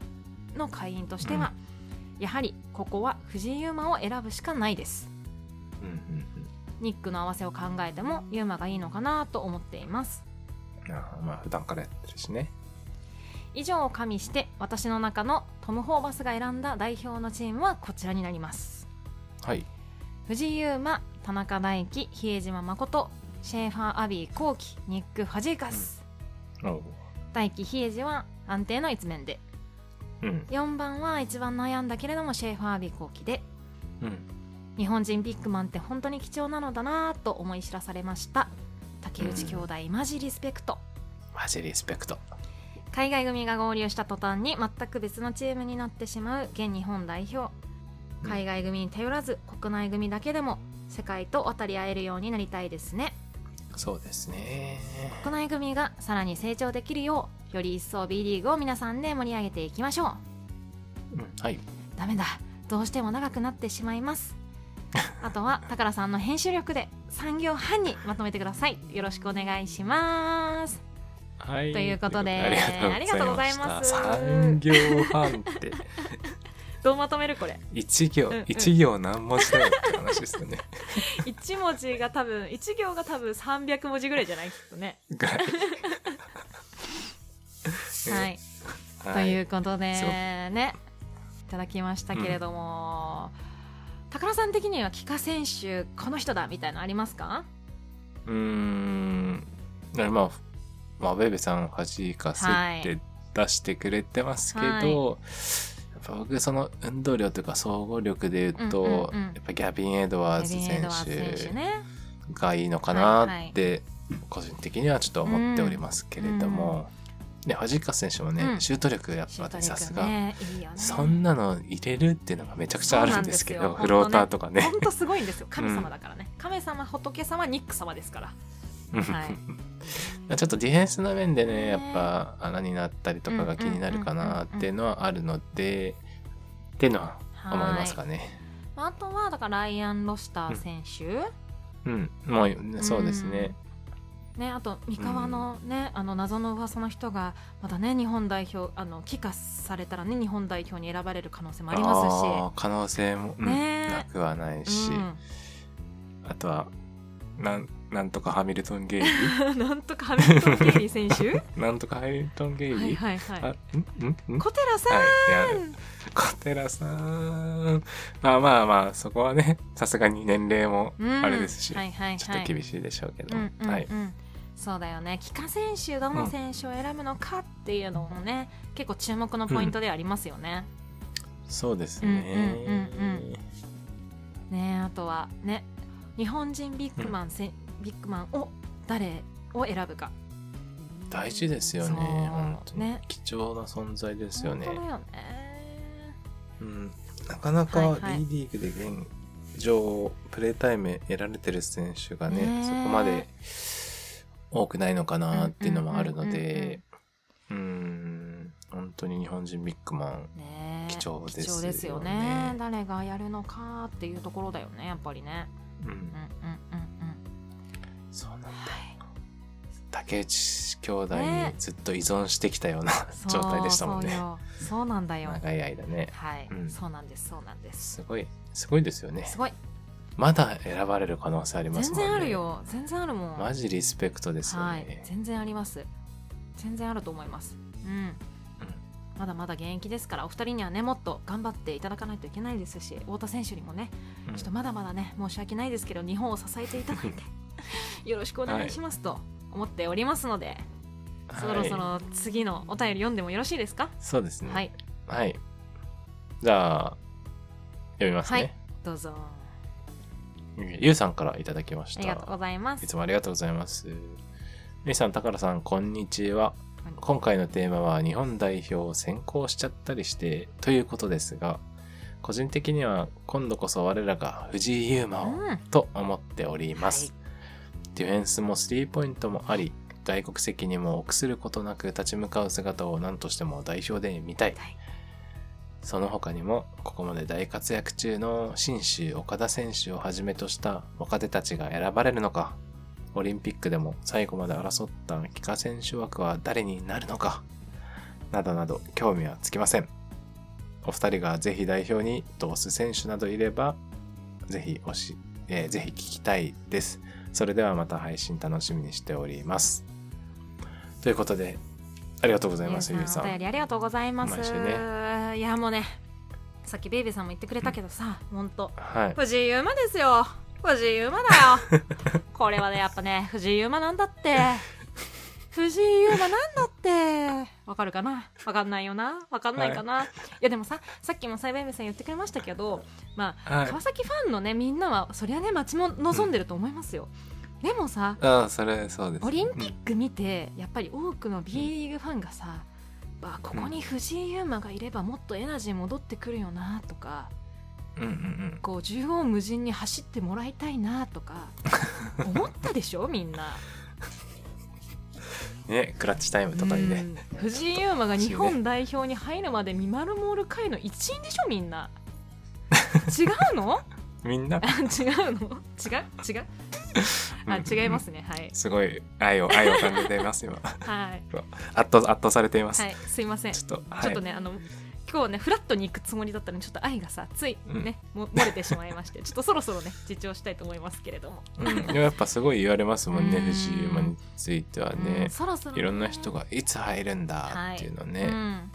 [SPEAKER 2] の会員としては、やはりここは藤井優馬を選ぶしかないです
[SPEAKER 1] うんうん
[SPEAKER 2] ニックの合わせを考えてもユーマがいいのかなと思っています
[SPEAKER 1] うん。あーまあ、普段からやってるしね。
[SPEAKER 2] 以上を加味して私の中のトム・ホーバスが選んだ代表のチームはこちらになります
[SPEAKER 1] はい。
[SPEAKER 2] 藤井優馬田中大輝比江島誠シェーファー・アビー・コウキニック・ファジーカス、
[SPEAKER 1] おー。
[SPEAKER 2] 大輝比江島は安定の一面で
[SPEAKER 1] うん。
[SPEAKER 2] 4番は一番悩んだけれどもシェーファー・アビー・コウキで
[SPEAKER 1] うん。
[SPEAKER 2] 日本人ビッグマンって本当に貴重なのだなぁと思い知らされました竹内兄弟マジリスペクト、
[SPEAKER 1] マジリスペクト。
[SPEAKER 2] 海外組が合流した途端に全く別のチームになってしまう現日本代表
[SPEAKER 1] うん
[SPEAKER 2] 海外組に頼らず国内組だけでも世界と渡り合えるようになりたいですね
[SPEAKER 1] そうですね。
[SPEAKER 2] 国内組がさらに成長できるようより一層 B リーグを皆さんで盛り上げていきましょ
[SPEAKER 1] う
[SPEAKER 2] う
[SPEAKER 1] ん。はい。
[SPEAKER 2] ダメだどうしても長くなってしまいます あとは宝さんの編集力で3行半にまとめてくださいよろしくお願いします
[SPEAKER 1] はい。
[SPEAKER 2] ということで
[SPEAKER 1] ありがとうございました。
[SPEAKER 2] あり
[SPEAKER 1] 3行半って
[SPEAKER 2] どうまとめるこれ
[SPEAKER 1] 1
[SPEAKER 2] うんうん
[SPEAKER 1] 行、一行何文字だよって話ですよね。
[SPEAKER 2] 1文字が多分1行が多分300文字ぐらいじゃないきっとね
[SPEAKER 1] ぐらい。
[SPEAKER 2] はい、
[SPEAKER 1] は。
[SPEAKER 2] といううことで
[SPEAKER 1] そう
[SPEAKER 2] ねいただきましたけれども、高田さん的には帰化選手この人だみたいなのありますか
[SPEAKER 1] うーん。まあ、まあ、ベベさんを恥かせって出してくれてますけど、
[SPEAKER 2] は
[SPEAKER 1] や
[SPEAKER 2] い
[SPEAKER 1] っぱ僕その運動量というか総合力で言うと、
[SPEAKER 2] うんうんうん
[SPEAKER 1] やっぱギャビン・エドワーズ
[SPEAKER 2] エビンエ
[SPEAKER 1] 選
[SPEAKER 2] ドワーズ選手
[SPEAKER 1] 手
[SPEAKER 2] ね。
[SPEAKER 1] がいいのかなって個人的にはちょっと思っておりますけれども、ね藤川選手もね、
[SPEAKER 2] うん
[SPEAKER 1] シュート力やっ
[SPEAKER 2] シ
[SPEAKER 1] ぱ
[SPEAKER 2] ュート
[SPEAKER 1] ね
[SPEAKER 2] 力
[SPEAKER 1] さすが、
[SPEAKER 2] ね、いいよね。
[SPEAKER 1] そんなの入れるっていうのがめちゃくちゃあるんですけ
[SPEAKER 2] そう
[SPEAKER 1] ど
[SPEAKER 2] なんですよ
[SPEAKER 1] フローターとかね
[SPEAKER 2] 本。当すごい んですよ。神様だからね。神様、仏様、ニック様ですから。 はい
[SPEAKER 1] うんちょっとディフェンスの面でねやっぱ穴になったりとかが気になるかなっていうのはあるのでっていうのは思いますかね。
[SPEAKER 2] まああとはだからライアン・ロシター選手、
[SPEAKER 1] うん、もうそうですね。
[SPEAKER 2] ね、あと三河のね、あの謎の噂の人がまだね日本代表あの帰化されたらね日本代表に選ばれる可能性もありますし、
[SPEAKER 1] ー可能性も、うん
[SPEAKER 2] ね
[SPEAKER 1] なくはないし、あとはなんなんとかハミルトン・ゲイリ
[SPEAKER 2] うんなんとかハミルトン・ケイリー 選手
[SPEAKER 1] ーなんとかハミルトン・ゲイリー、
[SPEAKER 2] はいはいはい
[SPEAKER 1] あんんん
[SPEAKER 2] 小寺さん、
[SPEAKER 1] はい、いや、小寺さん。まあまあまあ、そこはね、さすがに年齢も
[SPEAKER 2] うん
[SPEAKER 1] あれですし、
[SPEAKER 2] はいはいはい、
[SPEAKER 1] ちょっと厳しいでしょうけど、
[SPEAKER 2] うんうんうん
[SPEAKER 1] はい。
[SPEAKER 2] そうだよね帰化選手どの選手を選ぶのかっていうのもね、結構注目のポイントではありますよね、
[SPEAKER 1] そうですね。
[SPEAKER 2] うんうんうんねあとはね日本人ビッグマンせ、ん、ビッグマンを誰を選ぶか
[SPEAKER 1] 大事ですよね
[SPEAKER 2] そう
[SPEAKER 1] 本当に
[SPEAKER 2] ね
[SPEAKER 1] 貴重な存在ですよね
[SPEAKER 2] 本当だよね
[SPEAKER 1] うん、なかな
[SPEAKER 2] は
[SPEAKER 1] か
[SPEAKER 2] いはい
[SPEAKER 1] B リーグで現状プレータイム得られてる選手がね
[SPEAKER 2] ねえ
[SPEAKER 1] そこまで多くないのかなっていうのもあるのでうん本当に日本人ビッグマン
[SPEAKER 2] ね
[SPEAKER 1] 貴重ですよね
[SPEAKER 2] 貴重ですよね誰がやるのかっていうところだよねやっぱりね
[SPEAKER 1] う
[SPEAKER 2] うんんうんうんうん
[SPEAKER 1] そうなんだ
[SPEAKER 2] はい
[SPEAKER 1] 竹内兄弟にずっと依存してきたような
[SPEAKER 2] そう
[SPEAKER 1] 状態でしたもん
[SPEAKER 2] そう
[SPEAKER 1] ね
[SPEAKER 2] よそうなんだよ
[SPEAKER 1] 長い間ね
[SPEAKER 2] はい、
[SPEAKER 1] うん
[SPEAKER 2] そうなんですそうなんです
[SPEAKER 1] すごいすごいですよね
[SPEAKER 2] すごい
[SPEAKER 1] まだ選ばれる可能性ありますも
[SPEAKER 2] 全
[SPEAKER 1] んね
[SPEAKER 2] 然あるよ全然あるもん
[SPEAKER 1] マジリスペクトですよね、
[SPEAKER 2] はい全然あります全然あると思いますうん、まだまだ現役ですからお二人にはねもっと頑張っていただかないといけないですし太田選手にもね
[SPEAKER 1] うん
[SPEAKER 2] ちょっとまだまだね申し訳ないですけど日本を支えていただ いてよろしくお願いしますと思っておりますので、そろそ
[SPEAKER 1] はい
[SPEAKER 2] ろ次のお便り読んでもよろしいですか
[SPEAKER 1] そうですね
[SPEAKER 2] は
[SPEAKER 1] はい、
[SPEAKER 2] い
[SPEAKER 1] じゃあ読みますね、
[SPEAKER 2] どうぞ
[SPEAKER 1] ゆうさんからいただきまし
[SPEAKER 2] ありがとうご
[SPEAKER 1] た
[SPEAKER 2] ざいま
[SPEAKER 1] い
[SPEAKER 2] す
[SPEAKER 1] つもありがとうございますゆうさんたからさんこんにちは
[SPEAKER 2] こんにちは
[SPEAKER 1] 今回のテーマは日本代表を先行しちゃったりしてということですが個人的には今度こそ我らが藤井優馬を
[SPEAKER 2] うん
[SPEAKER 1] と思っております、ディフェンスもスリーポイントもあり外国籍にも臆することなく立ち向かう姿を何としても代表で見たい
[SPEAKER 2] はい
[SPEAKER 1] その他にもここまで大活躍中の新州岡田選手をはじめとした若手たちが選ばれるのかオリンピックでも最後まで争った帰化選手枠は誰になるのかなどなど興味はつきませんお二人がぜひ代表に通す選手などいればぜひおし、えーぜひ聞きたいですそれではまた配信楽しみにしておりますということでありがとうございますゆ
[SPEAKER 2] ゆ
[SPEAKER 1] う
[SPEAKER 2] う
[SPEAKER 1] さ
[SPEAKER 2] さんお便
[SPEAKER 1] ん
[SPEAKER 2] りありがとうございます、
[SPEAKER 1] 毎週
[SPEAKER 2] いやもうねさっきベイベーさんも言ってくれたけどさ、ほんと
[SPEAKER 1] はい
[SPEAKER 2] 藤井優馬ですよ藤井優馬 だよこれはねやっぱね藤井優馬なんだって藤井優馬なんだってわかるかなわかんないよなわかんないかな、い、やでもささっきもサイベイベーさん言ってくれましたけどまあ、
[SPEAKER 1] はい
[SPEAKER 2] 川崎ファンのねみんなはそりゃね待ちも望んでると思いますよ、でもさ
[SPEAKER 1] ああそれそうです
[SPEAKER 2] オリンピック見てやっぱり多くの B リーグファンがさ、わあここに藤井優馬がいればもっとエナジー戻ってくるよなとか
[SPEAKER 1] うんうんうん
[SPEAKER 2] こう縦横無尽に走ってもらいたいな とか思ったでしょみんな。
[SPEAKER 1] うんねクラッチタイムとかにね
[SPEAKER 2] うん藤井優馬が日本代表に入るまで見守る会の一員でしょみんな。違 うの
[SPEAKER 1] みんな
[SPEAKER 2] あ違うの違う違うあ違いますね はい
[SPEAKER 1] すごい愛を 愛を感じています今圧
[SPEAKER 2] はい、
[SPEAKER 1] 倒圧倒されています、
[SPEAKER 2] はい、すいません
[SPEAKER 1] ちょっとはい
[SPEAKER 2] ちょっとね、あの今日ねフラットに行くつもりだったのにちょっと愛がさついね、も漏れてしまいましてちょっとそろそろね自重したいと思いますけれども、
[SPEAKER 1] うんでもやっぱすごい言われますもんね
[SPEAKER 2] うん
[SPEAKER 1] 藤井馬については
[SPEAKER 2] うん
[SPEAKER 1] ね、
[SPEAKER 2] そろそろ、
[SPEAKER 1] いろんな人、がいつ入るんだっていうのね、
[SPEAKER 2] うん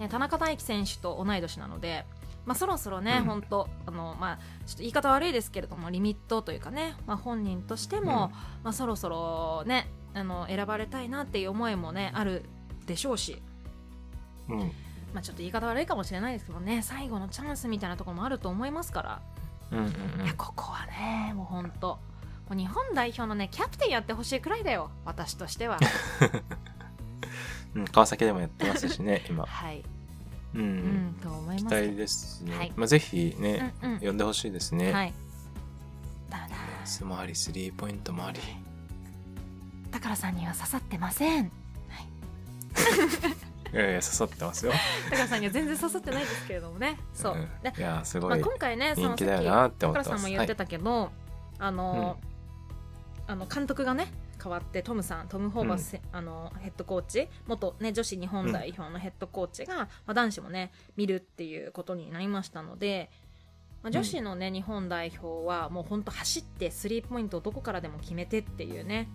[SPEAKER 2] ね、田中大輝選手と同い年なので、まあ、そろそろね、
[SPEAKER 1] うん
[SPEAKER 2] 本当あの、まあ、ちょっと言い方悪いですけれどもリミットというかね、まあ、本人としても、まあ、そろそろねあの選ばれたいなっていう思いもねあるでしょうし、
[SPEAKER 1] うん
[SPEAKER 2] まあ、ちょっと言い方悪いかもしれないですけどね最後のチャンスみたいなところもあると思いますから、
[SPEAKER 1] うんうん
[SPEAKER 2] いやここはねもうほんともう日本代表のねキャプテンやってほしいくらいだよ私 としては
[SPEAKER 1] うん、うん、川崎でもやってますしね今
[SPEAKER 2] はい、
[SPEAKER 1] うん、
[SPEAKER 2] うんと思い
[SPEAKER 1] 期
[SPEAKER 2] ますけど
[SPEAKER 1] 待ですね、
[SPEAKER 2] はい
[SPEAKER 1] まあ、ぜひね、
[SPEAKER 2] うんうん
[SPEAKER 1] 呼んでほしいですね、、
[SPEAKER 2] はいいだな
[SPEAKER 1] ダンスもありスリーポイントもあり
[SPEAKER 2] だからさんには刺さってません
[SPEAKER 1] いやいや刺さってますよ
[SPEAKER 2] だからさんには全然刺さってないですけれどもねそう、
[SPEAKER 1] ん
[SPEAKER 2] で
[SPEAKER 1] いやす
[SPEAKER 2] ま
[SPEAKER 1] ご
[SPEAKER 2] あ、
[SPEAKER 1] い
[SPEAKER 2] 今回ねそ
[SPEAKER 1] 人
[SPEAKER 2] の
[SPEAKER 1] 気
[SPEAKER 2] さ
[SPEAKER 1] だよ
[SPEAKER 2] っき
[SPEAKER 1] なって
[SPEAKER 2] だ
[SPEAKER 1] 思
[SPEAKER 2] か
[SPEAKER 1] って
[SPEAKER 2] らさ
[SPEAKER 1] ま
[SPEAKER 2] ん
[SPEAKER 1] す
[SPEAKER 2] も言
[SPEAKER 1] は
[SPEAKER 2] っ
[SPEAKER 1] い
[SPEAKER 2] てたけど、あの,、あの監督がね変わってトムさんトム・ホーバスせ、あのヘッドコーチ元、ね、女子日本代表のヘッドコーチが、まあ、男子もね見るっていうことになりましたので、まあ、女子のね、日本代表はもう本当走ってスリーポイントをどこからでも決めてっていうね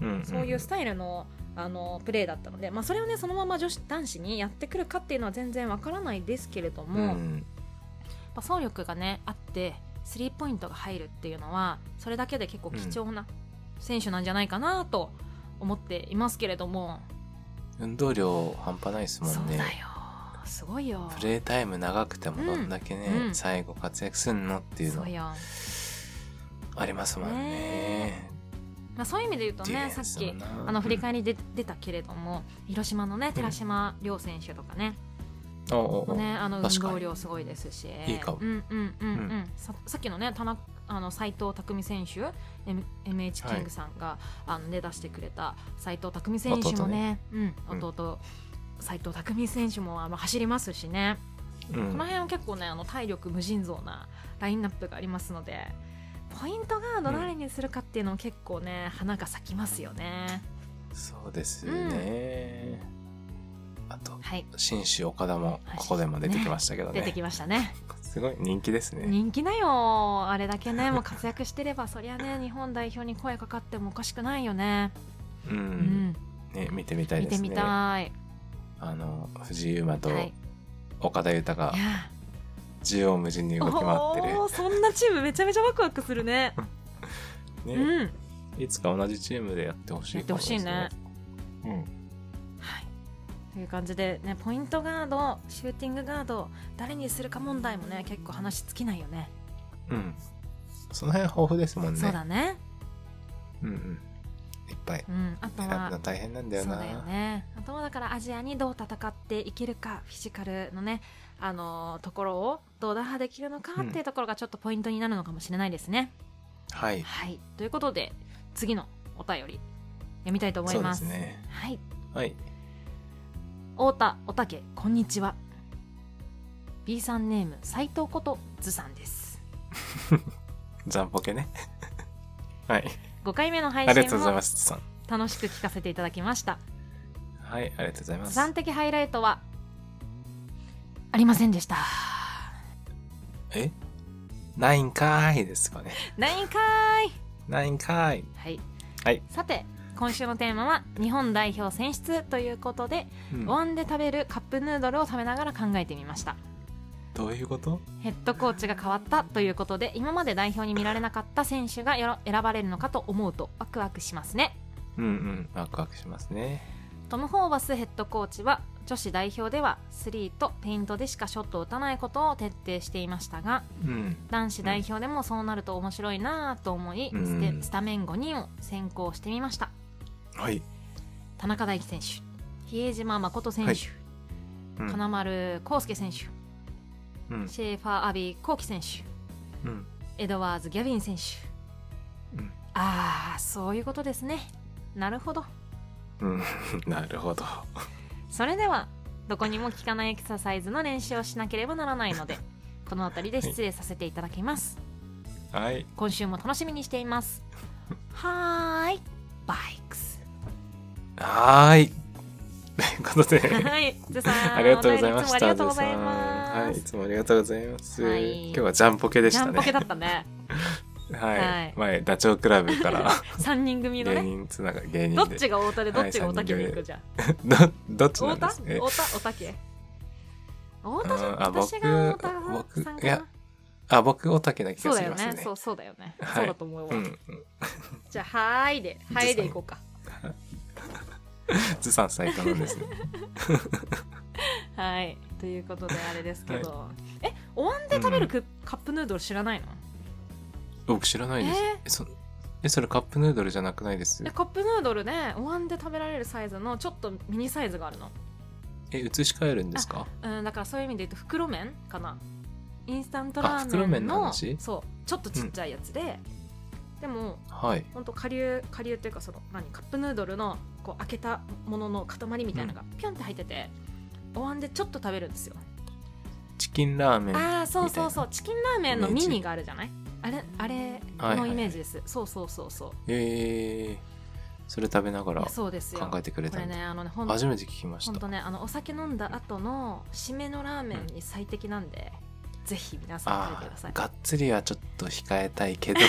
[SPEAKER 1] うんんん
[SPEAKER 2] そういうスタイルのあのプレーだったので、まあ、それをねそのまま女子男子にやってくるかっていうのは全然わからないですけれども。
[SPEAKER 1] うん
[SPEAKER 2] まあ、走力がねあってスリーポイントが入るっていうのはそれだけで結構貴重な選手なんじゃないかなと思っていますけれども、
[SPEAKER 1] 運動量半端ないですも
[SPEAKER 2] そうんだ
[SPEAKER 1] ね
[SPEAKER 2] よすごいよ
[SPEAKER 1] プレータイム長くてもどんだけね、
[SPEAKER 2] うんうん
[SPEAKER 1] 最後活躍すんのっていう
[SPEAKER 2] そ
[SPEAKER 1] の
[SPEAKER 2] うよ、
[SPEAKER 1] ありますもんね。
[SPEAKER 2] まあ、そういう意味で言うと
[SPEAKER 1] ディフェ
[SPEAKER 2] ねさ
[SPEAKER 1] ン
[SPEAKER 2] っ
[SPEAKER 1] ス
[SPEAKER 2] き
[SPEAKER 1] もな
[SPEAKER 2] あの振り返りで出たけれども広島のね寺島亮選手とかね,、
[SPEAKER 1] うんおうおうおう
[SPEAKER 2] ねあの運
[SPEAKER 1] 確かに
[SPEAKER 2] 動量すごいですし
[SPEAKER 1] いいかも
[SPEAKER 2] うんうんうんうん、
[SPEAKER 1] うん
[SPEAKER 2] ささっきのね田中あの斉藤匠選手 M- MH キングさんが、あのね出してくれた斉藤匠選手もね
[SPEAKER 1] 弟ね
[SPEAKER 2] うん、弟、斉藤匠選手もあの走りますしね、
[SPEAKER 1] う
[SPEAKER 2] この
[SPEAKER 1] ん、
[SPEAKER 2] 辺は結構ねあの体力無尽蔵なラインナップがありますのでポイントガード誰にするかっていうのも結構ね、花が咲きますよね。
[SPEAKER 1] そうですね。あと
[SPEAKER 2] はい
[SPEAKER 1] 紳士岡田もここでも出てきましたけどね
[SPEAKER 2] 出てきましたね
[SPEAKER 1] すごい人気ですね。
[SPEAKER 2] 人気だよあれだけねもう活躍してればそりゃね日 本代表に声かかってもおかしくないよね、
[SPEAKER 1] う、
[SPEAKER 2] うんん
[SPEAKER 1] ね見てみたい
[SPEAKER 2] 見
[SPEAKER 1] で
[SPEAKER 2] て
[SPEAKER 1] す
[SPEAKER 2] み
[SPEAKER 1] ね。
[SPEAKER 2] たい、
[SPEAKER 1] あの藤井優馬と
[SPEAKER 2] はい
[SPEAKER 1] 岡田豊が
[SPEAKER 2] いや
[SPEAKER 1] 縦横無尽に動き回ってる
[SPEAKER 2] おーそんなチームめちゃめちゃワクワクするね。う
[SPEAKER 1] ね、
[SPEAKER 2] んはい
[SPEAKER 1] いつか同じチームでやってほしいかもです
[SPEAKER 2] やって
[SPEAKER 1] うん。
[SPEAKER 2] という感じでねポイントガードシューティングガード誰にするか問題もね結構話尽きないよね
[SPEAKER 1] うん。その辺豊富ですもんね。
[SPEAKER 2] そうだね
[SPEAKER 1] うんうん。いっぱい。
[SPEAKER 2] うんあと
[SPEAKER 1] 選ぶ
[SPEAKER 2] は
[SPEAKER 1] の大変なんだ
[SPEAKER 2] そ
[SPEAKER 1] よ
[SPEAKER 2] う
[SPEAKER 1] な。
[SPEAKER 2] だよねあとはだからアジアにどう戦っていけるかフィジカルのねあのーところをどう打破できるのかっていうところがちょっとポイントになるのかもしれないですね、
[SPEAKER 1] はい。
[SPEAKER 2] はいということで次のお便り読みたいと思い
[SPEAKER 1] そうで
[SPEAKER 2] ます
[SPEAKER 1] すね。
[SPEAKER 2] はい
[SPEAKER 1] はい。
[SPEAKER 2] 太田おたけこんにちは B さんネーム斉藤ことずさんです
[SPEAKER 1] 残ポケね。 はい。
[SPEAKER 2] 5回目の配
[SPEAKER 1] ありがと
[SPEAKER 2] 信
[SPEAKER 1] うござい
[SPEAKER 2] も
[SPEAKER 1] ます、つさん。
[SPEAKER 2] 楽しく聞かせていただきました
[SPEAKER 1] はい、ありがとうございま
[SPEAKER 2] ず
[SPEAKER 1] す。
[SPEAKER 2] さん的ハイライトはありません でした
[SPEAKER 1] えないんかーいですかね。
[SPEAKER 2] ないんかーい
[SPEAKER 1] ないんかーい。
[SPEAKER 2] はい、
[SPEAKER 1] はい
[SPEAKER 2] さて今週のテーマは日本代表選出ということで、
[SPEAKER 1] うん
[SPEAKER 2] お椀で食べるカップヌードルを食べながら考えてみました
[SPEAKER 1] どういうこと
[SPEAKER 2] ヘッドコーチが変わったということで今まで代表に見られなかった選手がよろ選ばれるのかと思うとワクワクしますね
[SPEAKER 1] うんうん。ワクワクしますね。
[SPEAKER 2] トム・ホーバスヘッドコーチは女子代表ではスリーとペイントでしかショットを打たないことを徹底していましたが
[SPEAKER 1] うん。
[SPEAKER 2] 男子代表でもそうなると面白いなぁと思い、
[SPEAKER 1] うん
[SPEAKER 2] ステスタメン5人を選考してみました
[SPEAKER 1] はい。
[SPEAKER 2] 田中大輝選手比江島誠選手、
[SPEAKER 1] はいうん。
[SPEAKER 2] 金丸康介選手
[SPEAKER 1] うん。
[SPEAKER 2] シェーファー・アビー幸輝選
[SPEAKER 1] うん。
[SPEAKER 2] 手エドワーズ・ギャビン選手
[SPEAKER 1] うん
[SPEAKER 2] ああそういうことですねなるほど
[SPEAKER 1] うん。 なるほど。
[SPEAKER 2] それではどこにも効かないエクササイズの練習をしなければならない のでこの辺りで失礼させていただきます、
[SPEAKER 1] はい。
[SPEAKER 2] 今週も楽しみにしていますはーいバイ クス
[SPEAKER 1] はーい。ということで。
[SPEAKER 2] はいずさん
[SPEAKER 1] ありがとうございました。
[SPEAKER 2] お便りつもありがとうございます
[SPEAKER 1] はい、いつもありがとうございます。
[SPEAKER 2] はい
[SPEAKER 1] 今日はジャンポケでし
[SPEAKER 2] ジャ
[SPEAKER 1] た
[SPEAKER 2] ン
[SPEAKER 1] ね
[SPEAKER 2] ポ。ケだったね
[SPEAKER 1] はい、
[SPEAKER 2] はい
[SPEAKER 1] 前ダチョウ倶楽部から
[SPEAKER 2] 三人組の
[SPEAKER 1] 芸
[SPEAKER 2] ね
[SPEAKER 1] 人つながり芸
[SPEAKER 2] ど
[SPEAKER 1] 人
[SPEAKER 2] っ
[SPEAKER 1] で。
[SPEAKER 2] ちが太田でどっちが
[SPEAKER 1] はい
[SPEAKER 2] おたけで
[SPEAKER 1] 三人組
[SPEAKER 2] いくじゃん
[SPEAKER 1] どどっちなん
[SPEAKER 2] 太
[SPEAKER 1] で
[SPEAKER 2] 田
[SPEAKER 1] すね
[SPEAKER 2] 太。田おたけ太田じゃん
[SPEAKER 1] あ僕
[SPEAKER 2] 私が太田さん
[SPEAKER 1] 僕い
[SPEAKER 2] かな
[SPEAKER 1] やあ、僕おたけな気
[SPEAKER 2] そう
[SPEAKER 1] が
[SPEAKER 2] だ
[SPEAKER 1] し
[SPEAKER 2] よ
[SPEAKER 1] ますね。
[SPEAKER 2] ねそうそうだよね
[SPEAKER 1] はい
[SPEAKER 2] そうだと思うわ
[SPEAKER 1] うんうん
[SPEAKER 2] じゃあはーいではーいでいこうか
[SPEAKER 1] はずさん最多なん ですね。
[SPEAKER 2] はいということであれですけど、えお椀で食べるクカップヌードル知らないの、
[SPEAKER 1] 僕知らないです。えそえそれカップヌードルじゃなくないです
[SPEAKER 2] え。カップヌードルねお椀で食べられるサイズのちょっとミニサイズがあるの
[SPEAKER 1] え、移し替えるんですか
[SPEAKER 2] うんだからそういう意味で言うと袋麺かなインスタント
[SPEAKER 1] あ
[SPEAKER 2] ラ
[SPEAKER 1] 袋
[SPEAKER 2] ーメ
[SPEAKER 1] 麺
[SPEAKER 2] ン
[SPEAKER 1] の
[SPEAKER 2] の
[SPEAKER 1] 話
[SPEAKER 2] そうちょっとちっちゃいやつで、でも
[SPEAKER 1] はい。
[SPEAKER 2] ほんと顆粒顆粒っていうかその何カップヌードルのこう開けたものの塊みたいなのがピョンって入ってて、お椀でちょっと食べるんですよ、
[SPEAKER 1] チキンラーメン。
[SPEAKER 2] ああそうそうそうチキンラーメンのミ
[SPEAKER 1] イメー
[SPEAKER 2] ニ
[SPEAKER 1] ジ
[SPEAKER 2] があるじゃないあれあれ
[SPEAKER 1] はいは
[SPEAKER 2] の
[SPEAKER 1] い
[SPEAKER 2] イメージです、そうそうそうそう
[SPEAKER 1] えー、それ食べながら
[SPEAKER 2] いやそうですよ
[SPEAKER 1] 考えてくれ
[SPEAKER 2] こ
[SPEAKER 1] た
[SPEAKER 2] れ
[SPEAKER 1] んだ
[SPEAKER 2] ねあのねほん
[SPEAKER 1] 初めて聞きまし
[SPEAKER 2] ほんと
[SPEAKER 1] た。
[SPEAKER 2] ねあのお酒飲んだ後の締めのラーメンに最適なんで、ぜひ皆さん食べて
[SPEAKER 1] あ
[SPEAKER 2] くださ
[SPEAKER 1] あ、
[SPEAKER 2] い
[SPEAKER 1] がっつりはちょっと控えたい けど、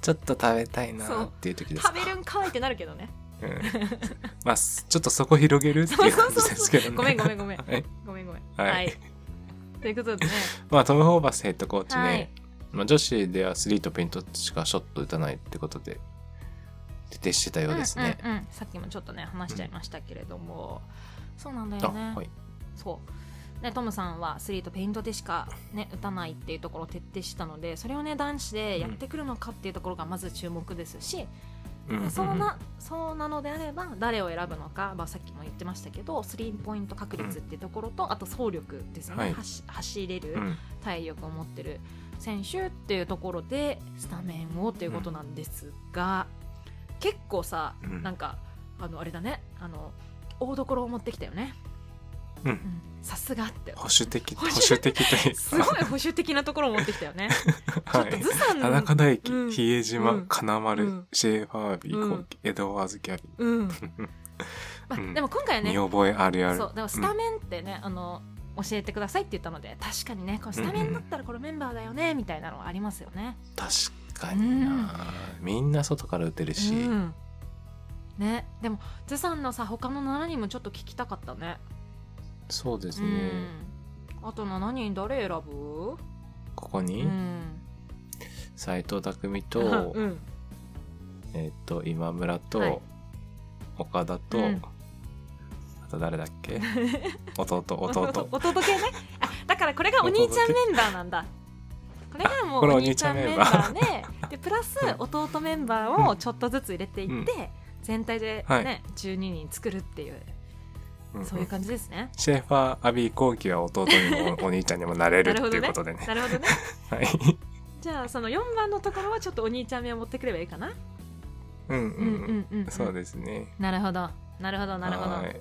[SPEAKER 1] ちょっと食べたいなっていう時ですか
[SPEAKER 2] 食。べるんかいってなるけ どね
[SPEAKER 1] うんまあ、すちょっとそこ広げるっていう 感じですけどね。
[SPEAKER 2] ごめんごめんごめん
[SPEAKER 1] はい
[SPEAKER 2] ごめんごめん
[SPEAKER 1] はい
[SPEAKER 2] というこ とでね
[SPEAKER 1] まあ、トム・ホーバスヘッドコーチね、
[SPEAKER 2] はい
[SPEAKER 1] まあ、女子ではスリーとペイントしかショット打たないってことで、徹底してたようですね。
[SPEAKER 2] うんうんうんさっきもちょっとね話しちゃいましたけれども、そうなんだよね
[SPEAKER 1] あ、はい。
[SPEAKER 2] そうでトムさんはスリーとペイントでしか、ね、打たないっていうところを徹底したのでそれをね男子でやってくるのかっていうところがまず注目ですし、
[SPEAKER 1] うんうんうん
[SPEAKER 2] そうなそうなのであれば誰を選ぶのか、まあ、さっきも言ってましたけどスリーポイント確率っていうところと、あと走力ですね、
[SPEAKER 1] はい
[SPEAKER 2] 走走れる
[SPEAKER 1] うん
[SPEAKER 2] 体力を持ってる選手っていうところでスタメンをということなんですが、結構さ、
[SPEAKER 1] うん
[SPEAKER 2] なんかあのあれだねあの大所を持ってきたよね
[SPEAKER 1] うん
[SPEAKER 2] うんさすがって
[SPEAKER 1] 保守的、
[SPEAKER 2] 保
[SPEAKER 1] 保
[SPEAKER 2] 守
[SPEAKER 1] 守的 というか。
[SPEAKER 2] すごい保守的なところを持ってきたよねちょ
[SPEAKER 1] は
[SPEAKER 2] っと
[SPEAKER 1] い
[SPEAKER 2] ず。さん
[SPEAKER 1] 田中大輝、
[SPEAKER 2] うん
[SPEAKER 1] 比江島、
[SPEAKER 2] うん
[SPEAKER 1] 金丸、
[SPEAKER 2] うん
[SPEAKER 1] シェーファービー、
[SPEAKER 2] うん
[SPEAKER 1] コウキエドワーズ・キャビ
[SPEAKER 2] うんまあ
[SPEAKER 1] うん
[SPEAKER 2] でも今回は
[SPEAKER 1] ー、見
[SPEAKER 2] ね
[SPEAKER 1] 覚えあるある。
[SPEAKER 2] そうだからスタメンってね、あの教えてくださいって言ったので確かにねこのスタメンだったらこのメンバーだよねみたいなのはありますよね。
[SPEAKER 1] うん確かにな、みんな外から打てるし、
[SPEAKER 2] うんね、でもずさんのさ他の7人もちょっと聞きたかったね。
[SPEAKER 1] そうです
[SPEAKER 2] う
[SPEAKER 1] ね。
[SPEAKER 2] ん、あと7人誰選ぶ
[SPEAKER 1] ここに、
[SPEAKER 2] うん
[SPEAKER 1] 斎藤匠と、
[SPEAKER 2] うん
[SPEAKER 1] えっ、と今村と、
[SPEAKER 2] はい
[SPEAKER 1] 岡田と、
[SPEAKER 2] うん
[SPEAKER 1] あと誰だっ け弟弟
[SPEAKER 2] 弟系ねあだからこれがお兄ちゃんメンバーなんだこれがも
[SPEAKER 1] こ
[SPEAKER 2] う
[SPEAKER 1] れ
[SPEAKER 2] お
[SPEAKER 1] お
[SPEAKER 2] 兄
[SPEAKER 1] 兄
[SPEAKER 2] ち
[SPEAKER 1] ち
[SPEAKER 2] ゃ
[SPEAKER 1] ゃ
[SPEAKER 2] ん
[SPEAKER 1] ん
[SPEAKER 2] メ
[SPEAKER 1] メ
[SPEAKER 2] ン
[SPEAKER 1] ン
[SPEAKER 2] バ
[SPEAKER 1] バ
[SPEAKER 2] ー
[SPEAKER 1] ー
[SPEAKER 2] で でプラス弟メンバーをちょっとずつ入れていって、全体で、ね
[SPEAKER 1] はい
[SPEAKER 2] 12人作るっていう
[SPEAKER 1] うんうん
[SPEAKER 2] そういう感じで すね。
[SPEAKER 1] シェーファーアビー後期は弟にもおお兄ちゃんにもなれる
[SPEAKER 2] な
[SPEAKER 1] って
[SPEAKER 2] るほ
[SPEAKER 1] い
[SPEAKER 2] ど
[SPEAKER 1] うこと
[SPEAKER 2] ね
[SPEAKER 1] でね
[SPEAKER 2] なるほどね。
[SPEAKER 1] はい
[SPEAKER 2] じゃあその4番のところはちょっとお兄ちゃん目を持ってくればいいかな。
[SPEAKER 1] うん
[SPEAKER 2] う
[SPEAKER 1] うんん、
[SPEAKER 2] うんうん。
[SPEAKER 1] そう
[SPEAKER 2] す。
[SPEAKER 1] ですね
[SPEAKER 2] なるほど。なるほどなるほど。は。
[SPEAKER 1] はいい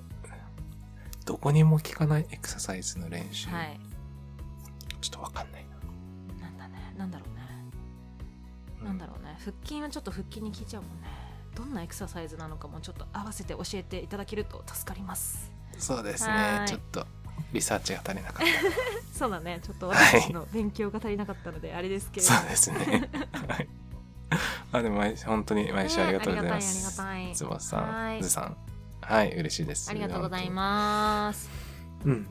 [SPEAKER 1] どこにも効かないエクササイズの練習、ちょっとわかんないな
[SPEAKER 2] なんだね。なんだろうね。なんだろうね。腹筋はちょっと腹筋に効いちゃうもんね。どんなエクササイズなのかもちょっと合わせて教えていただけると助かります。
[SPEAKER 1] そうです
[SPEAKER 2] は
[SPEAKER 1] ね
[SPEAKER 2] ーい
[SPEAKER 1] ちょっとリサーチが足りなかっ
[SPEAKER 2] そうだね。ちょっと
[SPEAKER 1] はい
[SPEAKER 2] 私の勉強が足りなかったのであれですけ
[SPEAKER 1] た
[SPEAKER 2] れども。
[SPEAKER 1] そうですねはいあでも毎本当に毎週ありがとうございま
[SPEAKER 2] ね
[SPEAKER 1] す、
[SPEAKER 2] ありがたいありがたい
[SPEAKER 1] つば
[SPEAKER 2] は
[SPEAKER 1] さ
[SPEAKER 2] ーい
[SPEAKER 1] ん、ずさん。はい、嬉しいです。
[SPEAKER 2] ありがとうございます。
[SPEAKER 1] す。うん。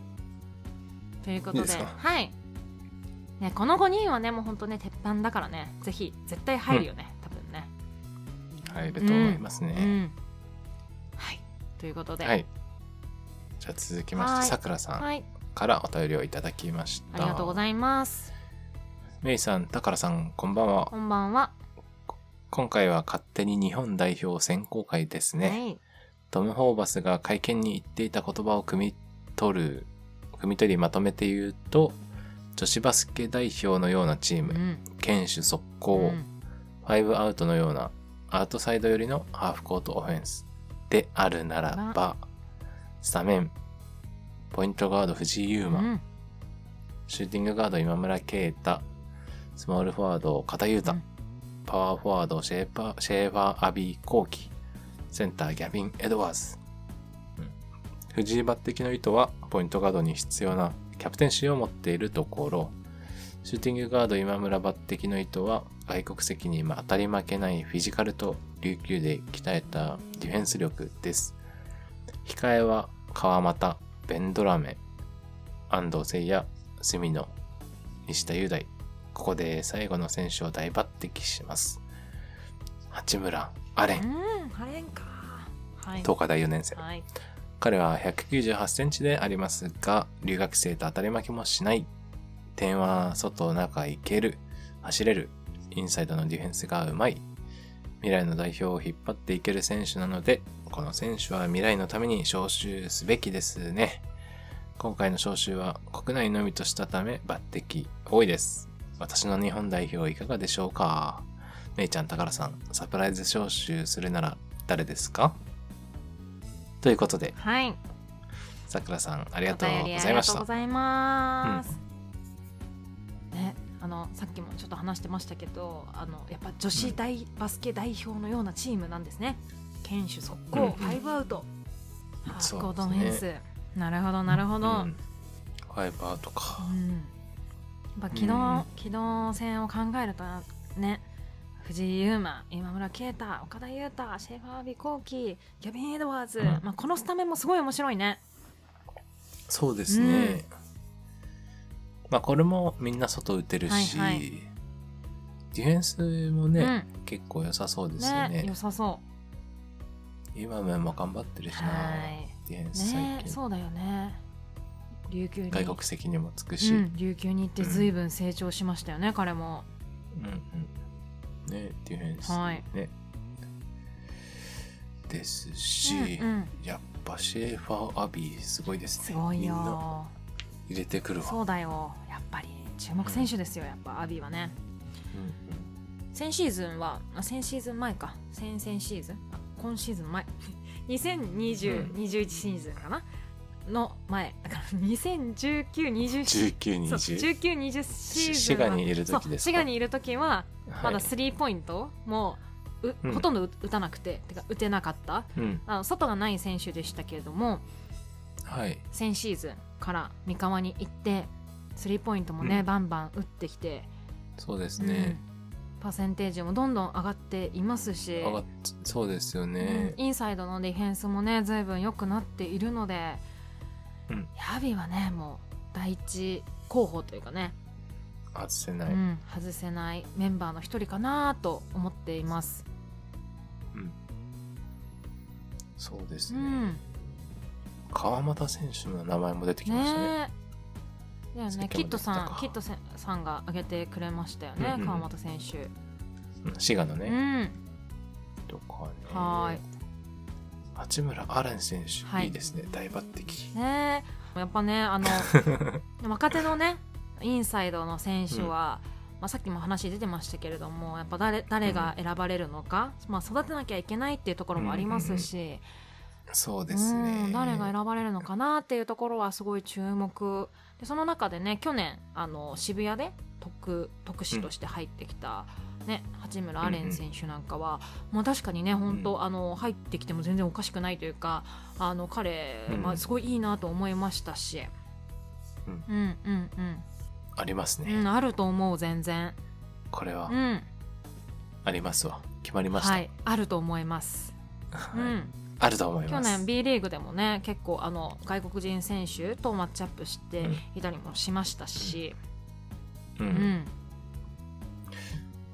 [SPEAKER 2] ということで
[SPEAKER 1] いいですか
[SPEAKER 2] はい、ね、この5人はねもう本当ね鉄板だからねぜひ絶対入るよね、多分ね、
[SPEAKER 1] 入ると思います
[SPEAKER 2] う
[SPEAKER 1] ね。
[SPEAKER 2] んはいということでは、
[SPEAKER 1] はいい。じゃあ続きまし
[SPEAKER 2] は
[SPEAKER 1] て、
[SPEAKER 2] い
[SPEAKER 1] さくらさんからお便りをいただきました。
[SPEAKER 2] ありがとうございます
[SPEAKER 1] メイさん、たからさん、こんばんは
[SPEAKER 2] こ。んばんは、
[SPEAKER 1] 今回は勝手に日本代表選考会ですね。
[SPEAKER 2] はい
[SPEAKER 1] トム・ホーバスが会見に言っていた言葉を汲み取る、汲み取りまとめて言うと、女子バスケ代表のようなチー
[SPEAKER 2] う
[SPEAKER 1] ム、
[SPEAKER 2] ん
[SPEAKER 1] 堅守速
[SPEAKER 2] う
[SPEAKER 1] 攻、
[SPEAKER 2] ん
[SPEAKER 1] ファイブアウトのようなアウトサイド寄りのハーフコートオフェンスであるならば、スタメン、ポイントガード藤井優
[SPEAKER 2] う
[SPEAKER 1] 馬、
[SPEAKER 2] ん
[SPEAKER 1] シューティングガード今村圭太、スモールフォワード片優太、
[SPEAKER 2] うん
[SPEAKER 1] パワーフォワードシェーパーシェーファーアビー後期、センターギャビン・エドワーズ。うん藤井抜擢の意図は、ポイントガードに必要なキャプテンシーを持っているところ、シューティングガード今村抜擢の意図は外国籍に当たり負けないフィジカルと琉球で鍛えたディフェンス力です。控えは川又、ベンドラメ、安藤聖也、隅野、西田雄大。ここで最後の選手を大抜擢します。八村、アレン、
[SPEAKER 2] うんハレンかはい
[SPEAKER 1] 東海大4年生。
[SPEAKER 2] はい
[SPEAKER 1] 彼は198センチでありますが、留学生と当たり負けもしない。点は外、中、行ける。走れる。インサイドのディフェンスがうまい。未来の代表を引っ張っていける選手なので、この選手は未来のために招集すべきですね。今回の招集は国内のみとしたため抜擢多いです。私の日本代表いかがでしょうかめいちゃん、宝さん、サプライズ招集するなら誰ですかということで、
[SPEAKER 2] はい
[SPEAKER 1] さくらさんあり
[SPEAKER 2] あ
[SPEAKER 1] がとうございまし
[SPEAKER 2] ありがとうご
[SPEAKER 1] た
[SPEAKER 2] ざいます、ねあのさっきもちょっと話してましたけどあのやっぱ女子大、バスケ代表のようなチームなんですね堅守速攻、
[SPEAKER 1] うん
[SPEAKER 2] ファイブアウト、あ
[SPEAKER 1] そうですね
[SPEAKER 2] ゴードンフェンスなるほどなるほど、
[SPEAKER 1] うんファイバーとか
[SPEAKER 2] うん、やっぱ昨日、
[SPEAKER 1] うん
[SPEAKER 2] 昨日戦を考えるとね藤井祐馬今村啓太岡田優太シェーファー・ビコーキギャビン・エドワーズ、
[SPEAKER 1] うん
[SPEAKER 2] まあ、このスタメンもすごい面白いね
[SPEAKER 1] そうですね、まあこれもみんな外打てるし、
[SPEAKER 2] はいはい
[SPEAKER 1] ディフェンスもね、結構良さそう
[SPEAKER 2] う
[SPEAKER 1] で
[SPEAKER 2] ん
[SPEAKER 1] すよ
[SPEAKER 2] ね
[SPEAKER 1] ね
[SPEAKER 2] 良さそ
[SPEAKER 1] 今も頑張ってる
[SPEAKER 2] う
[SPEAKER 1] しな
[SPEAKER 2] はい
[SPEAKER 1] ディフェンス最
[SPEAKER 2] ね
[SPEAKER 1] 近、
[SPEAKER 2] そうだよね琉球に
[SPEAKER 1] 外国籍にもつくし、
[SPEAKER 2] うん、琉球に行って随分成長しましたよね、彼も
[SPEAKER 1] うんうんねディフェンス
[SPEAKER 2] はい
[SPEAKER 1] ねですし、
[SPEAKER 2] うんうん
[SPEAKER 1] やっぱシェーファー・アビーすごいですね
[SPEAKER 2] すごい
[SPEAKER 1] みんな
[SPEAKER 2] よ
[SPEAKER 1] 入れてくるわ、
[SPEAKER 2] そうだよやっぱり注目選手ですよやっぱアビーはね
[SPEAKER 1] うんうん
[SPEAKER 2] 先シーズンはあ先シーズン前か先々シーズンあ今シーズンの前 202021、
[SPEAKER 1] うん
[SPEAKER 2] 21シーズンかなの前だから201920シーズン
[SPEAKER 1] 19、
[SPEAKER 2] そう
[SPEAKER 1] 20。
[SPEAKER 2] 1920シーズンは
[SPEAKER 1] し滋賀にいる時ですか
[SPEAKER 2] そう滋賀にいる時はま
[SPEAKER 1] は
[SPEAKER 2] だ
[SPEAKER 1] い
[SPEAKER 2] スリーポイントもう、
[SPEAKER 1] うん
[SPEAKER 2] ほとんど打打たなくててか打てなかった
[SPEAKER 1] うん。
[SPEAKER 2] あの外がない選手でしたけれども
[SPEAKER 1] はい。
[SPEAKER 2] 先シーズンから三河に行ってスリーポイントもね、
[SPEAKER 1] うん
[SPEAKER 2] バンバン打ってきて
[SPEAKER 1] そうですね。
[SPEAKER 2] うんパーセンテージもどんどん上がっていますし
[SPEAKER 1] 上がっそうですよ
[SPEAKER 2] うん
[SPEAKER 1] ね。
[SPEAKER 2] インサイドのディフェンスもねずいぶん良くなっているので、
[SPEAKER 1] うん
[SPEAKER 2] ヤビはねもう第一候補というかね、。
[SPEAKER 1] 外せないう
[SPEAKER 2] ん、外せないメンバーの一人かなと思っています。
[SPEAKER 1] うんそうです
[SPEAKER 2] う
[SPEAKER 1] ね。
[SPEAKER 2] ん、
[SPEAKER 1] 川俣選手の名前も出てきましたね。
[SPEAKER 2] ねえだよ
[SPEAKER 1] さっ
[SPEAKER 2] ね
[SPEAKER 1] きも
[SPEAKER 2] キット
[SPEAKER 1] 出
[SPEAKER 2] さ
[SPEAKER 1] てた
[SPEAKER 2] ん
[SPEAKER 1] か
[SPEAKER 2] キットせんさんが挙げてくれましたよね、
[SPEAKER 1] うんうん
[SPEAKER 2] 川本選手。
[SPEAKER 1] うん滋賀の
[SPEAKER 2] う
[SPEAKER 1] ね。
[SPEAKER 2] ん
[SPEAKER 1] とかね。
[SPEAKER 2] はーい
[SPEAKER 1] 八村アレン選手、
[SPEAKER 2] はい
[SPEAKER 1] い、いですね。大抜擢。
[SPEAKER 2] ねえやっぱねあ の若手のねインサイドの選手は、まあ、さっきも話出てましたけれどもやっぱ誰誰が選ばれるのか、まあ、育てなきゃいけないっていうところもありますし、
[SPEAKER 1] そう
[SPEAKER 2] う
[SPEAKER 1] ですね
[SPEAKER 2] ん。誰が選ばれるのかなっていうところはすごい注目でその中でね去年あの渋谷で特特使として入ってきた、ね、八村アレン選手なんかは、まあ、確かにね本当、
[SPEAKER 1] う
[SPEAKER 2] あの入ってきても全然おかしくないというかあの彼、
[SPEAKER 1] うん
[SPEAKER 2] まあ、すごいいいなと思いましたし、
[SPEAKER 1] うん
[SPEAKER 2] うんうんうん
[SPEAKER 1] あります
[SPEAKER 2] う
[SPEAKER 1] ね。
[SPEAKER 2] ん、あると思う全然、
[SPEAKER 1] これは
[SPEAKER 2] う、ん、
[SPEAKER 1] ありますわ。決まりました。
[SPEAKER 2] はいあると思います、う
[SPEAKER 1] はい
[SPEAKER 2] ん、
[SPEAKER 1] あると思い
[SPEAKER 2] 去
[SPEAKER 1] ます。
[SPEAKER 2] 年 B リーグでもね結構あの外国人選手とマッチアップして
[SPEAKER 1] うん
[SPEAKER 2] いたりもしましたし、
[SPEAKER 1] う
[SPEAKER 2] うん
[SPEAKER 1] ん。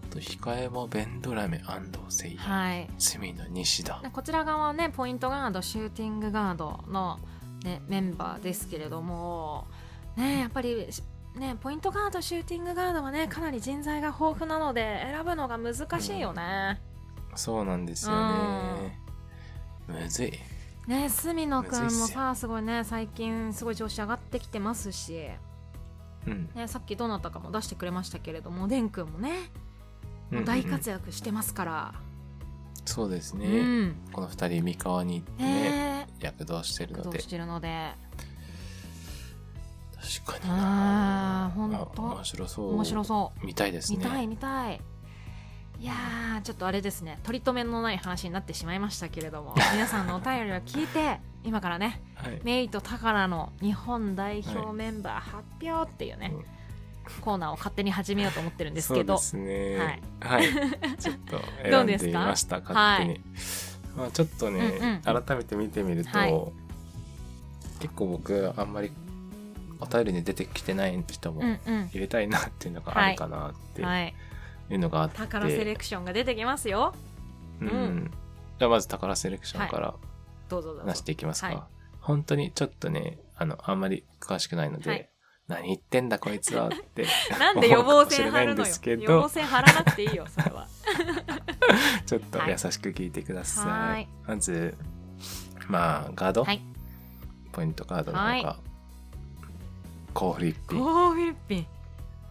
[SPEAKER 1] あと、控えもベンドラメ、安藤誠也。
[SPEAKER 2] はい
[SPEAKER 1] 隅の西田
[SPEAKER 2] で。こちら側はねポイントガードシューティングガードの、ね、メンバーですけれどもねやっぱりねポイントガードシューティングガードはねかなり人材が豊富なので選ぶのが難しいよね、
[SPEAKER 1] そうなんですよね。むずい。
[SPEAKER 2] ね隅野君も
[SPEAKER 1] むずいっす
[SPEAKER 2] さすごいね最近すごい調子上がってきてますし、ね、
[SPEAKER 1] うん。
[SPEAKER 2] さっきどなたかも出してくれましたけれども蓮君もね
[SPEAKER 1] うんうん
[SPEAKER 2] 大活躍してますから、
[SPEAKER 1] そうです
[SPEAKER 2] う
[SPEAKER 1] ね。
[SPEAKER 2] んね
[SPEAKER 1] この二人、三河に行ってね、
[SPEAKER 2] ね
[SPEAKER 1] 躍動してるの
[SPEAKER 2] どう
[SPEAKER 1] で
[SPEAKER 2] し。てるので
[SPEAKER 1] 確かにな。
[SPEAKER 2] あーほんと
[SPEAKER 1] あ面白そう。
[SPEAKER 2] 面白そう
[SPEAKER 1] 見たいですね。
[SPEAKER 2] 見たい見たいいやーちょっとあれですね取り留めのない話になってしまいましたけれ ども皆さんのお便りを聞いて今からね
[SPEAKER 1] はい。
[SPEAKER 2] メイとタカラの日本代
[SPEAKER 1] は
[SPEAKER 2] 表
[SPEAKER 1] い
[SPEAKER 2] メンバー発表っていうね、
[SPEAKER 1] うん
[SPEAKER 2] コーナーを勝手に始めようと思ってるんですけど
[SPEAKER 1] そうですね。はい。 ちょっと
[SPEAKER 2] どう
[SPEAKER 1] 選ん
[SPEAKER 2] で
[SPEAKER 1] ですみ
[SPEAKER 2] か
[SPEAKER 1] ました、勝手に。まあちょっとね、
[SPEAKER 2] うんう
[SPEAKER 1] 改めて見てみると、
[SPEAKER 2] はい
[SPEAKER 1] 結構僕、あんまりお便りに出てきてない人も
[SPEAKER 2] うんう
[SPEAKER 1] 入れたいなっていうのがあるかなって
[SPEAKER 2] んはい
[SPEAKER 1] いうのがあって。
[SPEAKER 2] 宝セレクションが出てきますよ
[SPEAKER 1] う
[SPEAKER 2] うん
[SPEAKER 1] ん、じゃあまず宝セレクションから
[SPEAKER 2] どうぞどうぞ。
[SPEAKER 1] 話していきますか。
[SPEAKER 2] はい
[SPEAKER 1] 本当にちょっとね、あの、あんまり詳しくないので、
[SPEAKER 2] はい
[SPEAKER 1] 何言ってんだこいつはっ て、
[SPEAKER 2] なんで予防
[SPEAKER 1] 思
[SPEAKER 2] 線
[SPEAKER 1] うかもしれな
[SPEAKER 2] 張
[SPEAKER 1] い
[SPEAKER 2] る
[SPEAKER 1] んで
[SPEAKER 2] の
[SPEAKER 1] すけ
[SPEAKER 2] よ。
[SPEAKER 1] ど
[SPEAKER 2] 予防線張らなくていいよ、それは。
[SPEAKER 1] ちょっと優しく聞いてください。
[SPEAKER 2] はい
[SPEAKER 1] まず、まあ、ガード、
[SPEAKER 2] はい
[SPEAKER 1] ポイントガードなのか、
[SPEAKER 2] はい
[SPEAKER 1] コーフリッ
[SPEAKER 2] ゴ
[SPEAKER 1] プ。
[SPEAKER 2] ーフィリピン。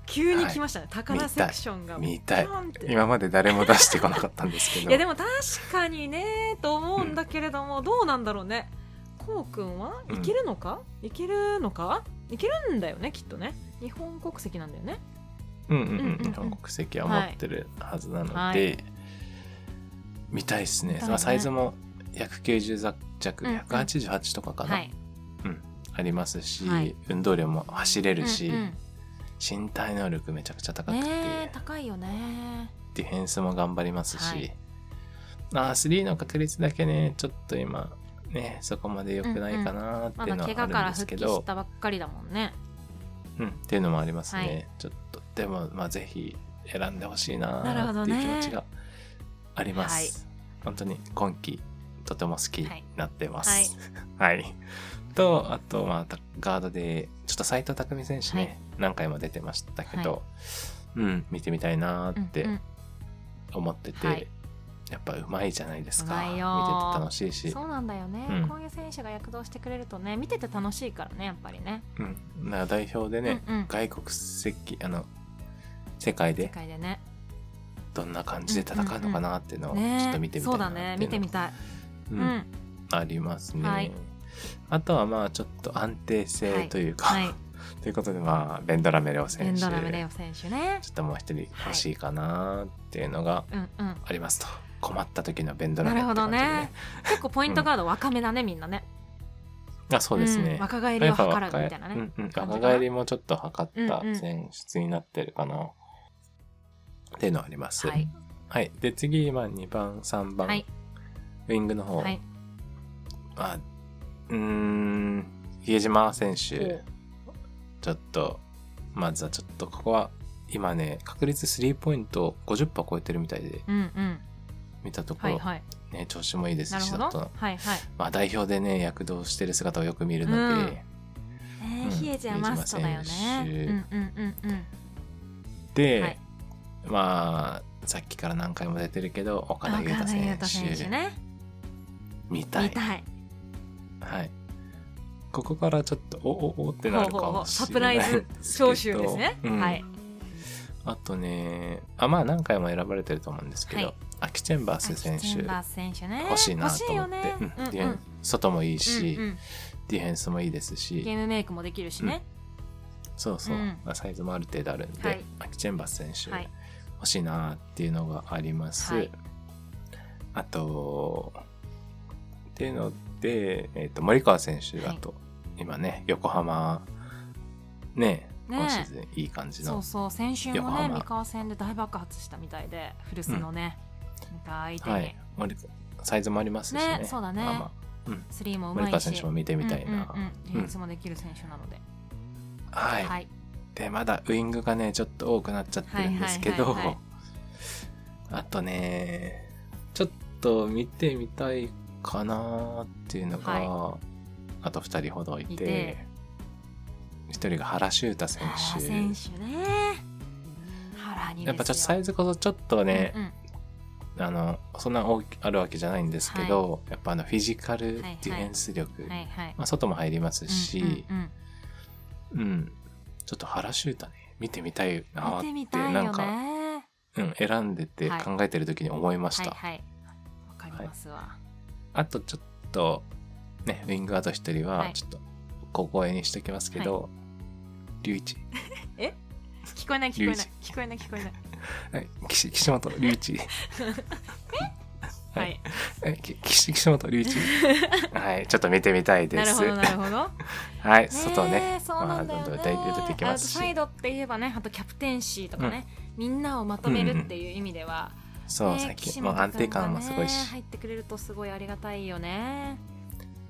[SPEAKER 2] 急に来ましたね。高田セクションが。
[SPEAKER 1] 見たい
[SPEAKER 2] ポンって
[SPEAKER 1] 今まで誰も出してこなかったんですけど。
[SPEAKER 2] いやでも確かにねと思うんだけれども、どうなんだろうねこうくんは
[SPEAKER 1] うん
[SPEAKER 2] いけるのか、いけるのかいけるんだよねきっとね日本国籍なんだよね
[SPEAKER 1] うんうん
[SPEAKER 2] うんう
[SPEAKER 1] う。
[SPEAKER 2] んうんん
[SPEAKER 1] 日本国籍は持ってるはずなので、
[SPEAKER 2] はい
[SPEAKER 1] 見たいですね。
[SPEAKER 2] 見たいね
[SPEAKER 1] まあ、サイズも190弱、
[SPEAKER 2] うんうん
[SPEAKER 1] 188とかかな、
[SPEAKER 2] はい
[SPEAKER 1] ありますし、
[SPEAKER 2] はい
[SPEAKER 1] 運動量も走れるし、
[SPEAKER 2] うん
[SPEAKER 1] 身体能力めちゃくちゃ高
[SPEAKER 2] うん
[SPEAKER 1] くて、
[SPEAKER 2] ねえ高いよね
[SPEAKER 1] ディフェンスも頑張りますし、
[SPEAKER 2] はい
[SPEAKER 1] まあ、スリーの確率だけね、ちょっと今、ね、そこまで良くないかなって
[SPEAKER 2] ま
[SPEAKER 1] いう
[SPEAKER 2] だ
[SPEAKER 1] のは
[SPEAKER 2] 怪
[SPEAKER 1] ある
[SPEAKER 2] 我か
[SPEAKER 1] ん
[SPEAKER 2] ら
[SPEAKER 1] です
[SPEAKER 2] 復
[SPEAKER 1] け
[SPEAKER 2] 帰
[SPEAKER 1] ど、
[SPEAKER 2] したばっかりだもんね
[SPEAKER 1] うん、っていうのもありますね。
[SPEAKER 2] はい
[SPEAKER 1] ちょっと、でも、まあ、ぜひ選んでほしいな
[SPEAKER 2] なるほ
[SPEAKER 1] ー
[SPEAKER 2] ど
[SPEAKER 1] ってい
[SPEAKER 2] ね
[SPEAKER 1] う気持ちがあります。本当に今季、とても好きになってます。はい。と、あと、まあ、たガードで、ちょっと斎藤匠選手ね、
[SPEAKER 2] はい
[SPEAKER 1] 何回も出てましたけど、うん、見てみたいなーって
[SPEAKER 2] うんうん
[SPEAKER 1] 思ってて、
[SPEAKER 2] はい
[SPEAKER 1] やっぱうまいじゃないですか。
[SPEAKER 2] うま
[SPEAKER 1] 見
[SPEAKER 2] い
[SPEAKER 1] て
[SPEAKER 2] よー
[SPEAKER 1] て楽しいし
[SPEAKER 2] そ、うなんだよね、
[SPEAKER 1] うん
[SPEAKER 2] こういう選手が躍動してくれるとね見てて楽しいからねやっぱりね
[SPEAKER 1] うん、なんか代表でね、
[SPEAKER 2] うんうん、
[SPEAKER 1] 外国籍あの世界
[SPEAKER 2] 世
[SPEAKER 1] で
[SPEAKER 2] 界でね
[SPEAKER 1] どんな感じで戦うのかなっていうのをち
[SPEAKER 2] ね
[SPEAKER 1] ょっと見てみた
[SPEAKER 2] そ
[SPEAKER 1] いう
[SPEAKER 2] だ
[SPEAKER 1] な
[SPEAKER 2] ね
[SPEAKER 1] っていうの
[SPEAKER 2] 見てみたい、
[SPEAKER 1] う
[SPEAKER 2] うんん
[SPEAKER 1] ありますね、
[SPEAKER 2] はい
[SPEAKER 1] あとはまあちょっと安定性というか、
[SPEAKER 2] はい、
[SPEAKER 1] ということでまあベンドラメレオ
[SPEAKER 2] ベ
[SPEAKER 1] 選
[SPEAKER 2] ン
[SPEAKER 1] 手
[SPEAKER 2] ドラメレオ選手ね
[SPEAKER 1] ちょっともう一人欲しいかなっていうのが
[SPEAKER 2] うんうん
[SPEAKER 1] ありますと困った時のベンドラメ
[SPEAKER 2] な
[SPEAKER 1] っ
[SPEAKER 2] る
[SPEAKER 1] て
[SPEAKER 2] ほ
[SPEAKER 1] 感
[SPEAKER 2] ど
[SPEAKER 1] じでね
[SPEAKER 2] ね結構ポイントガード若めだねみんなね
[SPEAKER 1] あそうですね、
[SPEAKER 2] ん若返りを図らうみたいな
[SPEAKER 1] う
[SPEAKER 2] ね
[SPEAKER 1] んうん、
[SPEAKER 2] 感じかな
[SPEAKER 1] 若返りもちょっと測った
[SPEAKER 2] うんうん
[SPEAKER 1] 選出になってるかな、っていうのはあります、
[SPEAKER 2] はい
[SPEAKER 1] はい。で、次、まあ、2番、3番、
[SPEAKER 2] はい
[SPEAKER 1] ウィングの方。
[SPEAKER 2] はい
[SPEAKER 1] あ、うーん、比江島選手、ちょっと、まずはちょっと、ここは、今ね、確率スリーポイント50%超えてるみたいで、
[SPEAKER 2] うんうん
[SPEAKER 1] 見たとこ
[SPEAKER 2] は
[SPEAKER 1] ろ、
[SPEAKER 2] いはい
[SPEAKER 1] ね、調子もいいです
[SPEAKER 2] なる
[SPEAKER 1] し、
[SPEAKER 2] ほ
[SPEAKER 1] ちょっと、
[SPEAKER 2] どはいはい
[SPEAKER 1] まあ、代表でね、躍動してる姿をよく見るので、
[SPEAKER 2] え
[SPEAKER 1] うん
[SPEAKER 2] ー、ヒエジはマストだよ
[SPEAKER 1] 比江
[SPEAKER 2] ねうんうんうんうん
[SPEAKER 1] で、
[SPEAKER 2] はい
[SPEAKER 1] まあ、さっきから何回も出てるけど、岡田裕
[SPEAKER 2] 岡田裕
[SPEAKER 1] 太
[SPEAKER 2] 太
[SPEAKER 1] 選手、
[SPEAKER 2] 選手ね
[SPEAKER 1] 見たい
[SPEAKER 2] 見。たい
[SPEAKER 1] はい。ここからちょっと、おおおってなるかもし
[SPEAKER 2] サ
[SPEAKER 1] れ
[SPEAKER 2] プ
[SPEAKER 1] な
[SPEAKER 2] ラ
[SPEAKER 1] いん
[SPEAKER 2] イ
[SPEAKER 1] ですけど。
[SPEAKER 2] ズ招集ですね
[SPEAKER 1] うん
[SPEAKER 2] はい。
[SPEAKER 1] あとね、あ、まあ何回も選ばれてると思うんですけど、
[SPEAKER 2] はい
[SPEAKER 1] アキチェンバース選
[SPEAKER 2] アキチ
[SPEAKER 1] 手
[SPEAKER 2] ェン、バース選手ね
[SPEAKER 1] 欲しいなと思って、
[SPEAKER 2] 欲しいよね
[SPEAKER 1] うん
[SPEAKER 2] うんうん
[SPEAKER 1] ディフェン外もいいし、
[SPEAKER 2] うんうん
[SPEAKER 1] ディフェンスもいいです
[SPEAKER 2] ゲ
[SPEAKER 1] し、
[SPEAKER 2] ームメイクもできるしね
[SPEAKER 1] そうそう、
[SPEAKER 2] うん
[SPEAKER 1] まあ、サイズもある程度あるんで、
[SPEAKER 2] はい
[SPEAKER 1] アキチェンバース選手、
[SPEAKER 2] はい
[SPEAKER 1] 欲しいなっていうのがあります。
[SPEAKER 2] はい
[SPEAKER 1] あと、っていうので、えっと森川選手
[SPEAKER 2] は
[SPEAKER 1] だ
[SPEAKER 2] い
[SPEAKER 1] と、今ね、横浜、ね、
[SPEAKER 2] ね
[SPEAKER 1] 今シーズンいい感じ
[SPEAKER 2] そ
[SPEAKER 1] の
[SPEAKER 2] う、そう先週
[SPEAKER 1] 横
[SPEAKER 2] もね
[SPEAKER 1] 浜
[SPEAKER 2] 三河戦で大爆発したみたいで古巣のねなんか相手
[SPEAKER 1] は
[SPEAKER 2] に
[SPEAKER 1] い、森サイズもありますしね。
[SPEAKER 2] ねそうだね
[SPEAKER 1] まあま
[SPEAKER 2] スリーも
[SPEAKER 1] あ
[SPEAKER 2] う
[SPEAKER 1] 森
[SPEAKER 2] ま
[SPEAKER 1] 川
[SPEAKER 2] い
[SPEAKER 1] 選手
[SPEAKER 2] し
[SPEAKER 1] も見てみたいな。
[SPEAKER 2] うんうんうん、ディフェンスもできる選手なので、
[SPEAKER 1] はい、
[SPEAKER 2] はい、
[SPEAKER 1] で、まだウイングがね、ちょっと多くなっちゃってるんですけど、
[SPEAKER 2] はいはいはいはい
[SPEAKER 1] あとね、ちょっと見てみたいかなっていうのが、
[SPEAKER 2] は
[SPEAKER 1] あと2人ほどいて、
[SPEAKER 2] いて
[SPEAKER 1] 1人が原修太選
[SPEAKER 2] 原
[SPEAKER 1] 手。
[SPEAKER 2] 選手ね原にですよ
[SPEAKER 1] やっぱちょっとサイズこそちょっとね、
[SPEAKER 2] うんうん
[SPEAKER 1] あのそんな大きあるわけじゃないんですけど、やっぱあのフィジカルデ
[SPEAKER 2] はいはい
[SPEAKER 1] ィフェンス力、
[SPEAKER 2] はいはい
[SPEAKER 1] まあ、外も入りますし、
[SPEAKER 2] うんうん
[SPEAKER 1] うんちょっと原修太ね見てみたい
[SPEAKER 2] うん
[SPEAKER 1] なっ
[SPEAKER 2] 見
[SPEAKER 1] て
[SPEAKER 2] てみたい
[SPEAKER 1] なん
[SPEAKER 2] よ
[SPEAKER 1] か
[SPEAKER 2] ね
[SPEAKER 1] うん、選んでて
[SPEAKER 2] はい
[SPEAKER 1] 考えてる時に思いました、
[SPEAKER 2] はいはいわかりますわ、
[SPEAKER 1] あとちょっとねウィングアート一人
[SPEAKER 2] は
[SPEAKER 1] はいちょっと小声にしときますけど、龍一
[SPEAKER 2] 聞こえない聞こえない聞こえない聞こえない
[SPEAKER 1] はい岸岸本龍 一
[SPEAKER 2] は
[SPEAKER 1] はい
[SPEAKER 2] い、
[SPEAKER 1] えき岸岸本龍 一はいちょっと見てみたいで
[SPEAKER 2] なる
[SPEAKER 1] す
[SPEAKER 2] ほどなるほど
[SPEAKER 1] はい 外ね
[SPEAKER 2] えそうなんだよね、
[SPEAKER 1] まあ大体出てきますし
[SPEAKER 2] アウトサイドって言えばねあとキャプテンシーとかね、みんなをまとめるっていう意味では、
[SPEAKER 1] そう、
[SPEAKER 2] ね
[SPEAKER 1] 最近
[SPEAKER 2] 岸
[SPEAKER 1] も
[SPEAKER 2] 本
[SPEAKER 1] う安定
[SPEAKER 2] 君が
[SPEAKER 1] 感もすごいし、
[SPEAKER 2] ね、入ってくれるとすごいありがたいよね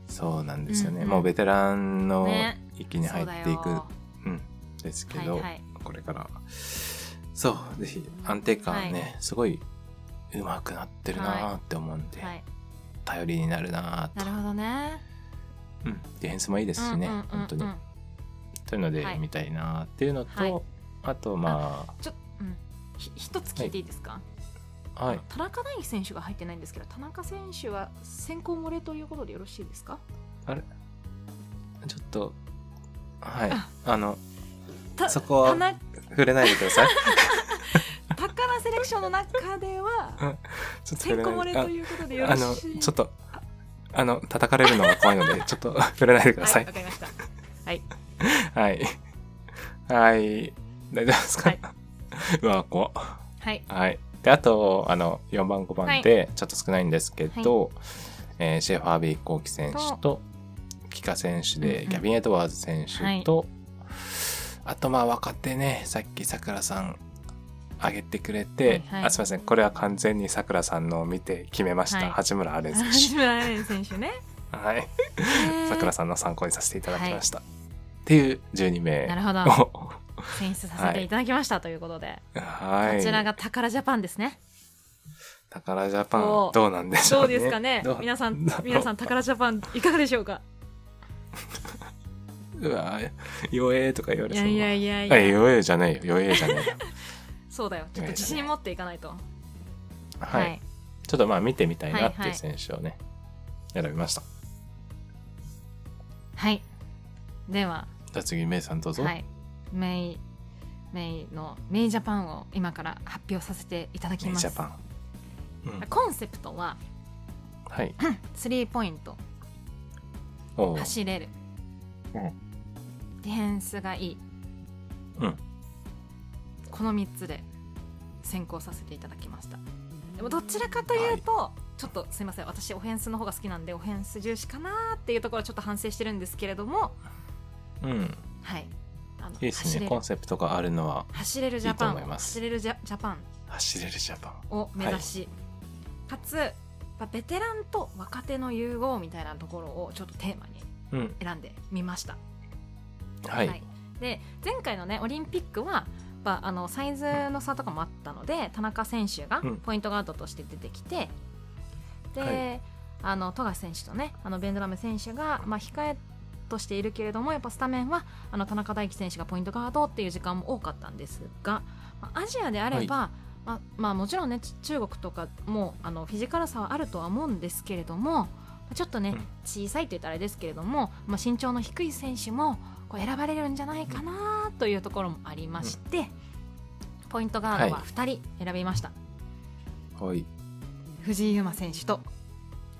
[SPEAKER 1] そうなんですよね、
[SPEAKER 2] うんうん
[SPEAKER 1] もうベテランの
[SPEAKER 2] ね
[SPEAKER 1] 域に入っていく、
[SPEAKER 2] そうだよ
[SPEAKER 1] うんですけ
[SPEAKER 2] はい
[SPEAKER 1] ど、
[SPEAKER 2] はい
[SPEAKER 1] これからそうぜひ安定感ね、
[SPEAKER 2] は
[SPEAKER 1] すごい上手くなってるなーって思うんで、
[SPEAKER 2] はい
[SPEAKER 1] 頼りになるな
[SPEAKER 2] なるほどね
[SPEAKER 1] ぁうんディフェンスもいいですしね、
[SPEAKER 2] うんうんうんうん
[SPEAKER 1] 本当にというので
[SPEAKER 2] はい
[SPEAKER 1] 見たいなっていうのと、
[SPEAKER 2] はい
[SPEAKER 1] あとま
[SPEAKER 2] ちょ、うん、ひ一つ聞いていいですか、
[SPEAKER 1] あはい
[SPEAKER 2] 田中大輝選手が入ってないんですけど田中選手は先行漏れということでよろしいですか
[SPEAKER 1] ちょっとはい
[SPEAKER 2] あ
[SPEAKER 1] あの
[SPEAKER 2] た
[SPEAKER 1] そこは
[SPEAKER 2] 田中
[SPEAKER 1] 触れないでください
[SPEAKER 2] 宝セレクションの中では
[SPEAKER 1] ちょっと
[SPEAKER 2] 先
[SPEAKER 1] 触れ
[SPEAKER 2] 行漏
[SPEAKER 1] ない
[SPEAKER 2] れ
[SPEAKER 1] で
[SPEAKER 2] ということでよ
[SPEAKER 1] ああ
[SPEAKER 2] ろ
[SPEAKER 1] の
[SPEAKER 2] しい
[SPEAKER 1] ちょっとあの叩かれるのが怖いのでちょっと 触れないでくださ
[SPEAKER 2] はいいわかりましたはい
[SPEAKER 1] はいはい大丈夫ですか、
[SPEAKER 2] はいう
[SPEAKER 1] わ怖っ
[SPEAKER 2] はい
[SPEAKER 1] はい。で、あと、あの、4番、5番で、ちょっと少ないんですけど、えーシェファー・ビー・コーキ選手と、キカ選手
[SPEAKER 2] うん
[SPEAKER 1] で、
[SPEAKER 2] うん
[SPEAKER 1] ギャビン・エドワーズ選手と、あと、まあ、若手ね、さっきさくらさん、上げてくれて、
[SPEAKER 2] はいはい
[SPEAKER 1] あすみません、これは完全にさくらさんのを見て決めました、
[SPEAKER 2] はい
[SPEAKER 1] 八村アレン選
[SPEAKER 2] 橋
[SPEAKER 1] 手。
[SPEAKER 2] 村アレン選手ね
[SPEAKER 1] はい。さくらさんの参考にさせていただきました。っていう12名
[SPEAKER 2] なるほど
[SPEAKER 1] を、
[SPEAKER 2] 選出させていただきましたということで、
[SPEAKER 1] はい。
[SPEAKER 2] こちらが宝ジャパンですね
[SPEAKER 1] 宝ジャパン
[SPEAKER 2] どう
[SPEAKER 1] どうなんでしょ
[SPEAKER 2] ど
[SPEAKER 1] う
[SPEAKER 2] う
[SPEAKER 1] ね。
[SPEAKER 2] ですかね
[SPEAKER 1] どう
[SPEAKER 2] 皆さん
[SPEAKER 1] どう
[SPEAKER 2] 皆さん宝ジャパンいかがでしょうか
[SPEAKER 1] うわ弱えとか言われ
[SPEAKER 2] い
[SPEAKER 1] そうな
[SPEAKER 2] や
[SPEAKER 1] い
[SPEAKER 2] やいやい
[SPEAKER 1] あ
[SPEAKER 2] や
[SPEAKER 1] 弱えじゃないよ弱えじゃないよ
[SPEAKER 2] そうだよちょっと自信持っていかないと
[SPEAKER 1] はい、ちょっとまあ見てみたいなって
[SPEAKER 2] は
[SPEAKER 1] いう
[SPEAKER 2] いはい
[SPEAKER 1] 選手をね、選びました
[SPEAKER 2] はいでは
[SPEAKER 1] じゃあ次メイさんどうぞ、
[SPEAKER 2] はい、メイメイのメイジャパンを今から発表させていただき
[SPEAKER 1] メイ
[SPEAKER 2] ま
[SPEAKER 1] ジ
[SPEAKER 2] す
[SPEAKER 1] ャパン、うん、
[SPEAKER 2] コンセプトは
[SPEAKER 1] はい
[SPEAKER 2] スリーポイント
[SPEAKER 1] おう
[SPEAKER 2] 走れる、
[SPEAKER 1] うん
[SPEAKER 2] ディフェンスがいい
[SPEAKER 1] うん
[SPEAKER 2] この3つで先行させていただきましたでもどちらかというと、ちょっとすいません私オフェンスの方が好きなんでオフェンス重視かなーっていうところはちょっと反省してるんですけれども
[SPEAKER 1] うん
[SPEAKER 2] はいあの
[SPEAKER 1] いいです
[SPEAKER 2] 走れ
[SPEAKER 1] ね
[SPEAKER 2] る
[SPEAKER 1] コンセプトがあるのは
[SPEAKER 2] 走れるジャパ
[SPEAKER 1] い
[SPEAKER 2] ンを
[SPEAKER 1] いと思います
[SPEAKER 2] 走れるジャジャパン
[SPEAKER 1] 走れるジャパン
[SPEAKER 2] を目指し、かつやっぱベテランと若手の融合みたいなところをちょっとテーマに
[SPEAKER 1] うん
[SPEAKER 2] 選んでみました。
[SPEAKER 1] はい、
[SPEAKER 2] で前回のねオリンピックはやっぱあのサイズの差とかもあったので田中選手が
[SPEAKER 1] うん
[SPEAKER 2] ポイントガードとして出てきて、で、
[SPEAKER 1] は
[SPEAKER 2] あの富樫選手とねあのベンドラメ選手が、まあ、控えとしているけれどもやっぱスタメンはあの田中大輝選手がポイントガードっていう時間も多かったんですが、まあアジアであれば、まあまあ、もちろんねち中国とかもあのフィジカル差はあるとは思うんですけれどもちょっとね、
[SPEAKER 1] うん
[SPEAKER 2] 小さいと言ったらあれですけれども、まあ、身長の低い選手もこう選ばれるんじゃないかなというところもありまして、ポイントガードは
[SPEAKER 1] はい
[SPEAKER 2] 2人選びました、
[SPEAKER 1] はい
[SPEAKER 2] 藤井優真選手と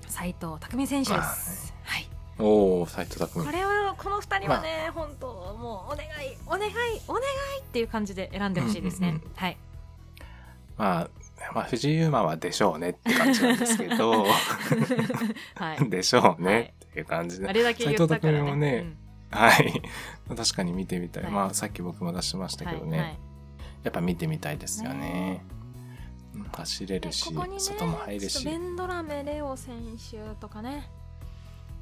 [SPEAKER 2] 斉藤匠選手で
[SPEAKER 1] あ
[SPEAKER 2] す。はい
[SPEAKER 1] おお斎藤匠
[SPEAKER 2] これはこの2人はね、本当もうお願いお願いお願いっていう感じで選んでほしいですね、
[SPEAKER 1] うんうんう
[SPEAKER 2] はい
[SPEAKER 1] まあまあ藤井優馬はでしょうねって感じなんですけ ど
[SPEAKER 2] はい
[SPEAKER 1] でしょうねっていう感じで
[SPEAKER 2] あれだけ言ったから
[SPEAKER 1] 斉藤匠
[SPEAKER 2] ね
[SPEAKER 1] もね
[SPEAKER 2] うん
[SPEAKER 1] はい。 確かに見てみたい。
[SPEAKER 2] はい
[SPEAKER 1] まあ、さっき僕も出しましたけどね。
[SPEAKER 2] はいはい
[SPEAKER 1] やっぱ見てみたいですよね。うん走れ
[SPEAKER 2] で
[SPEAKER 1] るし、
[SPEAKER 2] ここにね
[SPEAKER 1] 外も入る
[SPEAKER 2] ちょっ
[SPEAKER 1] し
[SPEAKER 2] と。ベンドラメレオ選手とかね、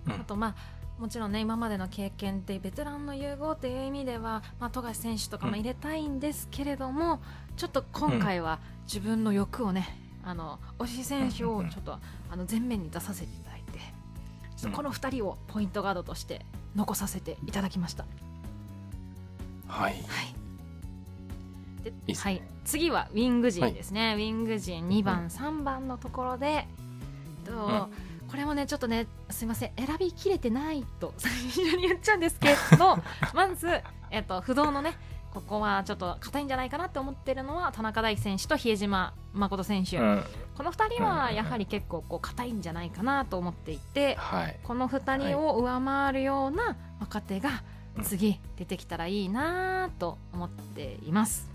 [SPEAKER 1] うん
[SPEAKER 2] あとまあもちろんね今までの経験でベテランの融合という意味では、まあ、富樫選手とかも入れたいんですけれども、ちょっと今回は自分の欲をね、あの推し選手をちょっとあの前面に出させていただいて、ちょっとこの2人をポイントガードとして残させていただきました。
[SPEAKER 1] はい。
[SPEAKER 2] はい。で
[SPEAKER 1] いっすね
[SPEAKER 2] はい、次はウィング陣ですね、ウィング陣2番、3番のところで、とこれもねちょっとねすいません選びきれてないと 最初に言っちゃうんですけ どまず、えっと、不動のねここはちょっと硬いんじゃないかなって思ってるのは田中大輝選手と比江島誠選手、
[SPEAKER 1] うん
[SPEAKER 2] この2人はやはり結構こう硬いんじゃないかなと思っていて、
[SPEAKER 1] はい。
[SPEAKER 2] この2人を上回るような若手が
[SPEAKER 1] うん
[SPEAKER 2] 次出てきたらいいなぁと思っています。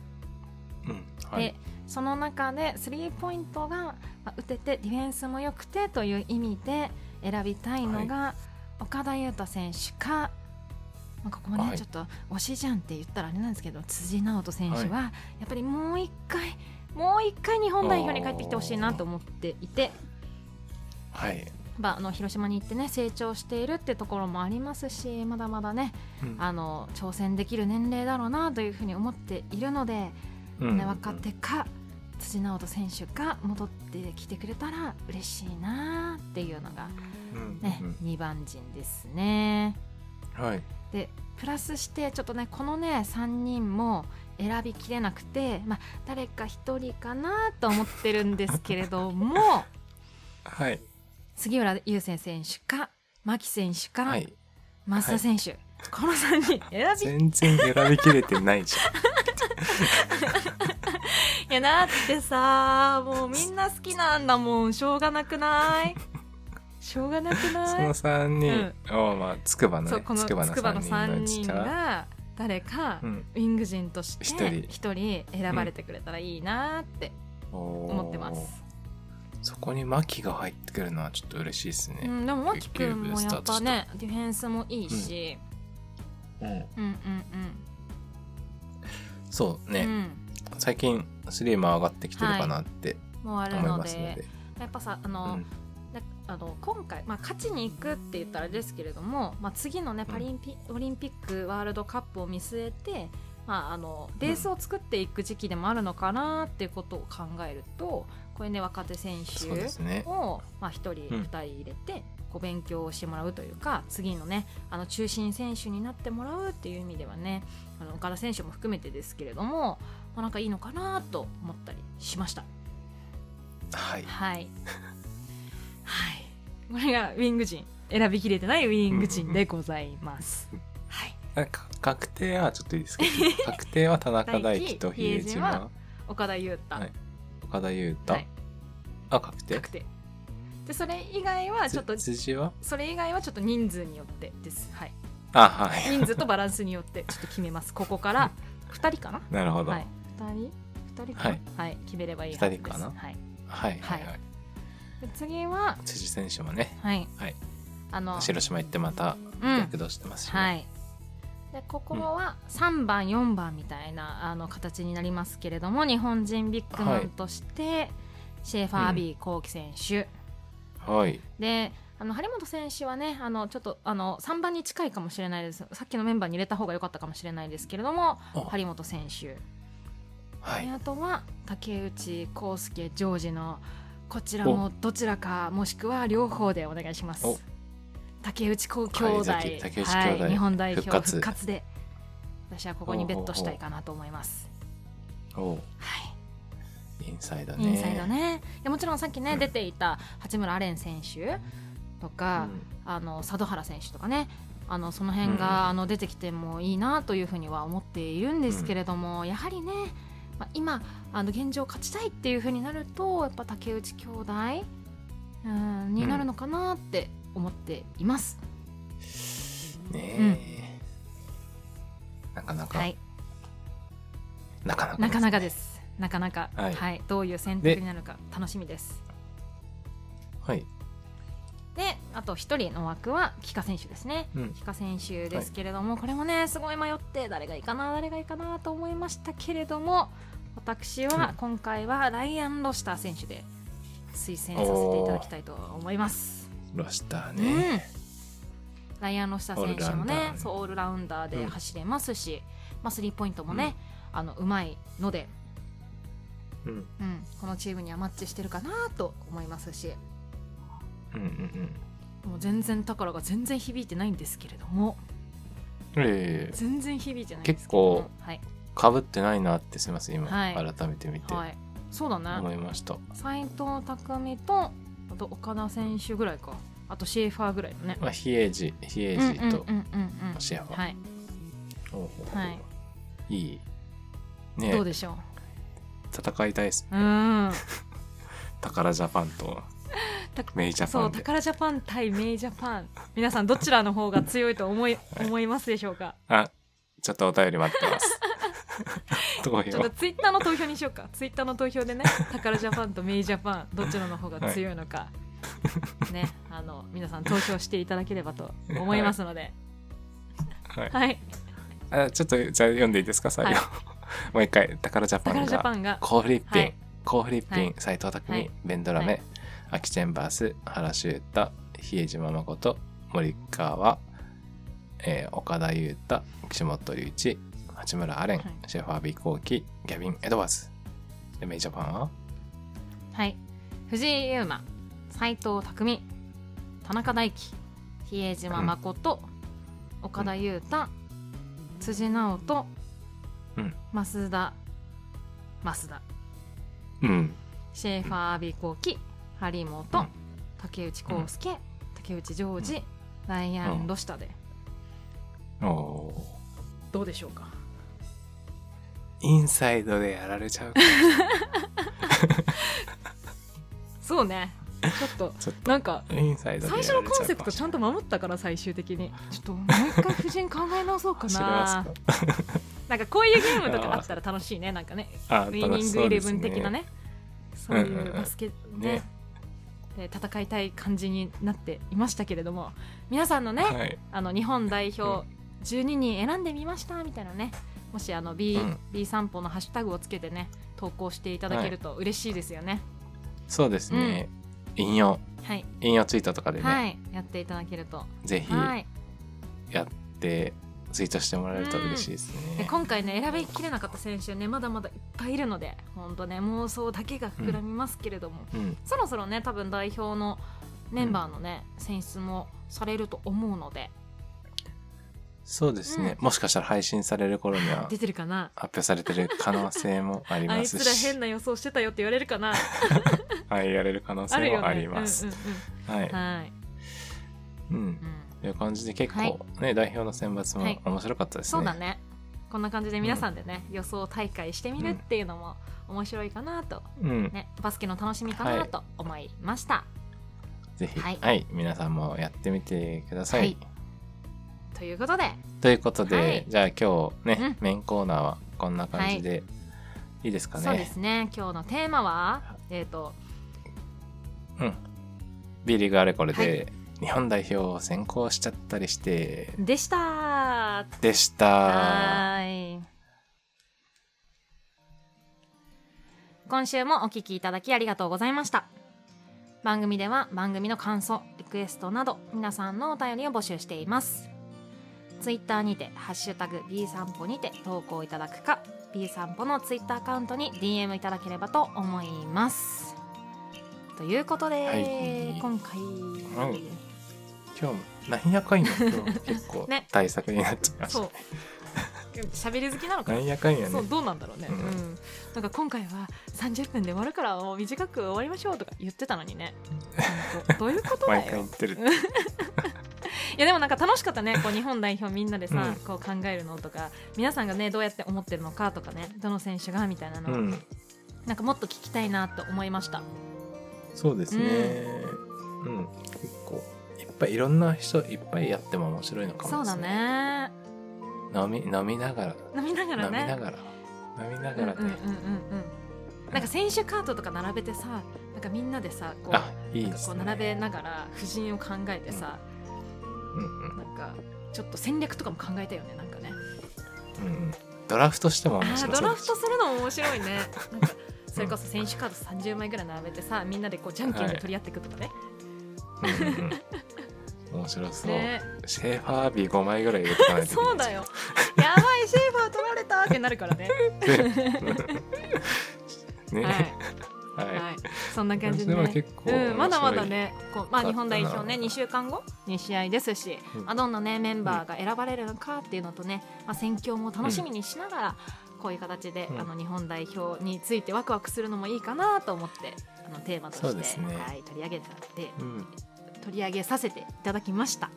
[SPEAKER 1] うん。は
[SPEAKER 2] で
[SPEAKER 1] い。
[SPEAKER 2] その中でスリーポイントがまあ打ててディフェンスも良くてという意味で選びたいのが、岡田優太選手か、まあ、ここもね、
[SPEAKER 1] はい
[SPEAKER 2] ちょっと推しじゃんって言ったらあれなんですけど辻直人選手はやっぱりもう一回もう一回日本代表に帰ってきてほしいなと思っていて。
[SPEAKER 1] はい。
[SPEAKER 2] まあ、あの広島に行ってね成長しているってところもありますしまだまだね
[SPEAKER 1] うん
[SPEAKER 2] あの挑戦できる年齢だろうなというふうに思っているので、
[SPEAKER 1] うん
[SPEAKER 2] ね、若手か辻直人選手が戻ってきてくれたら嬉しいなっていうのが、
[SPEAKER 1] うん
[SPEAKER 2] ね
[SPEAKER 1] うん
[SPEAKER 2] 2番陣ですね。
[SPEAKER 1] はい
[SPEAKER 2] でプラスしてちょっとねこのね3人も選びきれなくて、まあ、誰か1人かなと思ってるんですけれども
[SPEAKER 1] はい
[SPEAKER 2] 杉浦優先選手か牧選手か、
[SPEAKER 1] はい
[SPEAKER 2] 増田選手、この3人選び
[SPEAKER 1] 全然選びきれてない じ
[SPEAKER 2] いやだってさもうみんな好きなんだもんしょうがなくないしょうがなく
[SPEAKER 1] ゃん そ
[SPEAKER 2] な
[SPEAKER 1] の
[SPEAKER 2] い
[SPEAKER 1] 三人をまあつくばの
[SPEAKER 2] そう
[SPEAKER 1] ね
[SPEAKER 2] この
[SPEAKER 1] つくばの
[SPEAKER 2] 筑波の
[SPEAKER 1] 三人の
[SPEAKER 2] 3
[SPEAKER 1] うち
[SPEAKER 2] 人
[SPEAKER 1] から
[SPEAKER 2] が誰か
[SPEAKER 1] うん
[SPEAKER 2] ウィング陣として
[SPEAKER 1] 一人
[SPEAKER 2] 1人選ばれてくれたらいいなって思
[SPEAKER 1] 思
[SPEAKER 2] ってます、
[SPEAKER 1] そこにマキが入ってくるのはちょっと嬉しいです
[SPEAKER 2] う
[SPEAKER 1] ね
[SPEAKER 2] ん、でも脇くんもやっぱねディフェンスもいいし、
[SPEAKER 1] うん
[SPEAKER 2] うん、うん
[SPEAKER 1] そう
[SPEAKER 2] うんう
[SPEAKER 1] ね
[SPEAKER 2] ん
[SPEAKER 1] 最近スリーも上がってきてるかなって
[SPEAKER 2] もうある
[SPEAKER 1] 思い
[SPEAKER 2] の
[SPEAKER 1] ま
[SPEAKER 2] です
[SPEAKER 1] ので
[SPEAKER 2] やっぱさあの、
[SPEAKER 1] うん
[SPEAKER 2] なあの今回、まあ、勝ちに行くって言ったらあれですけれども、まあ、次の、ね、パリンピオリンピックワールドカップを見据えて、まあ、あのベースを作っていく時期でもあるのかなっていうことを考えるとこれね若手選
[SPEAKER 1] そうです
[SPEAKER 2] 手
[SPEAKER 1] ね
[SPEAKER 2] を、まあ、1人
[SPEAKER 1] うん
[SPEAKER 2] 2人入れて。こう勉強をしてもらうというか次のねあの中心選手になってもらうっていう意味ではねあの岡田選手も含めてですけれども、まあ、なんかいいのかなと思ったりしました。
[SPEAKER 1] はい
[SPEAKER 2] はい。はい。これがウィング陣。選びきれてないウィング陣でございます。はい。
[SPEAKER 1] なんか確定はちょっといいですか 確定は田中大輝と比江島
[SPEAKER 2] 岡田優太。
[SPEAKER 1] はい岡田優太、
[SPEAKER 2] はい
[SPEAKER 1] あ確定
[SPEAKER 2] 確定。で、それ以外はちょっと
[SPEAKER 1] つ、辻は
[SPEAKER 2] それ以外はちょっと人数によってです。はい。
[SPEAKER 1] あはい
[SPEAKER 2] 人数とバランスに よってちょっと決めます。ここから2人かな
[SPEAKER 1] なるほど、
[SPEAKER 2] は
[SPEAKER 1] はいい、。
[SPEAKER 2] 2人 ?2 人かな、
[SPEAKER 1] はい
[SPEAKER 2] はい。決めればいいはずです。
[SPEAKER 1] 二人かな
[SPEAKER 2] はい。
[SPEAKER 1] はいはい、
[SPEAKER 2] はいで次は、
[SPEAKER 1] 辻選手もね
[SPEAKER 2] はい。
[SPEAKER 1] はい。
[SPEAKER 2] あの、
[SPEAKER 1] 広島行ってまた
[SPEAKER 2] うん
[SPEAKER 1] 躍動してますし、ね
[SPEAKER 2] はい。でここは3番4番みたいなあの形になりますけれども日本人ビッグマンとして、シェーファー・アビー幸輝選手、
[SPEAKER 1] はい、
[SPEAKER 2] であの張本選手はねあのちょっとあの3番に近いかもしれないですさっきのメンバーに入れた方が良かったかもしれないですけれども
[SPEAKER 1] あはい
[SPEAKER 2] 張本選手、であとは竹内康介ジョージのこちらもどちらかもしくは両方でお願いします
[SPEAKER 1] お
[SPEAKER 2] 竹内こう兄弟
[SPEAKER 1] はい竹竹内兄弟
[SPEAKER 2] はい、日本代表
[SPEAKER 1] 復活
[SPEAKER 2] 復活で私はここにベットしたいかなと思います
[SPEAKER 1] おう
[SPEAKER 2] はい
[SPEAKER 1] インサイドね
[SPEAKER 2] インサイドねいやもちろんさっきね、
[SPEAKER 1] うん
[SPEAKER 2] 出ていた八村アレン選手と
[SPEAKER 1] う
[SPEAKER 2] か、
[SPEAKER 1] ん
[SPEAKER 2] あの佐渡原選手とかねあのその辺が、
[SPEAKER 1] うん
[SPEAKER 2] あの出てきてもいいなというふうには思っているんですけれども、やはりね、まあ、今あの現状勝ちたいっていうふうになるとやっぱ竹内兄弟うんになるのかなって思っています。
[SPEAKER 1] ねえなかなか、
[SPEAKER 2] はい、
[SPEAKER 1] なかなか
[SPEAKER 2] なかなかです。なかなか、は、
[SPEAKER 1] はいい
[SPEAKER 2] どういう選択
[SPEAKER 1] で
[SPEAKER 2] になるか楽しみです。
[SPEAKER 1] はい、
[SPEAKER 2] で、あと一人の枠は帰化選手ですね。
[SPEAKER 1] うん、
[SPEAKER 2] 帰化選手ですけれども、これもね、すごい迷って、誰がいいかな、誰がいいかなと思いましたけれども、私
[SPEAKER 1] う
[SPEAKER 2] は
[SPEAKER 1] ん
[SPEAKER 2] 今回はライアン・ロシター選手で推薦させていただきたいと思います。
[SPEAKER 1] ロシターね、
[SPEAKER 2] うん、ライアン・ロシター選手も
[SPEAKER 1] オールラウン
[SPEAKER 2] ね
[SPEAKER 1] ダー
[SPEAKER 2] そうオールラウンダーで走れますし、まあ、スリーポイントもね、あのうまいので、
[SPEAKER 1] うん、うん
[SPEAKER 2] うん、このチームにはマッチしてるかなと思いますし
[SPEAKER 1] うんうん
[SPEAKER 2] もう全然宝が全然響いてないんですけれども
[SPEAKER 1] ええ
[SPEAKER 2] 全然響いてないんですけども
[SPEAKER 1] 結
[SPEAKER 2] はい、
[SPEAKER 1] かぶってないなってすみません今、
[SPEAKER 2] はい
[SPEAKER 1] 改めて見て
[SPEAKER 2] はい、そうだ
[SPEAKER 1] 思
[SPEAKER 2] ね
[SPEAKER 1] いました、
[SPEAKER 2] 斎藤匠とあと岡田選手ぐらいかあとシェーファーぐらいのね
[SPEAKER 1] まあ、比江島比江
[SPEAKER 2] うんうん
[SPEAKER 1] 島と
[SPEAKER 2] うんうんうん
[SPEAKER 1] シェアは、
[SPEAKER 2] はい、
[SPEAKER 1] おうおうおう
[SPEAKER 2] はい
[SPEAKER 1] いいね
[SPEAKER 2] どうでしょ
[SPEAKER 1] 戦いたいです
[SPEAKER 2] ううん
[SPEAKER 1] 宝ジャパンと
[SPEAKER 2] た
[SPEAKER 1] メイジャ
[SPEAKER 2] そ
[SPEAKER 1] パ
[SPEAKER 2] う
[SPEAKER 1] ンで
[SPEAKER 2] 宝ジャパン対メイジャパン皆さんどちらの方が強いと思い
[SPEAKER 1] い
[SPEAKER 2] 思いますでしょうか
[SPEAKER 1] あちょっとお便り待ってます どう
[SPEAKER 2] ちょっと
[SPEAKER 1] よ
[SPEAKER 2] ツイッターの投票にしようかツイッターの投票でね宝ジャパンとメイジャパンどちらの方が強いのか、ねあの皆さん投票していただければと思いますので
[SPEAKER 1] はい
[SPEAKER 2] はい
[SPEAKER 1] あちょっとじゃあ読んでいいですか最後、
[SPEAKER 2] はい
[SPEAKER 1] もう一回宝ジャパ
[SPEAKER 2] 宝
[SPEAKER 1] ン
[SPEAKER 2] ジャ
[SPEAKER 1] が
[SPEAKER 2] パンが
[SPEAKER 1] コーフリッピン、
[SPEAKER 2] はい
[SPEAKER 1] コーフリッピン、
[SPEAKER 2] はい
[SPEAKER 1] 斉藤匠、
[SPEAKER 2] はい
[SPEAKER 1] ベンドラメ、
[SPEAKER 2] はい
[SPEAKER 1] アキチェンバース原修太比江島誠森川、えー岡田優太岸本隆一八村アレン、
[SPEAKER 2] はい
[SPEAKER 1] シェファー・ビコーキギャビン・エドワーズで、メイジャパンは
[SPEAKER 2] はい藤井優馬斎藤匠田中大輝比江島誠、岡田優太、辻直人、
[SPEAKER 1] うん
[SPEAKER 2] 増田増田
[SPEAKER 1] うん。
[SPEAKER 2] シェーファー・アビコーキ張本、
[SPEAKER 1] うん
[SPEAKER 2] 竹内康介、竹内ジョージ、ライアン・ロシタで、
[SPEAKER 1] おー
[SPEAKER 2] どうでしょうか
[SPEAKER 1] インサイドでやられち ゃうか。
[SPEAKER 2] そうねちょっと
[SPEAKER 1] ちょっ
[SPEAKER 2] なんか
[SPEAKER 1] と、インサイドでや
[SPEAKER 2] 最
[SPEAKER 1] られち
[SPEAKER 2] 初
[SPEAKER 1] ゃう
[SPEAKER 2] の
[SPEAKER 1] か。
[SPEAKER 2] コンセプトちゃんと守ったから最終的にちょっともう一回夫人考え直そう か
[SPEAKER 1] 知れます
[SPEAKER 2] な
[SPEAKER 1] か
[SPEAKER 2] なんかこういうゲームとかあったら楽しいねなんかね
[SPEAKER 1] あー
[SPEAKER 2] ウィ
[SPEAKER 1] 楽
[SPEAKER 2] ニ
[SPEAKER 1] し
[SPEAKER 2] ング
[SPEAKER 1] そ
[SPEAKER 2] イ
[SPEAKER 1] う
[SPEAKER 2] レ
[SPEAKER 1] で
[SPEAKER 2] ブ
[SPEAKER 1] す
[SPEAKER 2] ン
[SPEAKER 1] ね
[SPEAKER 2] 的なねそう
[SPEAKER 1] うんうん
[SPEAKER 2] い
[SPEAKER 1] うん
[SPEAKER 2] うバスケで
[SPEAKER 1] ね
[SPEAKER 2] で戦いたい感じになっていましたけれども皆さんのね、
[SPEAKER 1] はい。
[SPEAKER 2] あの日本代
[SPEAKER 1] うん
[SPEAKER 2] 表12人選んでみましたみたいなねもしあの B,、
[SPEAKER 1] うん
[SPEAKER 2] B 散歩のハッシュタグをつけてね投稿していただけると嬉しいですよね
[SPEAKER 1] そうですね。引用、
[SPEAKER 2] はい、
[SPEAKER 1] 引用ツイートとかでね、
[SPEAKER 2] はい、やっていただけると
[SPEAKER 1] ぜひ
[SPEAKER 2] はい
[SPEAKER 1] やって、ツイートしてもらえると嬉しいです
[SPEAKER 2] で
[SPEAKER 1] ね。
[SPEAKER 2] 今回ね選びきれなかった選手ねまだまだいっぱいいるので本当ね妄想だけが膨らみますけれども、
[SPEAKER 1] うん。
[SPEAKER 2] そろそろね多分代表のメンバーのね、選出もされると思うので
[SPEAKER 1] そうですね。
[SPEAKER 2] う
[SPEAKER 1] もしかしたら配信される頃には
[SPEAKER 2] 出てるかな
[SPEAKER 1] 発表されてる可能性もあり
[SPEAKER 2] あ
[SPEAKER 1] ま
[SPEAKER 2] い
[SPEAKER 1] す
[SPEAKER 2] つら
[SPEAKER 1] し
[SPEAKER 2] 変、な予想してたよって言われる かな
[SPEAKER 1] はい、やれる可能
[SPEAKER 2] ある
[SPEAKER 1] 性
[SPEAKER 2] よ
[SPEAKER 1] も
[SPEAKER 2] ね
[SPEAKER 1] あります
[SPEAKER 2] うん。うん
[SPEAKER 1] はい
[SPEAKER 2] うん、。はい、
[SPEAKER 1] うん
[SPEAKER 2] う。ん
[SPEAKER 1] という感じで結構
[SPEAKER 2] は
[SPEAKER 1] ね
[SPEAKER 2] い、
[SPEAKER 1] 代表の選抜
[SPEAKER 2] は
[SPEAKER 1] も
[SPEAKER 2] い
[SPEAKER 1] 面白かったですね。
[SPEAKER 2] そうだねこんな感じで皆さんでね、予想大会してみるっていうのも面白いかなと、
[SPEAKER 1] うん。
[SPEAKER 2] ね、バスケの楽しみかなと思いました、
[SPEAKER 1] ぜひ、は
[SPEAKER 2] はいい、
[SPEAKER 1] 皆さんもやってみてください。
[SPEAKER 2] はいということで
[SPEAKER 1] ということで、
[SPEAKER 2] はい
[SPEAKER 1] じゃあ今日ね、
[SPEAKER 2] う
[SPEAKER 1] メインコーナーはこんな感じで、い、いですかね。
[SPEAKER 2] そうですね今日のテーマはえっ、と
[SPEAKER 1] B リーグあれこれ
[SPEAKER 2] は
[SPEAKER 1] で、日本代表を選考しちゃったりして、
[SPEAKER 2] でした
[SPEAKER 1] でした。
[SPEAKER 2] はい今週もお聞きいただきありがとうございました番組では番組の感想リクエストなど皆さんのお便りを募集していますツイッターにて「ハッシュタグ #B 散歩」にて投稿いただくか B 散歩のツイッターアカウントに DM いただければと思いますということで、
[SPEAKER 1] はい
[SPEAKER 2] 今回、
[SPEAKER 1] はい今日も、なんやかんや、今日結構
[SPEAKER 2] ね
[SPEAKER 1] 対策になっちゃいました。
[SPEAKER 2] そう喋り好きなのか
[SPEAKER 1] な
[SPEAKER 2] なん
[SPEAKER 1] やかんやね
[SPEAKER 2] そう。どうなんだろうね、
[SPEAKER 1] う
[SPEAKER 2] うんんなんか今回は30分で終わるからもう短く終わりましょうとか言ってた のにねほんとどういうこと
[SPEAKER 1] 毎
[SPEAKER 2] だ
[SPEAKER 1] 回
[SPEAKER 2] よ
[SPEAKER 1] 言ってる。
[SPEAKER 2] いやでもなんか楽しかったねこう日本代表みんなでさ、
[SPEAKER 1] うん
[SPEAKER 2] こう考えるのとか皆さんがねどうやって思ってるのかとかねどの選手がみたいなの、
[SPEAKER 1] うん。
[SPEAKER 2] なんかもっと聞きたいなと思いました
[SPEAKER 1] そうですね。うん、結構、いっぱいいろんな人いっぱいやっても面白いのか
[SPEAKER 2] そ
[SPEAKER 1] も
[SPEAKER 2] う
[SPEAKER 1] で
[SPEAKER 2] だ
[SPEAKER 1] すね。
[SPEAKER 2] ね
[SPEAKER 1] 飲み、飲みながら。
[SPEAKER 2] 飲みながら
[SPEAKER 1] 飲みな
[SPEAKER 2] ね
[SPEAKER 1] がら。飲みな
[SPEAKER 2] うん
[SPEAKER 1] が
[SPEAKER 2] うん
[SPEAKER 1] ら
[SPEAKER 2] うんうん
[SPEAKER 1] ね。
[SPEAKER 2] うんなんか選手カードとか並べてさなんかみんなでさこう
[SPEAKER 1] あ、いい
[SPEAKER 2] なん
[SPEAKER 1] で
[SPEAKER 2] かこ
[SPEAKER 1] す
[SPEAKER 2] う
[SPEAKER 1] ね。
[SPEAKER 2] 並べながら夫人を考えてさ、
[SPEAKER 1] うんうん
[SPEAKER 2] なんかちょっと戦略とかも考えたよねなんかね
[SPEAKER 1] うんうん。ドラフトしても
[SPEAKER 2] あ
[SPEAKER 1] 面白そう
[SPEAKER 2] ー
[SPEAKER 1] です
[SPEAKER 2] ドラフトするのも面白いね なんかそれこそ選手カード30枚ぐらい並べてさみんなでこうじゃんけんで取り合っていくとかね、
[SPEAKER 1] うんうんうん面白そう、
[SPEAKER 2] ね
[SPEAKER 1] シェーファーアビー5枚ぐらい入れてかないといけない
[SPEAKER 2] そうだよやばいシェーファー取られたってなるからね
[SPEAKER 1] ね
[SPEAKER 2] はい、
[SPEAKER 1] はい、
[SPEAKER 2] はい、そんな感じで、
[SPEAKER 1] でも
[SPEAKER 2] ね
[SPEAKER 1] 結構
[SPEAKER 2] うん、まだまだねこう、ま
[SPEAKER 1] かっ
[SPEAKER 2] あ、
[SPEAKER 1] たな
[SPEAKER 2] 日本代表ね2週間後2試合ですし、
[SPEAKER 1] うん
[SPEAKER 2] まあ、どんな、ね、メンバーが選ばれるのかっていうのとね、まあ、戦況も楽しみにしながら、こういう形で、
[SPEAKER 1] うん
[SPEAKER 2] あの日本代表についてワクワクするのもいいかなと思ってあのテーマと
[SPEAKER 1] そ
[SPEAKER 2] し
[SPEAKER 1] う
[SPEAKER 2] て、
[SPEAKER 1] ですね
[SPEAKER 2] はい、取り上げたって
[SPEAKER 1] うん
[SPEAKER 2] 取り上げさせていただきました。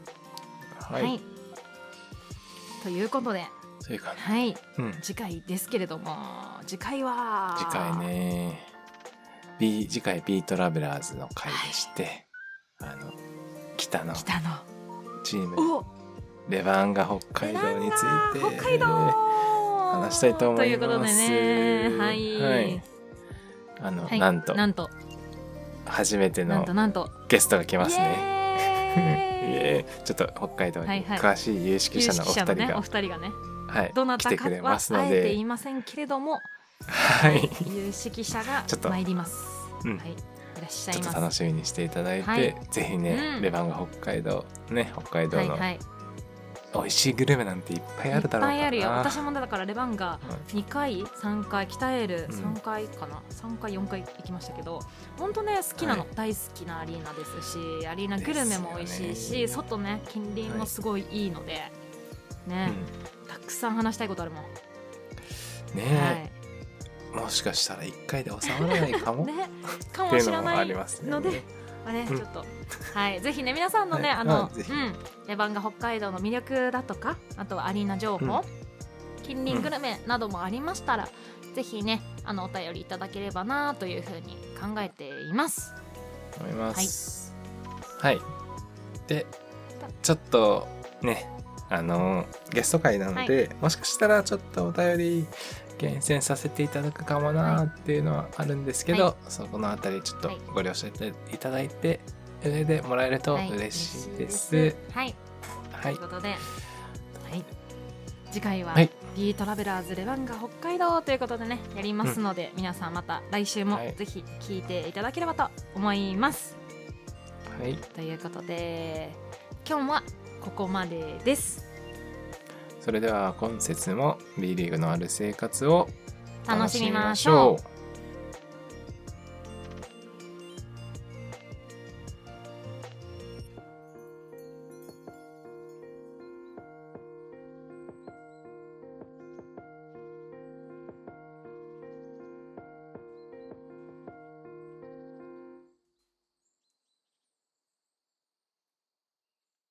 [SPEAKER 1] はい、
[SPEAKER 2] ということで、
[SPEAKER 1] そういう感じ、
[SPEAKER 2] はい、
[SPEAKER 1] うん、
[SPEAKER 2] 次回ですけれども次回は
[SPEAKER 1] 次回ね B 次回 B トラベラーズの回でして、あの北の
[SPEAKER 2] 北の
[SPEAKER 1] チーム
[SPEAKER 2] お
[SPEAKER 1] レバンガ北海道について
[SPEAKER 2] なんだ北海道
[SPEAKER 1] 話したいと思います
[SPEAKER 2] ということでね、はい、
[SPEAKER 1] はいあの、
[SPEAKER 2] はい
[SPEAKER 1] なんと
[SPEAKER 2] なんと
[SPEAKER 1] 初めて
[SPEAKER 2] なん
[SPEAKER 1] の
[SPEAKER 2] となんと
[SPEAKER 1] ゲストが来ますねい
[SPEAKER 2] ね。
[SPEAKER 1] えちょっと北海道に
[SPEAKER 2] はいはい
[SPEAKER 1] 詳しい有 識
[SPEAKER 2] 有
[SPEAKER 1] 者のお
[SPEAKER 2] 識
[SPEAKER 1] 二
[SPEAKER 2] 者
[SPEAKER 1] 人
[SPEAKER 2] の
[SPEAKER 1] が、
[SPEAKER 2] ねお二人がね
[SPEAKER 1] はい、
[SPEAKER 2] どな
[SPEAKER 1] 来
[SPEAKER 2] た
[SPEAKER 1] て
[SPEAKER 2] か
[SPEAKER 1] くれ
[SPEAKER 2] は
[SPEAKER 1] ますの
[SPEAKER 2] あえて
[SPEAKER 1] で
[SPEAKER 2] 言いませんけれども、
[SPEAKER 1] はい、
[SPEAKER 2] 有識者が
[SPEAKER 1] ちょっと
[SPEAKER 2] 参ります。
[SPEAKER 1] うん
[SPEAKER 2] はい、いらっしゃ
[SPEAKER 1] ち
[SPEAKER 2] い
[SPEAKER 1] ょっ
[SPEAKER 2] ま
[SPEAKER 1] と
[SPEAKER 2] す。
[SPEAKER 1] 楽しみにしていただいて、
[SPEAKER 2] はい
[SPEAKER 1] ぜひね、
[SPEAKER 2] うん
[SPEAKER 1] レバンガ北海道ね北海道
[SPEAKER 2] はい
[SPEAKER 1] の
[SPEAKER 2] はい
[SPEAKER 1] 美味しいグルメなんていっぱいあるだろうから
[SPEAKER 2] いっぱいあるよ
[SPEAKER 1] な
[SPEAKER 2] 私もだからレバンガ2回3回鍛える
[SPEAKER 1] うん
[SPEAKER 2] 3回かな、3回4回行きましたけど本当ね好きなの、
[SPEAKER 1] はい
[SPEAKER 2] 大好きなアリーナですしアリーナ
[SPEAKER 1] で
[SPEAKER 2] グ
[SPEAKER 1] すよ
[SPEAKER 2] ル
[SPEAKER 1] ね
[SPEAKER 2] メも美味しいし、外ね近隣もすごいいいので、
[SPEAKER 1] う
[SPEAKER 2] ね、
[SPEAKER 1] ん
[SPEAKER 2] たくさん話したいことあるもん、
[SPEAKER 1] ね
[SPEAKER 2] はい
[SPEAKER 1] え、もしかしたら一回で収まらないかも、
[SPEAKER 2] ね、か
[SPEAKER 1] っ
[SPEAKER 2] も
[SPEAKER 1] てい
[SPEAKER 2] し
[SPEAKER 1] う
[SPEAKER 2] れ
[SPEAKER 1] のも
[SPEAKER 2] な
[SPEAKER 1] あ
[SPEAKER 2] い
[SPEAKER 1] り
[SPEAKER 2] の
[SPEAKER 1] ます
[SPEAKER 2] で、
[SPEAKER 1] よね。
[SPEAKER 2] まあね、ち
[SPEAKER 1] うん
[SPEAKER 2] ょっと、はい、ぜひね、皆さんのね、
[SPEAKER 1] はい
[SPEAKER 2] あの、
[SPEAKER 1] うん
[SPEAKER 2] う
[SPEAKER 1] ぜひ
[SPEAKER 2] ん、レバンガ北海道の魅力だとか、あとはアリーナ情
[SPEAKER 1] うん
[SPEAKER 2] 報、近隣グルメなどもありましたら、ぜひね、あの、お便りいただければなというふうに考えています。
[SPEAKER 1] 思います。はい。で、ちょっとね、あのゲスト会なので、もしかしたらちょっとお便り厳選させていただくかもなーっていうのはあるんですけど、
[SPEAKER 2] は
[SPEAKER 1] そこのあたりちょっと
[SPEAKER 2] はい
[SPEAKER 1] ご了承いただいて、上でもらえると
[SPEAKER 2] はい
[SPEAKER 1] 嬉しいです。
[SPEAKER 2] 嬉しいはい、
[SPEAKER 1] は
[SPEAKER 2] とい。
[SPEAKER 1] いう
[SPEAKER 2] ことで、はい。次回は、
[SPEAKER 1] はい
[SPEAKER 2] B トラベラーズレバンガ北海道ということでねやりますので、皆さんまた来週も
[SPEAKER 1] はい
[SPEAKER 2] ぜひ聞いていただければと思います。
[SPEAKER 1] はい。
[SPEAKER 2] ということで今日はここまでです
[SPEAKER 1] それでは今節も B リーグのある生活を
[SPEAKER 2] 楽しみましょう
[SPEAKER 1] う。